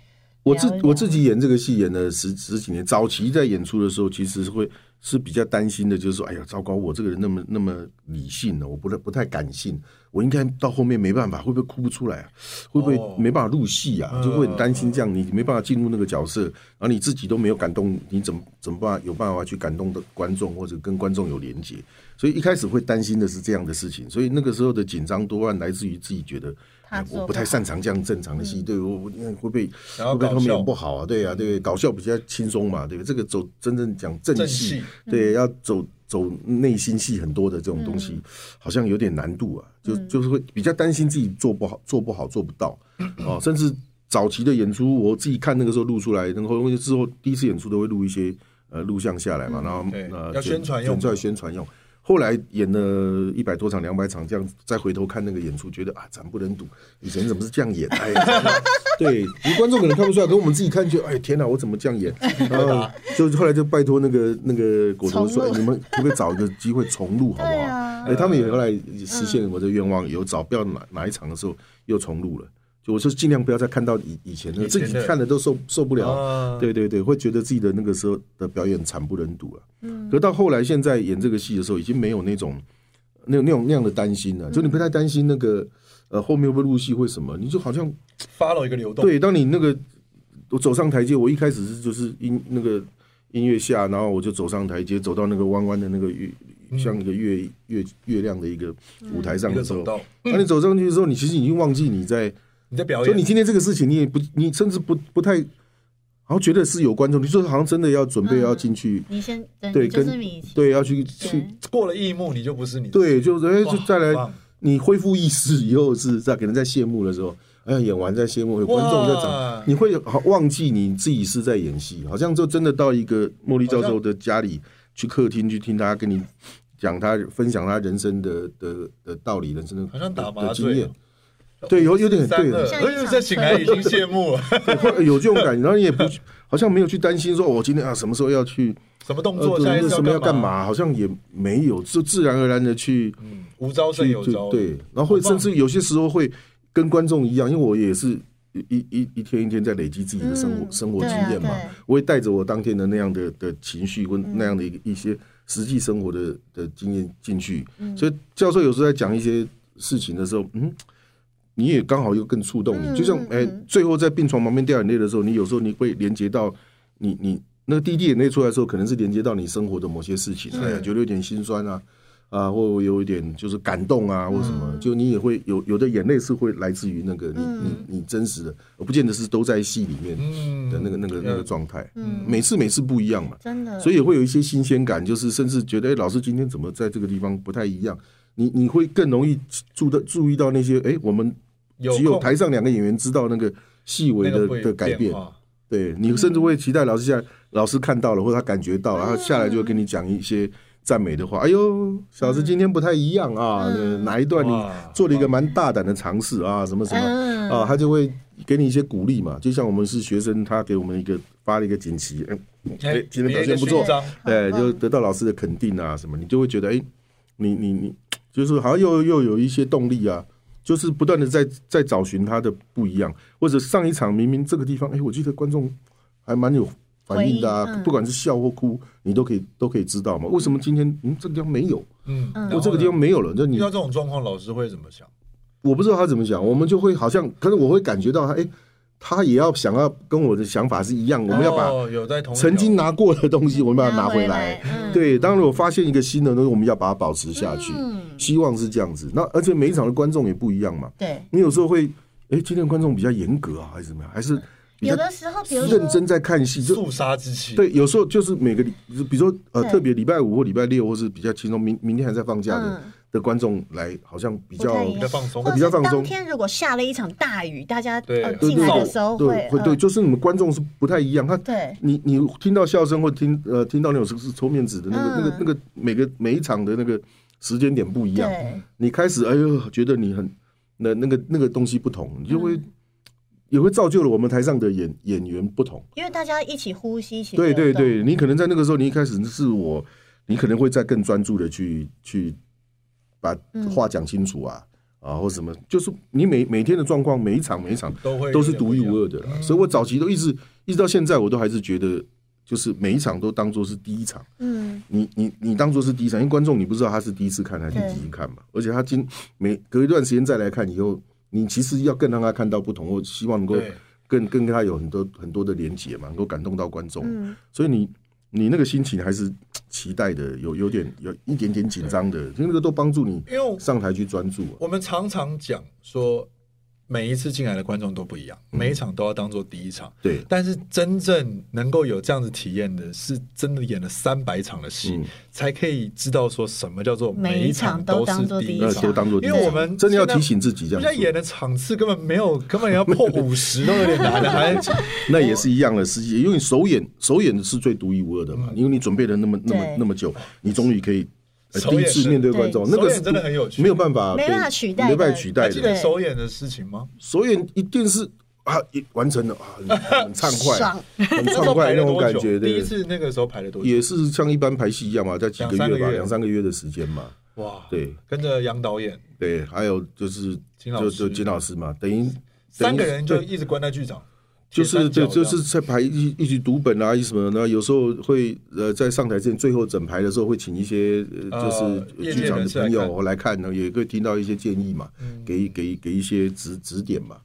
[SPEAKER 6] 我
[SPEAKER 4] 聊
[SPEAKER 6] 自
[SPEAKER 4] 一聊
[SPEAKER 6] 我自己演这个戏演了十十几年，早期在演出的时候，其实是会是比较担心的，就是说，哎呀，糟糕，我这个人那么那么理性啊呢，我不太不太感性，我应该到后面没办法，会不会哭不出来啊？会不会
[SPEAKER 3] 哦
[SPEAKER 6] 没办法入戏啊？
[SPEAKER 3] 嗯
[SPEAKER 6] 就会很担心这样，你没办法进入那个角色，然后你自己都没有感动，你怎么怎么办法有办法去感动的观众，或者跟观众有连接？所以一开始会担心的是这样的事情，所以那个时候的紧张多半来自于自己觉得，
[SPEAKER 4] 怕
[SPEAKER 6] 哎
[SPEAKER 4] 做
[SPEAKER 6] 我
[SPEAKER 4] 不
[SPEAKER 6] 不太
[SPEAKER 4] 好
[SPEAKER 6] 擅长这样正常的戏，对我我你看会不会
[SPEAKER 3] 然后
[SPEAKER 6] 会不会
[SPEAKER 3] 搞
[SPEAKER 6] 后面
[SPEAKER 3] 笑
[SPEAKER 6] 演不好啊？对啊，对，搞笑比较轻松嘛，对不对？这个走真正讲正
[SPEAKER 3] 正
[SPEAKER 6] 戏，
[SPEAKER 3] 戏
[SPEAKER 6] 对，要走走内心戏很多的这种东西，好像有点难度啊，就就是会比较担心自己做不好，做不好，做不到哦，甚至早期的演出，我自己看那个时候录出来，然后因为之后第一次演出都会录一些呃录像下来嘛，然后
[SPEAKER 3] 对
[SPEAKER 6] 呃
[SPEAKER 3] 要
[SPEAKER 6] 剪
[SPEAKER 3] 宣传用
[SPEAKER 6] 剪出来宣传用。后来演了一百多场、两百场，这样再回头看那个演出，觉得啊，惨不忍睹，以前怎么是这样演？ 哎，对，你观众可能看不出来，可我们自己看就，哎，天哪，我怎么这样 演？然后就后来就拜托那个那个果陀说，哎
[SPEAKER 4] 重录
[SPEAKER 6] 你们可不可以找一个机会重录，好不
[SPEAKER 4] 对
[SPEAKER 6] 好？
[SPEAKER 4] 啊
[SPEAKER 6] 哎，他们也
[SPEAKER 3] 嗯
[SPEAKER 6] 后来实现了我的愿望，有找不要哪哪一场的时候又重录了。就我就尽量不要再看到以以前的，
[SPEAKER 3] 以前
[SPEAKER 6] 自
[SPEAKER 3] 的
[SPEAKER 6] 己看的都受受不了，
[SPEAKER 3] 啊
[SPEAKER 6] 对对对，会觉得自己的那个啊时候的表演惨不忍睹了、可到后来，现在演这个戏的时候，已经没有那种那种那种那样的担心呢、就你不太担心那个呃后面会不会入戏会什么，你就好像
[SPEAKER 3] follow 一个流动，
[SPEAKER 6] 对，当你那个我走上台阶，我一开始是就是音那个音乐下，然后我就走上台阶，走到那个弯弯的那个月，像一个月月月亮的一个舞台上
[SPEAKER 3] 一个
[SPEAKER 6] 的时候
[SPEAKER 3] 走，道，
[SPEAKER 6] 当你走上去的时候，你其实已经忘记你在，
[SPEAKER 3] 你在表
[SPEAKER 6] 所以你
[SPEAKER 3] 演，
[SPEAKER 6] 今天这个事情，你也不，你甚至不不太，好像觉得是有观众，你就好像真的要准备要进
[SPEAKER 3] 嗯
[SPEAKER 6] 去，
[SPEAKER 4] 你先
[SPEAKER 6] 对
[SPEAKER 4] 对，就
[SPEAKER 6] 跟
[SPEAKER 4] 是米奇，
[SPEAKER 6] 对，要去
[SPEAKER 4] 对
[SPEAKER 6] 去，
[SPEAKER 3] 过了异幕你就不是你，
[SPEAKER 6] 对，就是哎，
[SPEAKER 3] 哇，
[SPEAKER 6] 就再来
[SPEAKER 3] 棒
[SPEAKER 6] 你恢复意识以后是在可能在谢幕的时候，哎呀，演完在谢幕，有观众在
[SPEAKER 3] 哇
[SPEAKER 6] 掌，你会好忘记你自己是在演戏，好像就真的到一个茉莉教授的家里去客厅去听他跟你讲他分享他人生的的的道理，人生的
[SPEAKER 3] 好像打麻
[SPEAKER 6] 的经
[SPEAKER 3] 醉
[SPEAKER 6] 验。对，有有点
[SPEAKER 3] 三
[SPEAKER 6] 对
[SPEAKER 3] 二，，
[SPEAKER 4] 像一
[SPEAKER 3] 而且在醒来已经谢幕了，
[SPEAKER 6] 对会 有这种感觉，然后你也不去好像没有去担心说，我、今天啊什么时候要去，
[SPEAKER 3] 什么动
[SPEAKER 6] 呃
[SPEAKER 3] 作，下一次
[SPEAKER 6] 什么要干
[SPEAKER 3] 嘛？
[SPEAKER 6] 嘛，好像也没有，就自然而然的去
[SPEAKER 3] 嗯，无招胜
[SPEAKER 6] 去
[SPEAKER 3] 有
[SPEAKER 6] 就
[SPEAKER 3] 招，
[SPEAKER 6] 对，然后会
[SPEAKER 3] 好棒
[SPEAKER 6] 甚至有些时候会跟观众一样，因为我也是一一一一天一天在累积自己的生活、
[SPEAKER 4] 嗯
[SPEAKER 6] 生活
[SPEAKER 4] 对
[SPEAKER 6] 经
[SPEAKER 4] 啊
[SPEAKER 6] 验嘛
[SPEAKER 4] 对，嗯
[SPEAKER 6] 我也带着我当天的那样的的情绪跟那样的一个一些实际生活的的经验进去，
[SPEAKER 4] 嗯
[SPEAKER 6] 所以教授有时候在讲一些事情的时候，嗯。你也刚好又更触动你，
[SPEAKER 4] 嗯
[SPEAKER 6] 就像
[SPEAKER 4] 嗯
[SPEAKER 6] 哎、
[SPEAKER 4] 嗯
[SPEAKER 6] 最后在病床旁边掉眼泪的时候，你有时候你会连接到你你那个第一滴眼泪出来的时候，可能是连接到你生活的某些事情，哎呀，觉得有点心酸啊，啊，或有一点就是感动啊，或什
[SPEAKER 3] 嗯
[SPEAKER 6] 么，就你也会有有的眼泪是会来自于那个你、你你真实的，我不见得是都在戏里面
[SPEAKER 3] 嗯
[SPEAKER 6] 的那个、那个那个状态，每次每次不一样嘛，
[SPEAKER 4] 嗯真
[SPEAKER 3] 嗯
[SPEAKER 4] 的，
[SPEAKER 6] 嗯所以也会有一些新鲜感，就是甚至觉得，哎，老师今天怎么在这个地方不太一样？你你会更容易注的注意到那些，哎，我们
[SPEAKER 3] 有
[SPEAKER 6] 只有
[SPEAKER 3] 空
[SPEAKER 6] 台上两个演员知道那个细微
[SPEAKER 3] 那
[SPEAKER 6] 的
[SPEAKER 3] 个会
[SPEAKER 6] 的改变
[SPEAKER 3] 变，化，
[SPEAKER 6] 对你甚至会期待老师下来，老师看到了或者他感觉到了，他下来就会跟你讲一些赞美的话。哎呦，小子今天不太一样啊，呃哪一段你
[SPEAKER 3] 哇
[SPEAKER 6] 做了一个蛮大胆的尝试啊，什么什么
[SPEAKER 4] 嗯
[SPEAKER 6] 啊，他就会给你一些鼓励嘛。就像我们是学生，他给我们一个发了一个锦旗，嗯哎
[SPEAKER 3] 哎，
[SPEAKER 6] 今天表现不错
[SPEAKER 3] 别一个勋章
[SPEAKER 6] 对，
[SPEAKER 4] 棒
[SPEAKER 6] 就得到老师的肯定啊什么，你就会觉得哎，你你你，就是好像又又有一些动力啊。就是不断的在在找寻他的不一样，或者上一场明明这个地方，哎，我记得观众还蛮有反应的啊，
[SPEAKER 4] 回应嗯
[SPEAKER 6] 不管是笑或哭，你都可以都可以知道嘛。为什么今天嗯这个地方没有？
[SPEAKER 3] 嗯，然
[SPEAKER 6] 我
[SPEAKER 3] 后
[SPEAKER 6] 这个地
[SPEAKER 3] 呢
[SPEAKER 6] 方没有了，那你
[SPEAKER 3] 遇到这种状况，老师会怎么想？
[SPEAKER 6] 我不知道他怎么想，我们就会好像，可是我会感觉到他，哎，他也要想要跟我的想法是一样，我们要把
[SPEAKER 3] 哦有在同一条
[SPEAKER 6] 曾经拿过的东西，我们要拿回来。，
[SPEAKER 4] 嗯，
[SPEAKER 6] 对，当然我发现一个新的东西，我们要把它保持下去，
[SPEAKER 4] 嗯
[SPEAKER 6] 希望是这样子。那而且每一场的观众也不一样嘛，
[SPEAKER 4] 对，
[SPEAKER 6] 你有时候会，哎，今天观众比较严格啊，还是怎么样，还是比较
[SPEAKER 4] 有的时候比如说
[SPEAKER 6] 认真在看戏，就
[SPEAKER 3] 肃杀之气，
[SPEAKER 6] 对，有时候就是每个礼，比如说呃，
[SPEAKER 4] 对
[SPEAKER 6] 特别礼拜五或礼拜六，或是比较轻松，明明天还在放假的、
[SPEAKER 4] 嗯
[SPEAKER 6] 的观众来，好像比
[SPEAKER 4] 不
[SPEAKER 6] 较
[SPEAKER 4] 太一
[SPEAKER 3] 比
[SPEAKER 4] 样
[SPEAKER 3] 较放松
[SPEAKER 4] 或。
[SPEAKER 6] 比较
[SPEAKER 4] 是
[SPEAKER 6] 放松
[SPEAKER 4] 当天如果下了一场大雨，大家
[SPEAKER 3] 对
[SPEAKER 4] 呃
[SPEAKER 3] 对
[SPEAKER 4] 进来的时候
[SPEAKER 6] 对会对，
[SPEAKER 4] 呃
[SPEAKER 6] 就是你们观众是不太一样，他
[SPEAKER 4] 对
[SPEAKER 6] 你你听到笑声或听呃听到那种是是抽面纸的那个、
[SPEAKER 4] 嗯
[SPEAKER 6] 那个那个每个每一场的那个时间点不一样，
[SPEAKER 4] 对
[SPEAKER 6] 你开始哎呦觉得你很那那个那个东西不同，你就会、也会造就了我们台上的演演员不同。
[SPEAKER 4] 因为大家一起呼吸，一起
[SPEAKER 6] 对对
[SPEAKER 4] 活动，
[SPEAKER 6] 对，你可能在那个时候，你一开始是我，你可能会再更专注的去去把话讲清楚啊、啊，或什么，就是你每每天的状况，每一场每一场
[SPEAKER 3] 都会
[SPEAKER 6] 都是独一无二的啦。
[SPEAKER 3] 嗯
[SPEAKER 6] 所以我早期都一直一直到现在，我都还是觉得，就是每一场都当做是第一场。
[SPEAKER 4] 嗯，
[SPEAKER 6] 你你你当做是第一场，因为观众你不知道他是第一次看还是
[SPEAKER 4] 对
[SPEAKER 6] 第几次看嘛，而且他今每隔一段时间再来看以后，你其实要更让他看到不同，我希望能够
[SPEAKER 3] 对
[SPEAKER 6] 更更跟他有很多很多的连结嘛，能够感动到观众，
[SPEAKER 4] 嗯
[SPEAKER 6] 所以你你那个心情还是期待的，有有点有一点点紧张的，因为那个都帮助你
[SPEAKER 3] 因为我
[SPEAKER 6] 上台去专注、啊，
[SPEAKER 3] 我们常常讲说，每一次进来的观众都不一样，
[SPEAKER 6] 嗯
[SPEAKER 3] 每一场都要当做第一场。
[SPEAKER 6] 对
[SPEAKER 3] 但是真正能够有这样子体验的，是真的演了三百场的戏，
[SPEAKER 6] 嗯
[SPEAKER 3] 才可以知道说什么叫做
[SPEAKER 4] 每一
[SPEAKER 3] 一
[SPEAKER 4] 场
[SPEAKER 3] 场
[SPEAKER 4] 都当
[SPEAKER 3] 是
[SPEAKER 4] 做第
[SPEAKER 3] 第
[SPEAKER 4] 一
[SPEAKER 3] 一
[SPEAKER 4] 场
[SPEAKER 6] 呃，
[SPEAKER 3] 场。
[SPEAKER 6] 都当做
[SPEAKER 3] 因为我们
[SPEAKER 6] 真的要
[SPEAKER 3] 现在
[SPEAKER 6] 提醒自己这
[SPEAKER 3] 人家
[SPEAKER 6] 样
[SPEAKER 3] 演
[SPEAKER 6] 做，
[SPEAKER 3] 的场次根本没有，根本 要破五十都有点难了，还
[SPEAKER 6] 那也是一样的实际，因为你首演首演是最独一无二的嘛，
[SPEAKER 3] 嗯
[SPEAKER 6] 因为你准备了那么那么
[SPEAKER 4] 对
[SPEAKER 6] 那么久，你终于可以。呃
[SPEAKER 3] 首
[SPEAKER 6] 第一
[SPEAKER 3] 演
[SPEAKER 6] 次
[SPEAKER 3] 是
[SPEAKER 6] 面对观众，那
[SPEAKER 3] 首
[SPEAKER 6] 个
[SPEAKER 3] 演
[SPEAKER 6] 是
[SPEAKER 3] 真的很有趣
[SPEAKER 6] 没有办法被，
[SPEAKER 4] 没办法取代的
[SPEAKER 6] 没办法取代
[SPEAKER 3] 还记得
[SPEAKER 6] 的。
[SPEAKER 3] 首演的事情吗？
[SPEAKER 6] 首演一定是啊，一完成了啊，很很畅快
[SPEAKER 4] 爽，
[SPEAKER 6] 很
[SPEAKER 3] 那时候
[SPEAKER 6] 畅
[SPEAKER 3] 排
[SPEAKER 6] 快
[SPEAKER 3] 了
[SPEAKER 6] 那种
[SPEAKER 3] 多
[SPEAKER 6] 感
[SPEAKER 3] 久
[SPEAKER 6] 觉，
[SPEAKER 3] 第一
[SPEAKER 6] 对，
[SPEAKER 3] 次那个时候排了多久？
[SPEAKER 6] 也是像一般排戏一样嘛，在几个
[SPEAKER 3] 两三个
[SPEAKER 6] 月吧，
[SPEAKER 3] 月
[SPEAKER 6] 两三个月的时间嘛，
[SPEAKER 3] 哇，
[SPEAKER 6] 对
[SPEAKER 3] 跟着杨导演，
[SPEAKER 6] 对，还有就是
[SPEAKER 3] 金老
[SPEAKER 6] 就
[SPEAKER 3] 师
[SPEAKER 6] 就金老师嘛，等于等
[SPEAKER 3] 三
[SPEAKER 6] 于
[SPEAKER 3] 个人就
[SPEAKER 6] 对
[SPEAKER 3] 一直关在剧场，
[SPEAKER 6] 就是对，
[SPEAKER 3] 铁三角这
[SPEAKER 6] 就
[SPEAKER 3] 样
[SPEAKER 6] 是在排一一起读本啊，一起什么的。那有时候会呃，在上台之前最后整排的时候，会请一些呃
[SPEAKER 3] 呃
[SPEAKER 6] 就是
[SPEAKER 3] 业
[SPEAKER 6] 剧
[SPEAKER 3] 界
[SPEAKER 6] 场的
[SPEAKER 3] 人士来
[SPEAKER 6] 朋
[SPEAKER 3] 看嗯
[SPEAKER 6] 友来看呢，也会听到一些建议嘛，给给给一些指指点嘛。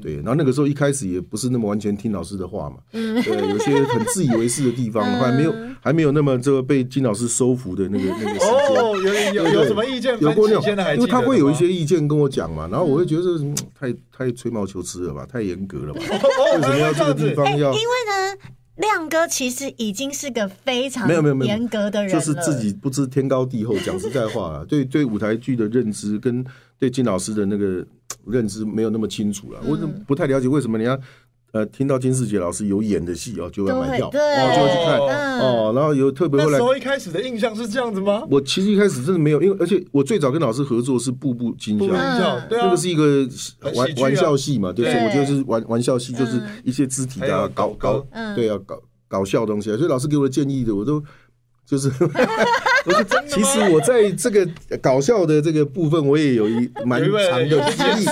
[SPEAKER 6] 对。然后那个时候一开始也不是那么完全听老师的话嘛，
[SPEAKER 4] 嗯
[SPEAKER 6] 对，有些很自以为是的地 方，还没有还没有那么这个被金老师收服的那个那个时间。
[SPEAKER 3] 哦，有有有什么意见
[SPEAKER 6] 有
[SPEAKER 3] 分
[SPEAKER 6] 过那
[SPEAKER 3] 歧？现在还
[SPEAKER 6] 种，
[SPEAKER 3] 记
[SPEAKER 6] 因
[SPEAKER 3] 得
[SPEAKER 6] 为他
[SPEAKER 3] 吗
[SPEAKER 6] 会有一些意见跟我讲嘛，然后我会觉得嗯太太吹毛求疵了吧，太严格了 吧，
[SPEAKER 3] 哦
[SPEAKER 6] 为什么要这个地方要？
[SPEAKER 4] 哎因为呢，亮哥其实已经是个非常
[SPEAKER 6] 没有没有没有
[SPEAKER 4] 严格的人
[SPEAKER 6] 就
[SPEAKER 4] 了，
[SPEAKER 6] 是自己不知天高地厚。讲实在 话啊，对对舞台剧的认知跟对金老师的那个认知没有那么清楚
[SPEAKER 4] 嗯
[SPEAKER 6] 了，我不太了解为什么人家呃听到金世杰老师有演的戏哦，就要
[SPEAKER 4] 都
[SPEAKER 6] 买
[SPEAKER 4] 会
[SPEAKER 6] 票，
[SPEAKER 4] 对
[SPEAKER 6] 哦就会去看
[SPEAKER 4] 嗯
[SPEAKER 6] 哦，然后有特别
[SPEAKER 3] 那
[SPEAKER 6] 会来
[SPEAKER 3] 时候一开始的印象是这样子吗？
[SPEAKER 6] 我其实一开始真的没有，因为而且我最早跟老师合作是《步步惊
[SPEAKER 3] 不
[SPEAKER 6] 心
[SPEAKER 3] 印》，象，
[SPEAKER 4] 嗯
[SPEAKER 3] 对啊，
[SPEAKER 6] 那个是一个
[SPEAKER 3] 很喜
[SPEAKER 6] 玩
[SPEAKER 3] 剧啊
[SPEAKER 6] 玩笑戏嘛，对，
[SPEAKER 3] 对
[SPEAKER 6] 所以我觉得是玩玩笑戏，就是一些肢体
[SPEAKER 3] 还
[SPEAKER 6] 的
[SPEAKER 3] 有
[SPEAKER 6] 啊搞
[SPEAKER 3] 搞
[SPEAKER 6] 搞
[SPEAKER 4] 嗯，
[SPEAKER 6] 对啊，搞搞笑的东西啊。所以老师给我的建议的，我都 就是我就其实我在这个搞笑的这个部分，我也有一蛮
[SPEAKER 3] 有一位
[SPEAKER 6] 长的
[SPEAKER 3] 有一
[SPEAKER 6] 建议，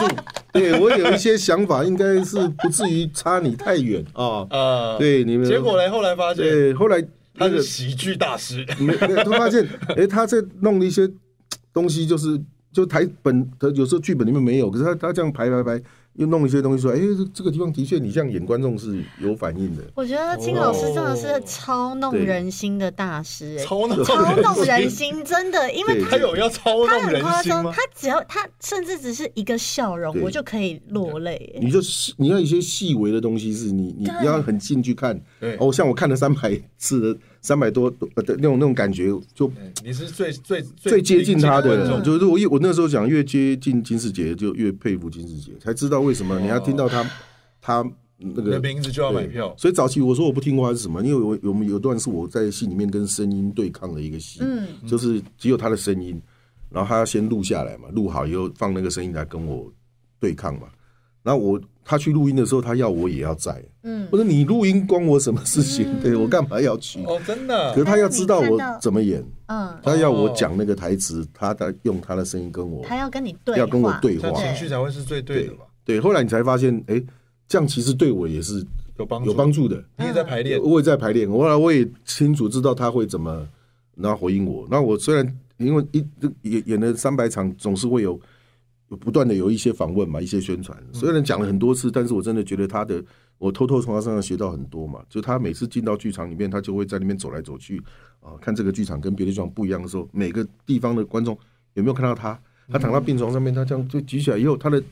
[SPEAKER 6] 对我有一些想法，应该是不至于差你太远 啊。
[SPEAKER 3] 呃，
[SPEAKER 6] 对，你们
[SPEAKER 3] 结果嘞，后来发现
[SPEAKER 6] 对，后来
[SPEAKER 3] 他
[SPEAKER 6] 那
[SPEAKER 3] 是
[SPEAKER 6] 个
[SPEAKER 3] 喜剧大师，
[SPEAKER 6] 没，没他发现，哎，他在弄一些东西，就是就台本，他有时候剧本里面没有，可是他他这样排排排，又弄一些东西出来，哎，这这个地方的确你这样演观众是有反应的。
[SPEAKER 4] 我觉得金老师真的是超弄人心的大师、哎
[SPEAKER 3] 超弄
[SPEAKER 4] 超弄人
[SPEAKER 3] 人，
[SPEAKER 4] 心，真的，因为
[SPEAKER 6] 对
[SPEAKER 3] 他有要超
[SPEAKER 4] 他
[SPEAKER 3] 弄
[SPEAKER 4] 很
[SPEAKER 3] 人
[SPEAKER 4] 夸
[SPEAKER 3] 心
[SPEAKER 4] 张，
[SPEAKER 3] 吗
[SPEAKER 4] 他？只要他甚至只是一个笑容，
[SPEAKER 6] 对
[SPEAKER 4] 我就可以落泪。哎
[SPEAKER 6] 你就你要一些细微的东西，是你你你要很近去看。
[SPEAKER 3] 对
[SPEAKER 6] 哦，像我看了三百 次的三百多呃的那种那种感觉，就
[SPEAKER 3] 嗯你是最最
[SPEAKER 6] 最接近他的，就
[SPEAKER 3] 就
[SPEAKER 6] 是我一我那时候讲越接近金世杰，就越佩服金世杰，才知道为什么你要听到他他哦那
[SPEAKER 3] 你
[SPEAKER 6] 个
[SPEAKER 3] 的名字就要买
[SPEAKER 6] 对
[SPEAKER 3] 票，
[SPEAKER 6] 所以早期我说我不听话是什么？因为我我们有段是我在戏里面跟声音对抗的一个戏，就是只有他的声音，然后他要先录下来嘛，录好以后放那个声音来跟我对抗嘛。然后我他去录音的时候，他要我也要在，
[SPEAKER 4] 嗯
[SPEAKER 6] 我说你录音关我什么事情？对我干嘛要去？
[SPEAKER 3] 哦，真
[SPEAKER 6] 可是
[SPEAKER 3] 的，
[SPEAKER 6] 他要知道
[SPEAKER 4] 那你
[SPEAKER 6] 我
[SPEAKER 4] 看到
[SPEAKER 6] 怎么演，
[SPEAKER 4] 嗯，
[SPEAKER 6] 他要我
[SPEAKER 3] 哦
[SPEAKER 6] 讲那个台词，他在用他的声音跟我
[SPEAKER 4] 他要跟你对话，
[SPEAKER 6] 要跟我对
[SPEAKER 3] 这
[SPEAKER 6] 话
[SPEAKER 3] 样，情绪才会是最对的吧？
[SPEAKER 6] 对。后来你才发现，哎，这样其实对我也是
[SPEAKER 3] 有帮助
[SPEAKER 6] 有帮，助的。
[SPEAKER 3] 你也在排练，
[SPEAKER 6] 我也在排练，后来我也清楚知道他会怎么然后回应我。那我虽然因为一演演了三百场，总是会有有不断的有一些访问嘛，一些宣传。
[SPEAKER 3] 嗯
[SPEAKER 6] 虽然讲了很多次，但是我真的觉得他的，我偷偷从他身上学到很多嘛。就他每次进到剧场里面，他就会在那边走来走去啊，看这个剧场跟别的剧场不一样的时候，每个地方的观众有没有看到他？他躺到病床上面，他这样就举起来以后，他的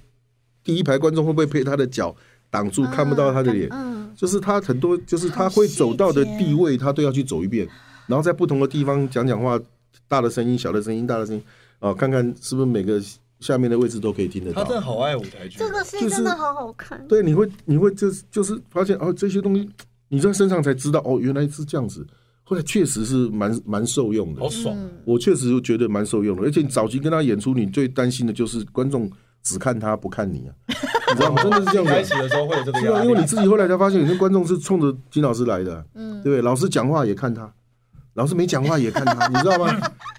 [SPEAKER 6] 第一排观众会不会被他的脚挡住，
[SPEAKER 3] 啊
[SPEAKER 6] 看不到他的脸？
[SPEAKER 4] 嗯，
[SPEAKER 6] 就是他很多，就是他会走到的地位，他都要去走一遍，然后在不同的地方讲讲话，大的声音、小的声音、大的声音，哦，看看是不是每个下面的位置都可以听得
[SPEAKER 3] 他
[SPEAKER 6] 到
[SPEAKER 3] 真。的好爱舞台剧，
[SPEAKER 4] 这个戏
[SPEAKER 6] 就是
[SPEAKER 4] 真的好好看。
[SPEAKER 6] 对，你会你会就是就是发现哦，这些东西你在身上才知道哦，原来是这样子。后来确实是蛮蛮受用的
[SPEAKER 3] 好，爽，
[SPEAKER 6] 我确实觉得蛮受用的。而且你早期跟他演出，你最担心的就是观众只看他不看你啊，你知道吗？真的是这样
[SPEAKER 3] 一
[SPEAKER 6] 子啊、
[SPEAKER 3] 开始的时候会有这个
[SPEAKER 6] 是
[SPEAKER 3] 压
[SPEAKER 6] 啊，因为你
[SPEAKER 3] 力，
[SPEAKER 6] 自己后来才发现，有些观众是冲着金老师来的，嗯，对不对？老师讲话也看他，老师没讲话也看 他，你知道吗？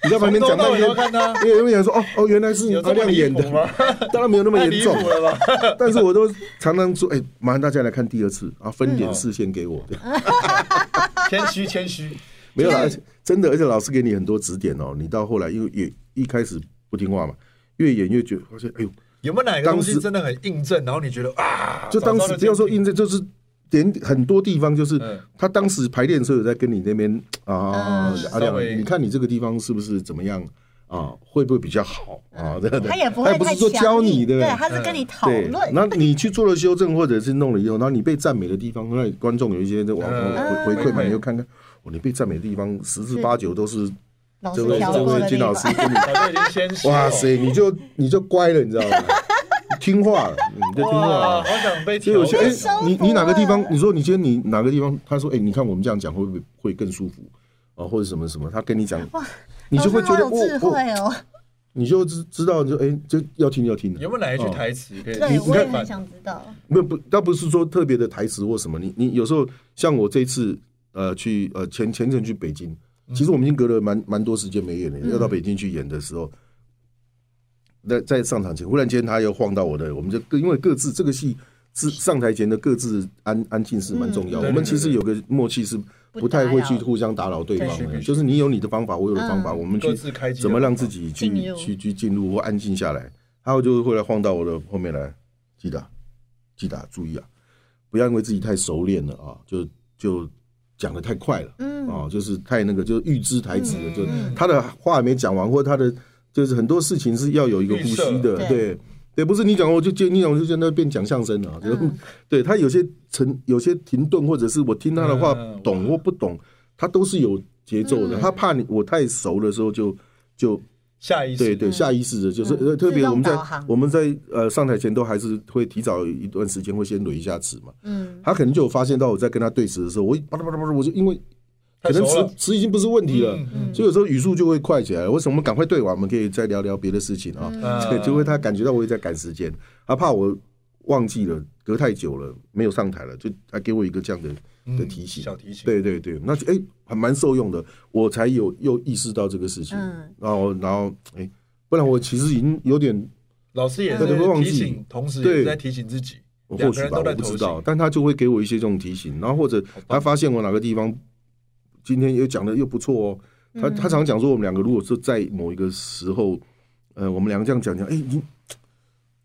[SPEAKER 6] 你在旁边讲
[SPEAKER 3] 从头到
[SPEAKER 6] 半
[SPEAKER 3] 尾
[SPEAKER 6] 天
[SPEAKER 3] 都，看他，
[SPEAKER 6] 因为有人说哦哦，原来是
[SPEAKER 3] 有
[SPEAKER 6] 阿
[SPEAKER 3] 这么
[SPEAKER 6] 亮
[SPEAKER 3] 离
[SPEAKER 6] 演
[SPEAKER 3] 谱
[SPEAKER 6] 的，
[SPEAKER 3] 吗？
[SPEAKER 6] 当然没有那么
[SPEAKER 3] 太
[SPEAKER 6] 严
[SPEAKER 3] 离
[SPEAKER 6] 重，
[SPEAKER 3] 谱了吧？
[SPEAKER 6] 但是我都常常说，哎，麻烦大家来看第二次啊，分
[SPEAKER 3] 嗯
[SPEAKER 6] 点视线给我，
[SPEAKER 3] 谦虚谦虚，
[SPEAKER 6] 没有啦，而且真的，而且老师给你很多指点哦，你到后来因为也一开始不听话嘛，越演越觉得发现，哎呦，
[SPEAKER 3] 有没有哪个东西
[SPEAKER 6] 当时
[SPEAKER 3] 真的很印证？然后你觉得啊，
[SPEAKER 6] 就当时不要说印证，就是点很多地方，就是
[SPEAKER 3] 嗯
[SPEAKER 6] 他当时排练的时候有在跟你那边
[SPEAKER 4] 嗯
[SPEAKER 6] 啊，阿
[SPEAKER 3] 稍微
[SPEAKER 6] 亮，你看你这个地方是不是怎么样啊？会不会比较好
[SPEAKER 3] 嗯
[SPEAKER 6] 啊？对对，
[SPEAKER 4] 他也不
[SPEAKER 6] 他
[SPEAKER 4] 会
[SPEAKER 6] 不
[SPEAKER 4] 太
[SPEAKER 6] 是说
[SPEAKER 4] 强
[SPEAKER 6] 教你，
[SPEAKER 4] 硬
[SPEAKER 6] 对不
[SPEAKER 4] 对，
[SPEAKER 6] 对？
[SPEAKER 4] 他是跟你讨
[SPEAKER 6] 对
[SPEAKER 4] 论，，
[SPEAKER 6] 那你去做了修正，或者是弄了以后，然后你被赞美的地方，那观众有一些这网
[SPEAKER 3] 嗯
[SPEAKER 6] 回回馈嘛，
[SPEAKER 3] 嗯
[SPEAKER 6] 你就看看，哦，你被赞美的地方十之八九都是
[SPEAKER 4] 老
[SPEAKER 6] 这
[SPEAKER 4] 师
[SPEAKER 6] 位
[SPEAKER 4] 调
[SPEAKER 6] 这
[SPEAKER 4] 过
[SPEAKER 6] 位
[SPEAKER 4] 的
[SPEAKER 6] 金老师
[SPEAKER 4] 地方
[SPEAKER 6] 跟你
[SPEAKER 3] 早就已经先试了
[SPEAKER 6] 哇塞，你就你就乖了，你知道吗？听话了，你就听话
[SPEAKER 3] 哇，
[SPEAKER 6] 了
[SPEAKER 3] 好。想被
[SPEAKER 6] 所以我
[SPEAKER 3] 调
[SPEAKER 6] 觉得，
[SPEAKER 3] 整
[SPEAKER 6] 哎、
[SPEAKER 4] 收服
[SPEAKER 6] 你你哪个地方
[SPEAKER 4] 了？
[SPEAKER 6] 你说你今天你哪个地方？他说，哎、你看我们这样讲会不会会更舒服啊、或者什么什么？他跟你讲，你就会觉得
[SPEAKER 4] 老师好有智慧
[SPEAKER 6] 哦，
[SPEAKER 4] 哦。
[SPEAKER 6] 你就知知道，你就哎、就要听要听的
[SPEAKER 3] 有没有哪一句台词可以？
[SPEAKER 4] 对，我也
[SPEAKER 6] 你哦
[SPEAKER 4] 很想知道。
[SPEAKER 6] 没有不，倒不是说特别的台词或什么。你你有时候像我这次呃去呃前前阵去北京，其实我们已经隔了蛮蛮多时间没演了，要到北京去演的时候，在在上场前，忽然间他又晃到我的，我们就各因为各自这个戏自上台前的各自安安静是蛮重要。
[SPEAKER 3] 嗯
[SPEAKER 6] 我们其实有个默契是不太会去互相打扰对方
[SPEAKER 3] 不打扰
[SPEAKER 6] 的，就是你有你的方法，我有我的方法，
[SPEAKER 4] 嗯
[SPEAKER 6] 我们
[SPEAKER 3] 各
[SPEAKER 6] 去
[SPEAKER 3] 自开机的
[SPEAKER 6] 怎么让
[SPEAKER 3] 方法
[SPEAKER 6] 自己去
[SPEAKER 4] 进入
[SPEAKER 6] 去去进入或安静下来。还有就是会来晃到我的后面来，记得啊记得啊注意啊，不要因为自己太熟练了啊，就就讲的太快了。
[SPEAKER 4] 嗯，
[SPEAKER 6] 哦，就是太那个，就是预知台词的，
[SPEAKER 4] 嗯
[SPEAKER 6] 就
[SPEAKER 4] 嗯嗯
[SPEAKER 6] 他的话还没讲完，或者他的就是很多事情是要有一个呼吸的
[SPEAKER 4] 预设，
[SPEAKER 6] 对对，不是你讲我就接，你讲我就觉得变讲相声了，就
[SPEAKER 4] 嗯
[SPEAKER 6] 对他有些沉，有些停顿，或者是我听他的话
[SPEAKER 3] 嗯
[SPEAKER 6] 懂或不懂，他都是有节奏
[SPEAKER 4] 嗯
[SPEAKER 6] 的，他怕你我太熟的时候就就
[SPEAKER 3] 下意识
[SPEAKER 6] 对对，下意识的就是，
[SPEAKER 4] 嗯
[SPEAKER 6] 呃特别我们
[SPEAKER 4] 自
[SPEAKER 6] 在
[SPEAKER 4] 动导航
[SPEAKER 6] 我们在呃上台前都还是会提早一段时间会先捋一下词嘛，
[SPEAKER 4] 嗯，
[SPEAKER 6] 他可能就有发现到我在跟他对词的时候，我一巴拉巴拉巴拉，我就因为
[SPEAKER 3] 太
[SPEAKER 6] 可
[SPEAKER 3] 熟
[SPEAKER 6] 能
[SPEAKER 3] 了
[SPEAKER 6] 词词已经不是问题了，
[SPEAKER 3] 嗯
[SPEAKER 6] 所以有时候语速就会快起来了。为什么我们赶快对完，我们可以再聊聊别的事情啊？
[SPEAKER 3] 嗯
[SPEAKER 6] 对，就会他感觉到我也在赶时间，他怕我忘记了，隔太久了没有上台了，就他给我一个这样的的提醒。
[SPEAKER 3] 嗯小提醒，
[SPEAKER 6] 对对对，那就哎、还蛮受用的，我才有又意识到这个事情。
[SPEAKER 4] 嗯
[SPEAKER 6] 然后然后哎、不然我其实已经有点
[SPEAKER 3] 老师也
[SPEAKER 6] 对对会
[SPEAKER 3] 在
[SPEAKER 6] 忘
[SPEAKER 3] 提
[SPEAKER 6] 记
[SPEAKER 3] 醒，同时也
[SPEAKER 6] 对
[SPEAKER 3] 在提醒自己，两
[SPEAKER 6] 或
[SPEAKER 3] 个
[SPEAKER 6] 许
[SPEAKER 3] 人
[SPEAKER 6] 吧，
[SPEAKER 3] 都在
[SPEAKER 6] 我不知
[SPEAKER 3] 投
[SPEAKER 6] 道
[SPEAKER 3] 行，，
[SPEAKER 6] 但他就会给我一些这种提醒，然后或者他发现我哪个地方今天又讲的又不错哦，他
[SPEAKER 4] 嗯
[SPEAKER 6] 他常讲说我们两个如果是在某一个时候，呃，我们两个这样讲讲，哎，你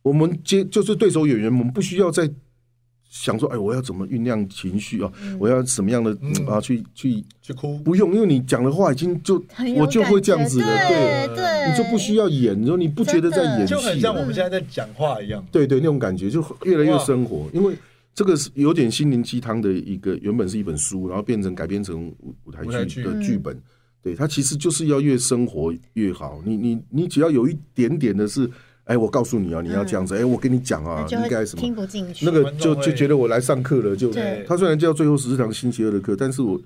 [SPEAKER 6] 我们接就是对手演员，我们不需要再想说，哎，我要怎么酝酿情绪啊，我要什么样的
[SPEAKER 3] 嗯
[SPEAKER 6] 啊去去，
[SPEAKER 3] 去哭，
[SPEAKER 6] 不用，因为你讲的话已经就
[SPEAKER 4] 很有
[SPEAKER 6] 我就会这样子的，
[SPEAKER 4] 感觉
[SPEAKER 6] 对，
[SPEAKER 4] 对对，
[SPEAKER 6] 你就不需要演，你说你不觉得在演戏
[SPEAKER 3] 就
[SPEAKER 6] 了，
[SPEAKER 3] 很像我们现在在讲话一样。
[SPEAKER 6] 对对，那种感觉就越来越
[SPEAKER 3] 哇
[SPEAKER 6] 生活，因为这个是有点心灵鸡汤的一个，原本是一本书，然后变成改编成舞舞台
[SPEAKER 3] 舞台
[SPEAKER 6] 剧
[SPEAKER 3] 剧
[SPEAKER 4] 嗯
[SPEAKER 6] 的剧本。对，它其实就是要越生活越好。你你你只要有一点点的是，哎，我告诉你啊，你要这样子，哎，我跟你讲啊
[SPEAKER 4] 嗯那，就
[SPEAKER 6] 应该
[SPEAKER 4] 会
[SPEAKER 6] 什么
[SPEAKER 4] 听，不进去，
[SPEAKER 6] 那个
[SPEAKER 3] 观
[SPEAKER 6] 就
[SPEAKER 3] 众
[SPEAKER 6] 就
[SPEAKER 3] 会
[SPEAKER 6] 觉得我来上课了，就
[SPEAKER 4] 对
[SPEAKER 6] 他虽然叫最后十四堂星期二的课，但是我。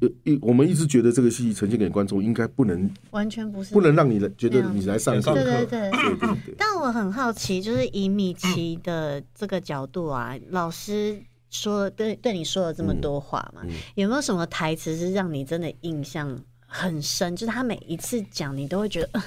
[SPEAKER 6] 呃一我们一直觉得这个戏呈现给观众，应该不能
[SPEAKER 4] 完全不是
[SPEAKER 6] 不能让你来觉
[SPEAKER 4] 那
[SPEAKER 6] 得
[SPEAKER 4] 样
[SPEAKER 6] 你来上
[SPEAKER 3] 对
[SPEAKER 6] 课，
[SPEAKER 4] 对
[SPEAKER 6] 对
[SPEAKER 4] 对对。
[SPEAKER 6] 对对。
[SPEAKER 4] 但我很好奇，就是以米奇的这个角度啊，老师说对对你说了这
[SPEAKER 6] 嗯
[SPEAKER 4] 么多话嘛，有没有什么台词是让你真的印象很深？就是他每一次讲，你都会觉得、呃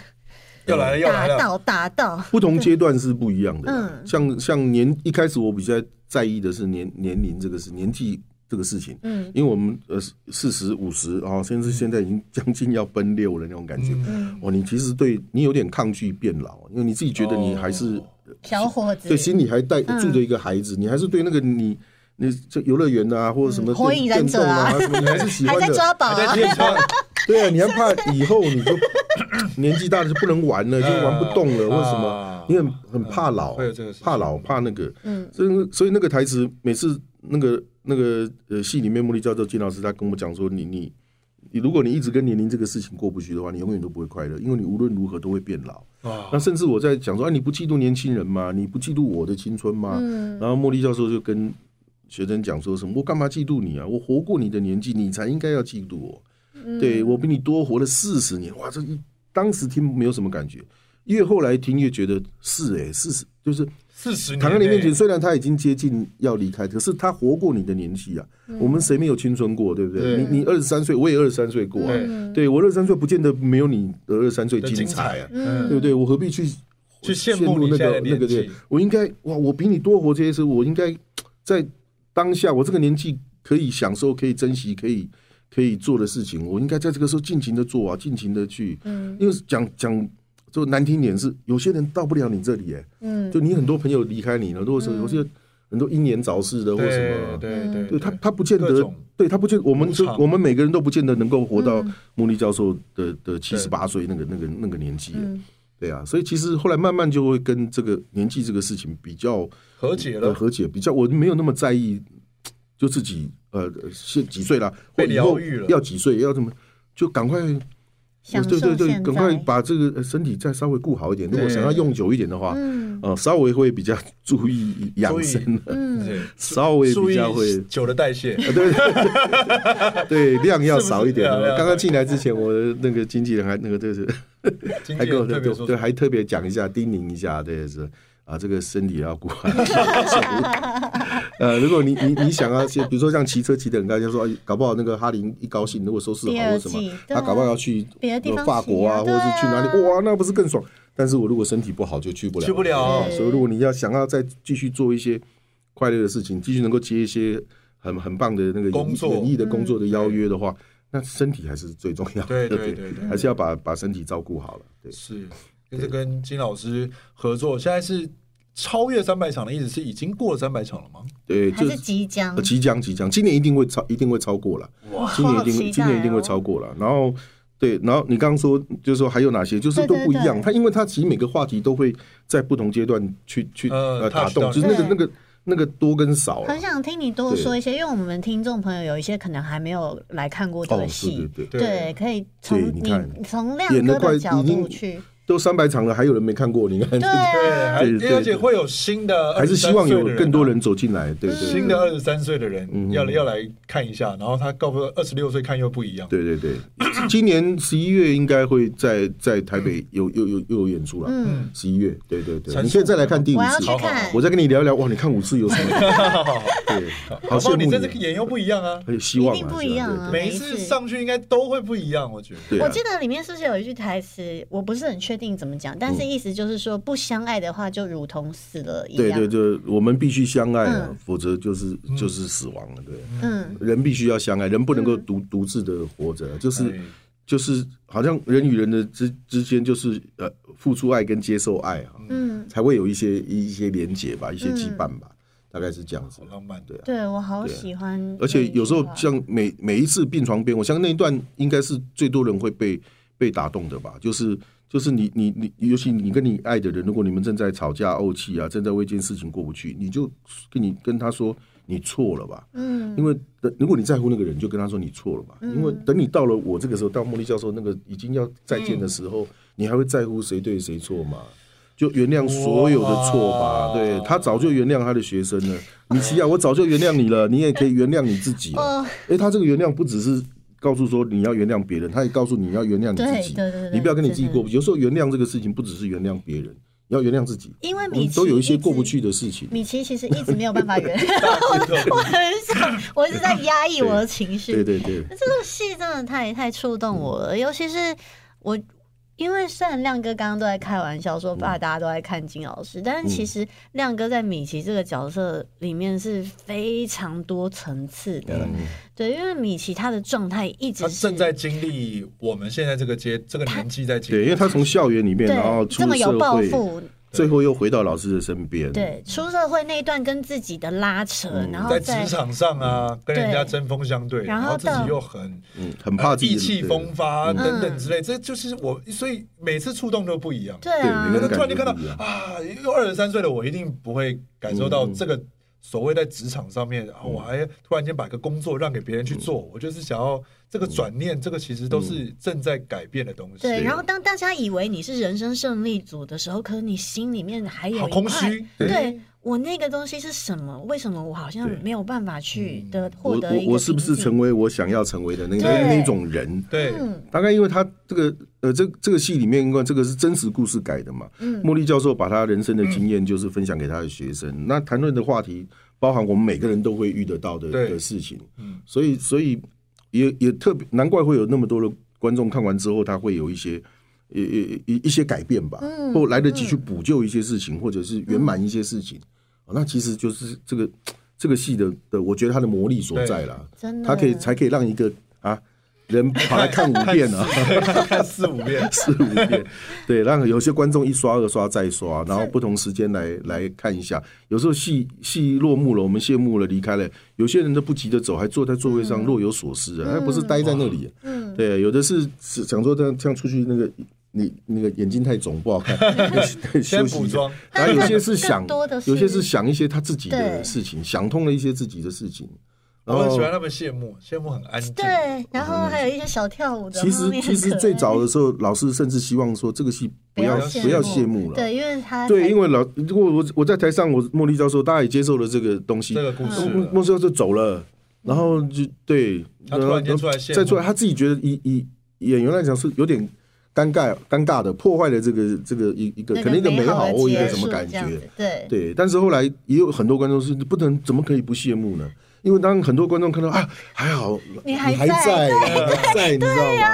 [SPEAKER 3] 又来
[SPEAKER 6] 哎
[SPEAKER 3] 了，又来
[SPEAKER 4] 打
[SPEAKER 3] 了，
[SPEAKER 4] 到打到，
[SPEAKER 6] 不同阶段是不一样的啦。
[SPEAKER 4] 嗯
[SPEAKER 6] 像像年一开始我比较在意的是年年龄这个事，年纪这个事情，
[SPEAKER 4] 嗯
[SPEAKER 6] 因为我们呃四十五十啊，甚至现在已经将近要奔六了那种感觉。
[SPEAKER 4] 嗯，
[SPEAKER 6] 哦，你其实对你有点抗拒变老，因为你自己觉得你还是、
[SPEAKER 4] 小伙子，
[SPEAKER 6] 对心里还带
[SPEAKER 4] 哦嗯
[SPEAKER 6] 住着一个孩子，你还是对那个你。你这游乐园啊，或者什么
[SPEAKER 4] 嗯火
[SPEAKER 6] 电
[SPEAKER 4] 影
[SPEAKER 6] 电
[SPEAKER 4] 忍者
[SPEAKER 6] 动
[SPEAKER 4] 啊
[SPEAKER 6] 啊，什么你 还是喜
[SPEAKER 4] 还
[SPEAKER 6] 欢
[SPEAKER 4] 在
[SPEAKER 6] 的。
[SPEAKER 4] 抓宝
[SPEAKER 3] 还在
[SPEAKER 4] 啊，
[SPEAKER 3] 介 绍，
[SPEAKER 6] 对啊，你还怕以后你就 年纪大了就不能玩了，就玩不动了，
[SPEAKER 3] 嗯
[SPEAKER 6] 或者什
[SPEAKER 3] 啊嗯
[SPEAKER 6] 么？你很很怕老
[SPEAKER 3] 会有这个事，情
[SPEAKER 6] 怕老怕那个，
[SPEAKER 4] 嗯
[SPEAKER 6] 所以那所以那个台词，每次那个那个呃戏里面，茉莉教授金老师他跟我讲说，你你你，如果你一直跟年龄这个事情过不去的话，你永远都不会快乐，因为你无论如何都会变老。
[SPEAKER 3] 啊
[SPEAKER 6] 那甚至我在讲说，哎、你不嫉妒年轻人吗？你不嫉妒我的青春吗？
[SPEAKER 4] 嗯
[SPEAKER 6] 然后茉莉教授就跟学生讲说什么：“我干嘛嫉妒你啊？我活过你的年纪，你才应该要嫉妒我。对我比你多活了四十年，哇！这一当时听没有什么感觉，越后来听越觉得是哎、四十就是
[SPEAKER 3] 四十年
[SPEAKER 6] 躺在你面前，
[SPEAKER 3] 欸
[SPEAKER 6] 虽然他已经接近要离开，可是他活过你的年纪啊。我们谁没有青春过，对不对？
[SPEAKER 3] 对
[SPEAKER 6] 你你二十三岁，我也二十三岁过啊。
[SPEAKER 3] 对
[SPEAKER 6] 对我二十三岁，不见得没有你二十三岁
[SPEAKER 3] 的
[SPEAKER 6] 精
[SPEAKER 3] 精
[SPEAKER 6] 彩
[SPEAKER 3] 彩
[SPEAKER 6] 啊
[SPEAKER 3] 啊，。嗯，
[SPEAKER 6] 对不对？我何必去
[SPEAKER 3] 去羡
[SPEAKER 6] 羡
[SPEAKER 3] 慕你
[SPEAKER 6] 那
[SPEAKER 3] 现在
[SPEAKER 6] 个
[SPEAKER 3] 的
[SPEAKER 6] 那个
[SPEAKER 3] 年纪
[SPEAKER 6] 对？我应该哇，我比你多活这些事，我应该在当下我这个年纪可以享受、可以珍惜、可以可以做的事情，我应该在这个时候尽情的做啊，尽情的去。嗯，因为讲讲就难听点是，有些人到不了你这里、欸，
[SPEAKER 4] 嗯
[SPEAKER 6] 就你很多朋友离开你了，如果是有些很多英年早逝的或什么
[SPEAKER 3] 对。对对，
[SPEAKER 6] 对他，他不见
[SPEAKER 3] 各
[SPEAKER 6] 得
[SPEAKER 3] 种，
[SPEAKER 6] 对他不见，我们就
[SPEAKER 3] 无常
[SPEAKER 6] 我们每个人都不见得能够活
[SPEAKER 4] 嗯
[SPEAKER 6] 到莫莉教授的的七十八岁那个那个那个年纪，
[SPEAKER 4] 嗯
[SPEAKER 6] 对啊，所以其实后来慢慢就会跟这个年纪这个事情比较
[SPEAKER 3] 和解
[SPEAKER 6] 呃
[SPEAKER 3] 了，
[SPEAKER 6] 和解，比较我没有那么在意，就自己呃是几岁啦，或
[SPEAKER 3] 被
[SPEAKER 6] 以后
[SPEAKER 3] 疗愈了
[SPEAKER 6] 要几岁要怎么，就赶快
[SPEAKER 4] 享受
[SPEAKER 6] 对对对，
[SPEAKER 4] 现在
[SPEAKER 6] 赶快把这个呃身体再稍微顾好一点，如果
[SPEAKER 3] 对
[SPEAKER 6] 想要用久一点的话，
[SPEAKER 4] 嗯
[SPEAKER 6] 呃，稍微会比较注意养生
[SPEAKER 3] 注意
[SPEAKER 6] 了，
[SPEAKER 4] 嗯，
[SPEAKER 3] 对，
[SPEAKER 6] 稍微
[SPEAKER 3] 注
[SPEAKER 6] 比
[SPEAKER 3] 意
[SPEAKER 6] 较会。啊
[SPEAKER 3] 酒的代谢，
[SPEAKER 6] 对 对，量要少一点
[SPEAKER 3] 是不是量
[SPEAKER 6] 哦。
[SPEAKER 3] 要
[SPEAKER 6] 刚刚进来之前，我的那个经纪人还那个就是
[SPEAKER 3] 经纪
[SPEAKER 6] 还跟我
[SPEAKER 3] 人特
[SPEAKER 6] 对
[SPEAKER 3] 别说，
[SPEAKER 6] 对，还特别讲一下，叮咛一下，对是啊，这个身体要 顾好。呃，如果你你你想要先，比如说像骑车骑得很高兴，就说哎搞不好那个哈林一高兴，如果收视
[SPEAKER 4] 第
[SPEAKER 6] 好
[SPEAKER 4] 二
[SPEAKER 6] 或什么
[SPEAKER 4] 季，
[SPEAKER 6] 他
[SPEAKER 4] 对啊
[SPEAKER 6] 搞不好要去呃
[SPEAKER 4] 别的地方
[SPEAKER 6] 法国啊，或
[SPEAKER 4] 骑
[SPEAKER 6] 者
[SPEAKER 4] 啊
[SPEAKER 6] 是去哪里，
[SPEAKER 4] 对啊
[SPEAKER 6] 哇，那不是更爽？但是我如果身体不好就去不了，
[SPEAKER 3] 去不了
[SPEAKER 6] 对所以如果你要想要再继续做一些快乐的事情，继续能够接一些很很棒的那个演
[SPEAKER 3] 工作
[SPEAKER 6] 演艺的工作
[SPEAKER 4] 嗯
[SPEAKER 6] 的邀约的话，那身体还是最重要的。
[SPEAKER 3] 对对对对
[SPEAKER 6] 还是要把把身体照顾好了。对，
[SPEAKER 3] 是，就是跟金老师合作，现在是超越三百场的意思是已经过了三百场了吗？
[SPEAKER 6] 对，
[SPEAKER 4] 还
[SPEAKER 6] 就是
[SPEAKER 4] 即将
[SPEAKER 6] 呃，即将即将，今年一定会超，一定会超过了。今年一定
[SPEAKER 4] 好期
[SPEAKER 6] 会，
[SPEAKER 4] 待
[SPEAKER 6] 今
[SPEAKER 4] 哦
[SPEAKER 6] 年一定会超过了。然后对，然后你刚刚说，就是说还有哪些，就是
[SPEAKER 4] 对
[SPEAKER 6] 都
[SPEAKER 4] 对
[SPEAKER 6] 不一样
[SPEAKER 4] 对。
[SPEAKER 6] 它因为它其实每个话题都会在不同阶段去去
[SPEAKER 3] 呃
[SPEAKER 6] 呃打
[SPEAKER 3] touch
[SPEAKER 6] 动，
[SPEAKER 3] 到
[SPEAKER 6] 就是那个
[SPEAKER 4] 你
[SPEAKER 6] 那个那个多跟少啊啦
[SPEAKER 4] 很想听你多说一些，因为我们听众朋友有一些可能还没有来看过这
[SPEAKER 6] 哦
[SPEAKER 4] 个，
[SPEAKER 6] 是对
[SPEAKER 4] 戏，
[SPEAKER 6] 对对，
[SPEAKER 4] 对，可以从
[SPEAKER 6] 对你
[SPEAKER 4] 你
[SPEAKER 6] 看
[SPEAKER 4] 从亮
[SPEAKER 6] 演得
[SPEAKER 4] 哥
[SPEAKER 6] 快
[SPEAKER 4] 的角
[SPEAKER 6] 已经
[SPEAKER 4] 度去，
[SPEAKER 6] 都三百场了，还有人没看过，你看，
[SPEAKER 4] 对啊，
[SPEAKER 3] 哎还
[SPEAKER 6] 对对
[SPEAKER 3] 而且会有新 的，啊
[SPEAKER 6] 还是希望有更多。人走嗯进来，对对
[SPEAKER 3] 新
[SPEAKER 6] 对
[SPEAKER 3] 的二十三岁的人要、要来看一下，然后他告诉二十六岁看又不一 样。
[SPEAKER 6] 对对对。今年十一月应该会在在台北有有有又有演出了，
[SPEAKER 4] 嗯，
[SPEAKER 6] 十一月，对对对，
[SPEAKER 3] 陈
[SPEAKER 6] 你现在再来看第五
[SPEAKER 4] 我要
[SPEAKER 6] 次
[SPEAKER 4] 去，看，
[SPEAKER 6] 我再跟你聊一聊，哇，你看五次有什么？ 对，好
[SPEAKER 3] 好不好？
[SPEAKER 6] 羡
[SPEAKER 3] 你
[SPEAKER 6] 慕
[SPEAKER 3] 这
[SPEAKER 6] 你
[SPEAKER 3] 次。演又不一样啊，
[SPEAKER 6] 很有希望啊
[SPEAKER 4] 一定不
[SPEAKER 6] 希望
[SPEAKER 4] 一样啊
[SPEAKER 3] 每一次上去应该都会不一样，我觉得。
[SPEAKER 6] 对对
[SPEAKER 4] 我
[SPEAKER 6] 啊
[SPEAKER 4] 记得里面是不是有一句台词，我不是很确定怎么讲，但是意思就是说，不相爱的话就如同死了一
[SPEAKER 6] 对
[SPEAKER 4] 样。
[SPEAKER 6] 对对，我们必须相爱啊
[SPEAKER 4] 嗯，
[SPEAKER 6] 否则就是就是死亡了。对，
[SPEAKER 4] 嗯，
[SPEAKER 6] 人必须要相爱，人不能够独独自的活着，就是
[SPEAKER 3] 哎
[SPEAKER 6] 就是好像人与人的之之间就是呃付出爱跟接受爱啊，
[SPEAKER 4] 嗯，
[SPEAKER 6] 才会有一些一些连结吧，一些羁绊吧，大概是这样子
[SPEAKER 3] 好。浪漫，
[SPEAKER 6] 啊
[SPEAKER 3] 对
[SPEAKER 4] 对我好喜欢那一句话。
[SPEAKER 6] 而且有时候像每每一次病床边，我相信那一段应该是最多人会被被打动的吧。就是就是你你你，尤其你跟你爱的人，如果你们正在吵架怄气啊，正在为一件事情过不去，你就跟你跟他说你错了吧。
[SPEAKER 4] 嗯，
[SPEAKER 6] 因为等如果你在乎那个人，你就跟他说你错了吧。因为等你到了我这个时候，到茉莉教授那个已经要再见的时候，你还会在乎谁对谁错吗？就原谅所有的错吧。
[SPEAKER 3] 哇
[SPEAKER 6] 对他早就原谅他的学生了，米奇亚，啊我早就原谅你了，你也可以原谅你自己了。
[SPEAKER 4] 哦，
[SPEAKER 6] 哎、他这个原谅不只是告诉说你要原谅别人，他也告诉你要原谅你自己。
[SPEAKER 4] 对对对对
[SPEAKER 6] 你不要跟你自己
[SPEAKER 4] 真的
[SPEAKER 6] 过不去。有时候原谅这个事情不只是原谅别人，你要原谅自己。
[SPEAKER 4] 因为
[SPEAKER 6] 我
[SPEAKER 4] 米
[SPEAKER 6] 们
[SPEAKER 4] 奇
[SPEAKER 6] 都有一些过不
[SPEAKER 4] 直
[SPEAKER 6] 去的事情。
[SPEAKER 4] 米奇其实一直没有办法 原谅 我，我很想，我一直在压抑我的情绪。
[SPEAKER 6] 对对对，
[SPEAKER 4] 那这个戏真的太太触动我了，尤其是我，因为虽然亮哥刚刚都在开玩笑说
[SPEAKER 6] 嗯
[SPEAKER 4] 爸大家都在看金老师，但是其实亮哥在米奇这个角色里面是非常多层次的，
[SPEAKER 6] 嗯
[SPEAKER 4] 对，因为米奇他的状态一直
[SPEAKER 3] 他
[SPEAKER 4] 是
[SPEAKER 3] 正在经历我们现在这个阶这个年纪在经
[SPEAKER 6] 对，因
[SPEAKER 3] 历
[SPEAKER 6] 为，他从校园里面，
[SPEAKER 4] 对
[SPEAKER 6] 然后出
[SPEAKER 4] 这么有
[SPEAKER 6] 社
[SPEAKER 4] 抱
[SPEAKER 6] 会，
[SPEAKER 4] 负，
[SPEAKER 6] 最后又回到老师的身边。
[SPEAKER 4] 对，出社会那一段跟自己的拉扯，
[SPEAKER 6] 嗯
[SPEAKER 4] 然后
[SPEAKER 3] 在
[SPEAKER 4] 再
[SPEAKER 3] 职场上啊，跟人家
[SPEAKER 4] 对
[SPEAKER 3] 针锋相对，
[SPEAKER 4] 然
[SPEAKER 3] 然
[SPEAKER 4] 后
[SPEAKER 3] 后自己
[SPEAKER 4] 到
[SPEAKER 3] 又很
[SPEAKER 6] 嗯，很怕自己
[SPEAKER 3] 意气
[SPEAKER 6] 对
[SPEAKER 3] 风发啊
[SPEAKER 6] 嗯
[SPEAKER 3] 等等之类，这就是我，所以每次触动都不一样。
[SPEAKER 4] 对
[SPEAKER 6] 对，
[SPEAKER 4] 啊
[SPEAKER 6] 每个，人
[SPEAKER 3] 突然
[SPEAKER 6] 感
[SPEAKER 3] 就
[SPEAKER 6] 觉
[SPEAKER 3] 看到
[SPEAKER 6] 不一样。
[SPEAKER 3] 啊，一个二十三岁的我一定不会感受
[SPEAKER 6] 嗯
[SPEAKER 3] 到这个所谓在职场上面啊，我还突然间把个工作让给别人去做，我就是想要这个转
[SPEAKER 6] 嗯
[SPEAKER 3] 念，这个其实都是正在改变的东西。
[SPEAKER 4] 对，然后当大家以为你是人生胜利组的时候，可是你心里面还有
[SPEAKER 3] 好
[SPEAKER 4] 一
[SPEAKER 3] 空
[SPEAKER 4] 块
[SPEAKER 3] 虚，
[SPEAKER 4] 对我那个东西是什么？为什么我好像
[SPEAKER 6] 对
[SPEAKER 4] 没有办法去的
[SPEAKER 6] 我
[SPEAKER 4] 获得一
[SPEAKER 6] 我
[SPEAKER 4] 个
[SPEAKER 6] 我是不是
[SPEAKER 4] 平静
[SPEAKER 6] 成为我想要成为的那个
[SPEAKER 4] 对
[SPEAKER 6] 那种人？
[SPEAKER 3] 对，
[SPEAKER 4] 嗯
[SPEAKER 6] 大概因为他这个呃，这这个戏里面，因为这个是真实故事改的嘛，
[SPEAKER 4] 嗯
[SPEAKER 6] 茉莉教授把他人生的经验就是分享给他的学生，那谈论的话题包含我们每个人都会遇得到的
[SPEAKER 3] 对
[SPEAKER 6] 的事情，
[SPEAKER 3] 嗯
[SPEAKER 6] 所以所以也也特别难怪会有那么多的观众看完之后，他会有一些。一一一一些改变吧，
[SPEAKER 4] 嗯
[SPEAKER 6] 或来得及去补救一些事情，或者是圆满一些事
[SPEAKER 4] 嗯
[SPEAKER 6] 情。哦那其实就是这个这个戏的的，我觉得它的魔力所在啦。
[SPEAKER 4] 真的？
[SPEAKER 6] 他可以才可以让一个啊人跑来看五遍 啊，
[SPEAKER 3] 看四五 遍，
[SPEAKER 6] 四五遍，对，让有些观众一刷、二刷、再刷，然后不同时间来来看一下。有时候戏戏落幕了，我们谢幕了，离开了，有些人都不急着走，还坐在座位上若有所思啊，他不是待在那里，嗯，对，有的是是想说这样这样出去那个。你那个眼睛太肿不好看，休息
[SPEAKER 3] 先
[SPEAKER 6] 一下
[SPEAKER 3] 补妆，
[SPEAKER 6] 然后有些是
[SPEAKER 4] 更
[SPEAKER 6] 想
[SPEAKER 4] 多的，是
[SPEAKER 6] 有些是想一些他自己
[SPEAKER 4] 对
[SPEAKER 6] 的事情，想通了一些自己的事情。然
[SPEAKER 3] 我
[SPEAKER 6] 后
[SPEAKER 3] 很喜欢他们谢幕，
[SPEAKER 6] 哦
[SPEAKER 3] 谢幕很安静，
[SPEAKER 4] 对，然后还有一些小跳舞的
[SPEAKER 6] 嗯其
[SPEAKER 4] 画
[SPEAKER 6] 实
[SPEAKER 4] 面很可爱，
[SPEAKER 6] 其实最早的时候，老师甚至希望说这个戏不要
[SPEAKER 3] 不要
[SPEAKER 6] 不要
[SPEAKER 4] 谢
[SPEAKER 6] 谢
[SPEAKER 4] 幕
[SPEAKER 6] 幕了。
[SPEAKER 4] 对，因为他才
[SPEAKER 6] 对，因为老如果我我在台上，我茉莉教授大家也接受了这个东西，
[SPEAKER 3] 这个故事
[SPEAKER 6] 莫莫教授走
[SPEAKER 4] 嗯
[SPEAKER 6] 了，然后就对，
[SPEAKER 3] 他
[SPEAKER 6] 然后
[SPEAKER 3] 突然间出来谢幕
[SPEAKER 6] 再出来，他自己觉得以以演员来讲是有点尴尬尴尬的，破坏了这个这个一一个
[SPEAKER 4] 那
[SPEAKER 6] 可能一个
[SPEAKER 4] 美
[SPEAKER 6] 美好
[SPEAKER 4] 的
[SPEAKER 6] 或一个
[SPEAKER 4] 结
[SPEAKER 6] 什么
[SPEAKER 4] 束
[SPEAKER 6] 感
[SPEAKER 4] 这样
[SPEAKER 6] 觉
[SPEAKER 4] 子，对，
[SPEAKER 6] 对，但是后来也有很多观众是不能怎么可以不谢幕呢？因为当很多观众看到啊，还好
[SPEAKER 4] 你还
[SPEAKER 6] 还在，
[SPEAKER 4] 在啊
[SPEAKER 6] 还在，你知道吗？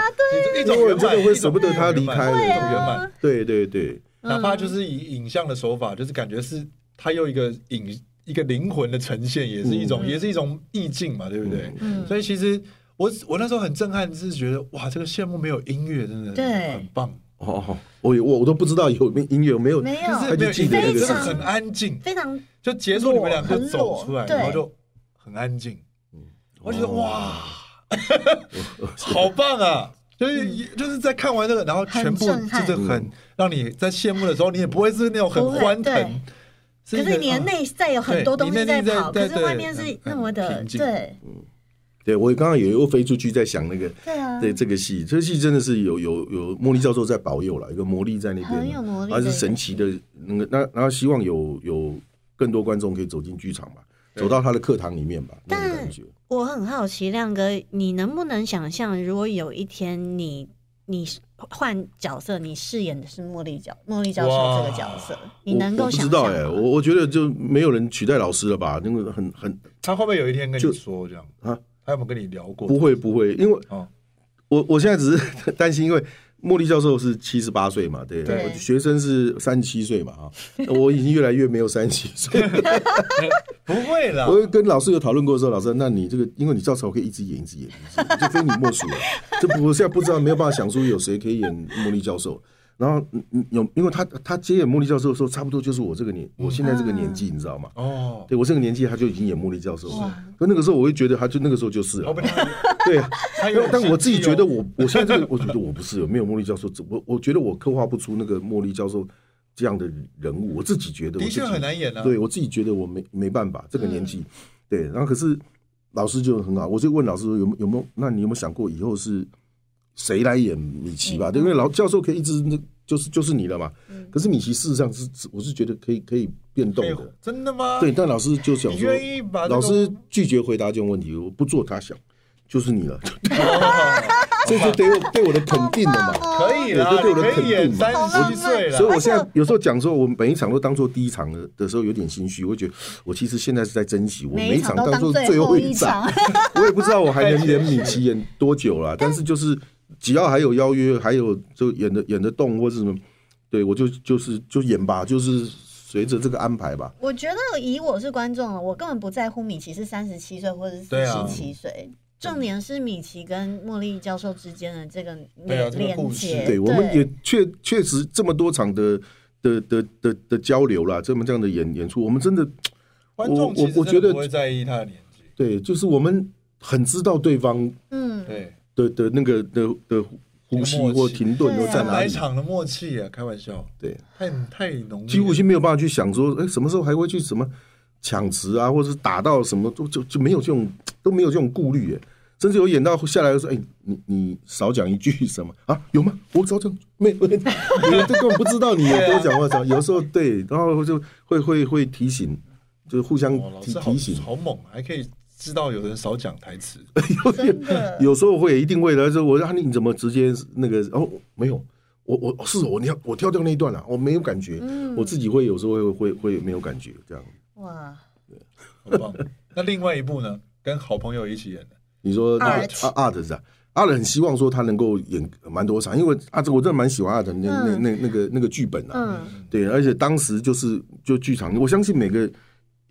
[SPEAKER 3] 一种圆
[SPEAKER 6] 真
[SPEAKER 3] 满，
[SPEAKER 6] 的会舍不得他
[SPEAKER 3] 一种
[SPEAKER 6] 离
[SPEAKER 3] 圆
[SPEAKER 6] 开
[SPEAKER 3] 满
[SPEAKER 6] 的
[SPEAKER 3] 一
[SPEAKER 6] 对
[SPEAKER 3] 种
[SPEAKER 6] 啊
[SPEAKER 3] 圆满。
[SPEAKER 6] 对对对
[SPEAKER 3] 哪怕就是以影像的手法，就是感觉是它又一个影一个灵魂的呈现，也是一种，也是一种意境嘛，对不对？所以其实我我那时候很震撼，是觉得哇，这个羡慕没有音乐真的
[SPEAKER 4] 对
[SPEAKER 3] 很棒，
[SPEAKER 6] 哦，我我我都不知道有没音乐有没有，
[SPEAKER 4] 没有
[SPEAKER 6] 他就记得
[SPEAKER 3] 没
[SPEAKER 6] 这
[SPEAKER 3] 有音乐
[SPEAKER 6] 个
[SPEAKER 3] 真
[SPEAKER 6] 事
[SPEAKER 3] 的
[SPEAKER 6] 情
[SPEAKER 3] 很安静，
[SPEAKER 4] 非常
[SPEAKER 3] 就结束你们两个走出来，
[SPEAKER 4] 裸很裸
[SPEAKER 3] 然后就很安静，我觉得哇，好棒啊！就是一就是在看完这个，然后全部
[SPEAKER 4] 很震撼
[SPEAKER 3] 就是很让你在羡慕的时候，你也不会是那种很
[SPEAKER 4] 不会
[SPEAKER 3] 欢
[SPEAKER 4] 对
[SPEAKER 3] 腾，
[SPEAKER 4] 可
[SPEAKER 3] 一个
[SPEAKER 4] 是你的
[SPEAKER 3] 啊
[SPEAKER 4] 内在有很多东西在
[SPEAKER 3] 对你内
[SPEAKER 4] 跑，
[SPEAKER 3] 在
[SPEAKER 4] 可
[SPEAKER 3] 在
[SPEAKER 4] 是外面是
[SPEAKER 3] 对
[SPEAKER 4] 那么
[SPEAKER 3] 很
[SPEAKER 4] 的
[SPEAKER 3] 平静
[SPEAKER 4] 对
[SPEAKER 6] 对我刚刚也又飞出去在想那个，
[SPEAKER 4] 对啊，
[SPEAKER 6] 对这个戏，这个戏真的是有有有茉莉教授在保佑了，有个魔力在那边，
[SPEAKER 4] 很有魔力
[SPEAKER 6] 而
[SPEAKER 4] 的
[SPEAKER 6] 是神奇的那个，那然后希望有有更多观众可以走进剧场吧，走到他的课堂里面吧，那种
[SPEAKER 4] 但
[SPEAKER 6] 感觉。
[SPEAKER 4] 我很好奇，亮哥，你能不能想象，如果有一天你你换角色，你饰演的是茉莉角茉莉教授这个角色，你
[SPEAKER 6] 我
[SPEAKER 4] 能够
[SPEAKER 6] 我不
[SPEAKER 4] 想
[SPEAKER 6] 知
[SPEAKER 4] 象
[SPEAKER 6] 道
[SPEAKER 4] 吗？
[SPEAKER 6] 哎、我我觉得就没有人取代老师了吧？那个很很
[SPEAKER 3] 他会不会有一天跟
[SPEAKER 6] 就
[SPEAKER 3] 你说这样
[SPEAKER 6] 啊？
[SPEAKER 3] 他有没有跟你聊过？
[SPEAKER 6] 不会不会，因为
[SPEAKER 3] 哦，
[SPEAKER 6] 我我现在只是担心，因为茉莉教授是七十八岁嘛，对，
[SPEAKER 4] 对
[SPEAKER 6] 我学生是三十七岁嘛啊，我已经越来越没有三十七岁了。
[SPEAKER 3] 不会啦，
[SPEAKER 6] 我跟老师有讨论过说，老师，那你这个，因为你教授可以一直演，一直演，一直演就非你莫属了。这不我现在不知道，没有办法想出有谁可以演茉莉教授。然后嗯嗯有，因为他他接演茉莉教授的时候，差不多就是我这个年，我现在这个年纪，你知道吗？
[SPEAKER 3] 哦，
[SPEAKER 6] 对我这个年纪，他就已经演茉莉教授了。所以那个时候，我会觉得他就那个时候就是了
[SPEAKER 3] 我。本来
[SPEAKER 6] 对啊，
[SPEAKER 3] 他有
[SPEAKER 6] 但我自己
[SPEAKER 3] 心机
[SPEAKER 6] 觉
[SPEAKER 3] 哦
[SPEAKER 6] 得我，我现在这个，我觉得我不是有没有茉莉教授，我我觉得我刻画不出那个茉莉教授这样的人物，我自己觉得我
[SPEAKER 3] 的
[SPEAKER 6] 自己
[SPEAKER 3] 确很难嗯演啊。
[SPEAKER 6] 对我自己觉得我没没办法，这个年纪，对。然后可是老师就很好，我就问老师说有没有没有，那你有没有想过以后是谁来演米奇
[SPEAKER 3] 嗯
[SPEAKER 6] 吧？对，因为老教授可以一直那就是就是你了嘛。可是米奇事实上是是我是觉得可以可以变动
[SPEAKER 3] 哎呦
[SPEAKER 6] 的，
[SPEAKER 3] 真的 吗？
[SPEAKER 6] 对。但老师就想
[SPEAKER 3] 你
[SPEAKER 6] 说
[SPEAKER 3] 愿意把这，个
[SPEAKER 6] 老师拒绝回答这种问题，我不做他想，就是你了，
[SPEAKER 3] 哦，
[SPEAKER 6] 这就对我对我的肯定了 嘛。
[SPEAKER 3] 可以啦，
[SPEAKER 6] 对对
[SPEAKER 3] 你
[SPEAKER 6] 我的
[SPEAKER 3] 可以演
[SPEAKER 6] 肯定
[SPEAKER 3] 三
[SPEAKER 6] 嘛
[SPEAKER 3] 十七岁
[SPEAKER 6] 所以
[SPEAKER 3] 了。
[SPEAKER 6] 我现在有时候讲说，我每一场都当做第一场的的时候，有点心虚。我觉得我其实现在是在珍惜，我
[SPEAKER 4] 每
[SPEAKER 6] 每
[SPEAKER 4] 一
[SPEAKER 6] 一
[SPEAKER 4] 场
[SPEAKER 6] 场当
[SPEAKER 4] 都当
[SPEAKER 6] 做
[SPEAKER 4] 最
[SPEAKER 6] 最
[SPEAKER 4] 后
[SPEAKER 6] 后
[SPEAKER 4] 一
[SPEAKER 6] 一
[SPEAKER 4] 场
[SPEAKER 6] 场。我也不知道我还能演米奇演多久了，但是就是只要还有邀约，还有就演的演得动或是什么，对我就就是就演吧，就是随着这个安排吧。
[SPEAKER 4] 我觉得以我是观众了，啊我根本不在乎米奇是三十七岁或者是
[SPEAKER 3] 对
[SPEAKER 4] 四
[SPEAKER 3] 啊
[SPEAKER 4] 十七岁。重点是米奇跟茉莉教授之间的这个
[SPEAKER 3] 对啊
[SPEAKER 4] 连
[SPEAKER 3] 这个
[SPEAKER 4] 连
[SPEAKER 3] 故事
[SPEAKER 4] 接，
[SPEAKER 6] 对，我们也确确实这么多场的的的的的交流啦，这么这样的演演出，我们真的
[SPEAKER 3] 观众其
[SPEAKER 6] 我我觉
[SPEAKER 3] 实真
[SPEAKER 6] 得
[SPEAKER 3] 的不会在意他的年纪，
[SPEAKER 6] 对，就是我们很知道对方
[SPEAKER 4] 嗯，
[SPEAKER 3] 对，
[SPEAKER 6] 的的那个的的呼吸
[SPEAKER 3] 那
[SPEAKER 6] 或
[SPEAKER 3] 个默契
[SPEAKER 6] 停顿
[SPEAKER 4] 对
[SPEAKER 6] 都
[SPEAKER 4] 啊
[SPEAKER 6] 在哪
[SPEAKER 3] 来
[SPEAKER 6] 里？
[SPEAKER 3] 场的默契啊，开玩笑，
[SPEAKER 6] 对，
[SPEAKER 3] 太太浓烈了，
[SPEAKER 6] 几乎是没有办法去想说，哎，什么时候还会去什么抢词啊，或者是打到什么，都就就没有这种都没有这种顾虑哎。甚至有演到下来说，哎，你你少讲一句什么啊？有吗？我少讲没有，我我这根本不知道你有多
[SPEAKER 3] 啊
[SPEAKER 6] 讲话讲。有时候对，然后就会会会提醒，就是互相
[SPEAKER 3] 哦哇，老
[SPEAKER 6] 提
[SPEAKER 3] 师好
[SPEAKER 6] 提醒。
[SPEAKER 3] 好猛，还可以知道有人少讲台 词，
[SPEAKER 4] 真的。
[SPEAKER 6] 有时候会一定会的，就我让你怎么直接那个，哦，没有，我我是我跳我跳掉那一段了、我没有感觉，
[SPEAKER 3] 嗯
[SPEAKER 6] 我自己会有时候会会会没有感觉这样。
[SPEAKER 4] 哇，
[SPEAKER 3] 很棒。那另外一部呢，跟好朋友一起演的，
[SPEAKER 6] 你说那啊个
[SPEAKER 4] Art
[SPEAKER 6] 阿 art 是吧？阿冷很希望说他能够演蛮多场，因为阿这我真的蛮喜欢阿的那、那那那个那个剧本啊，
[SPEAKER 4] 嗯
[SPEAKER 6] 对，而且当时就是就剧场，我相信每个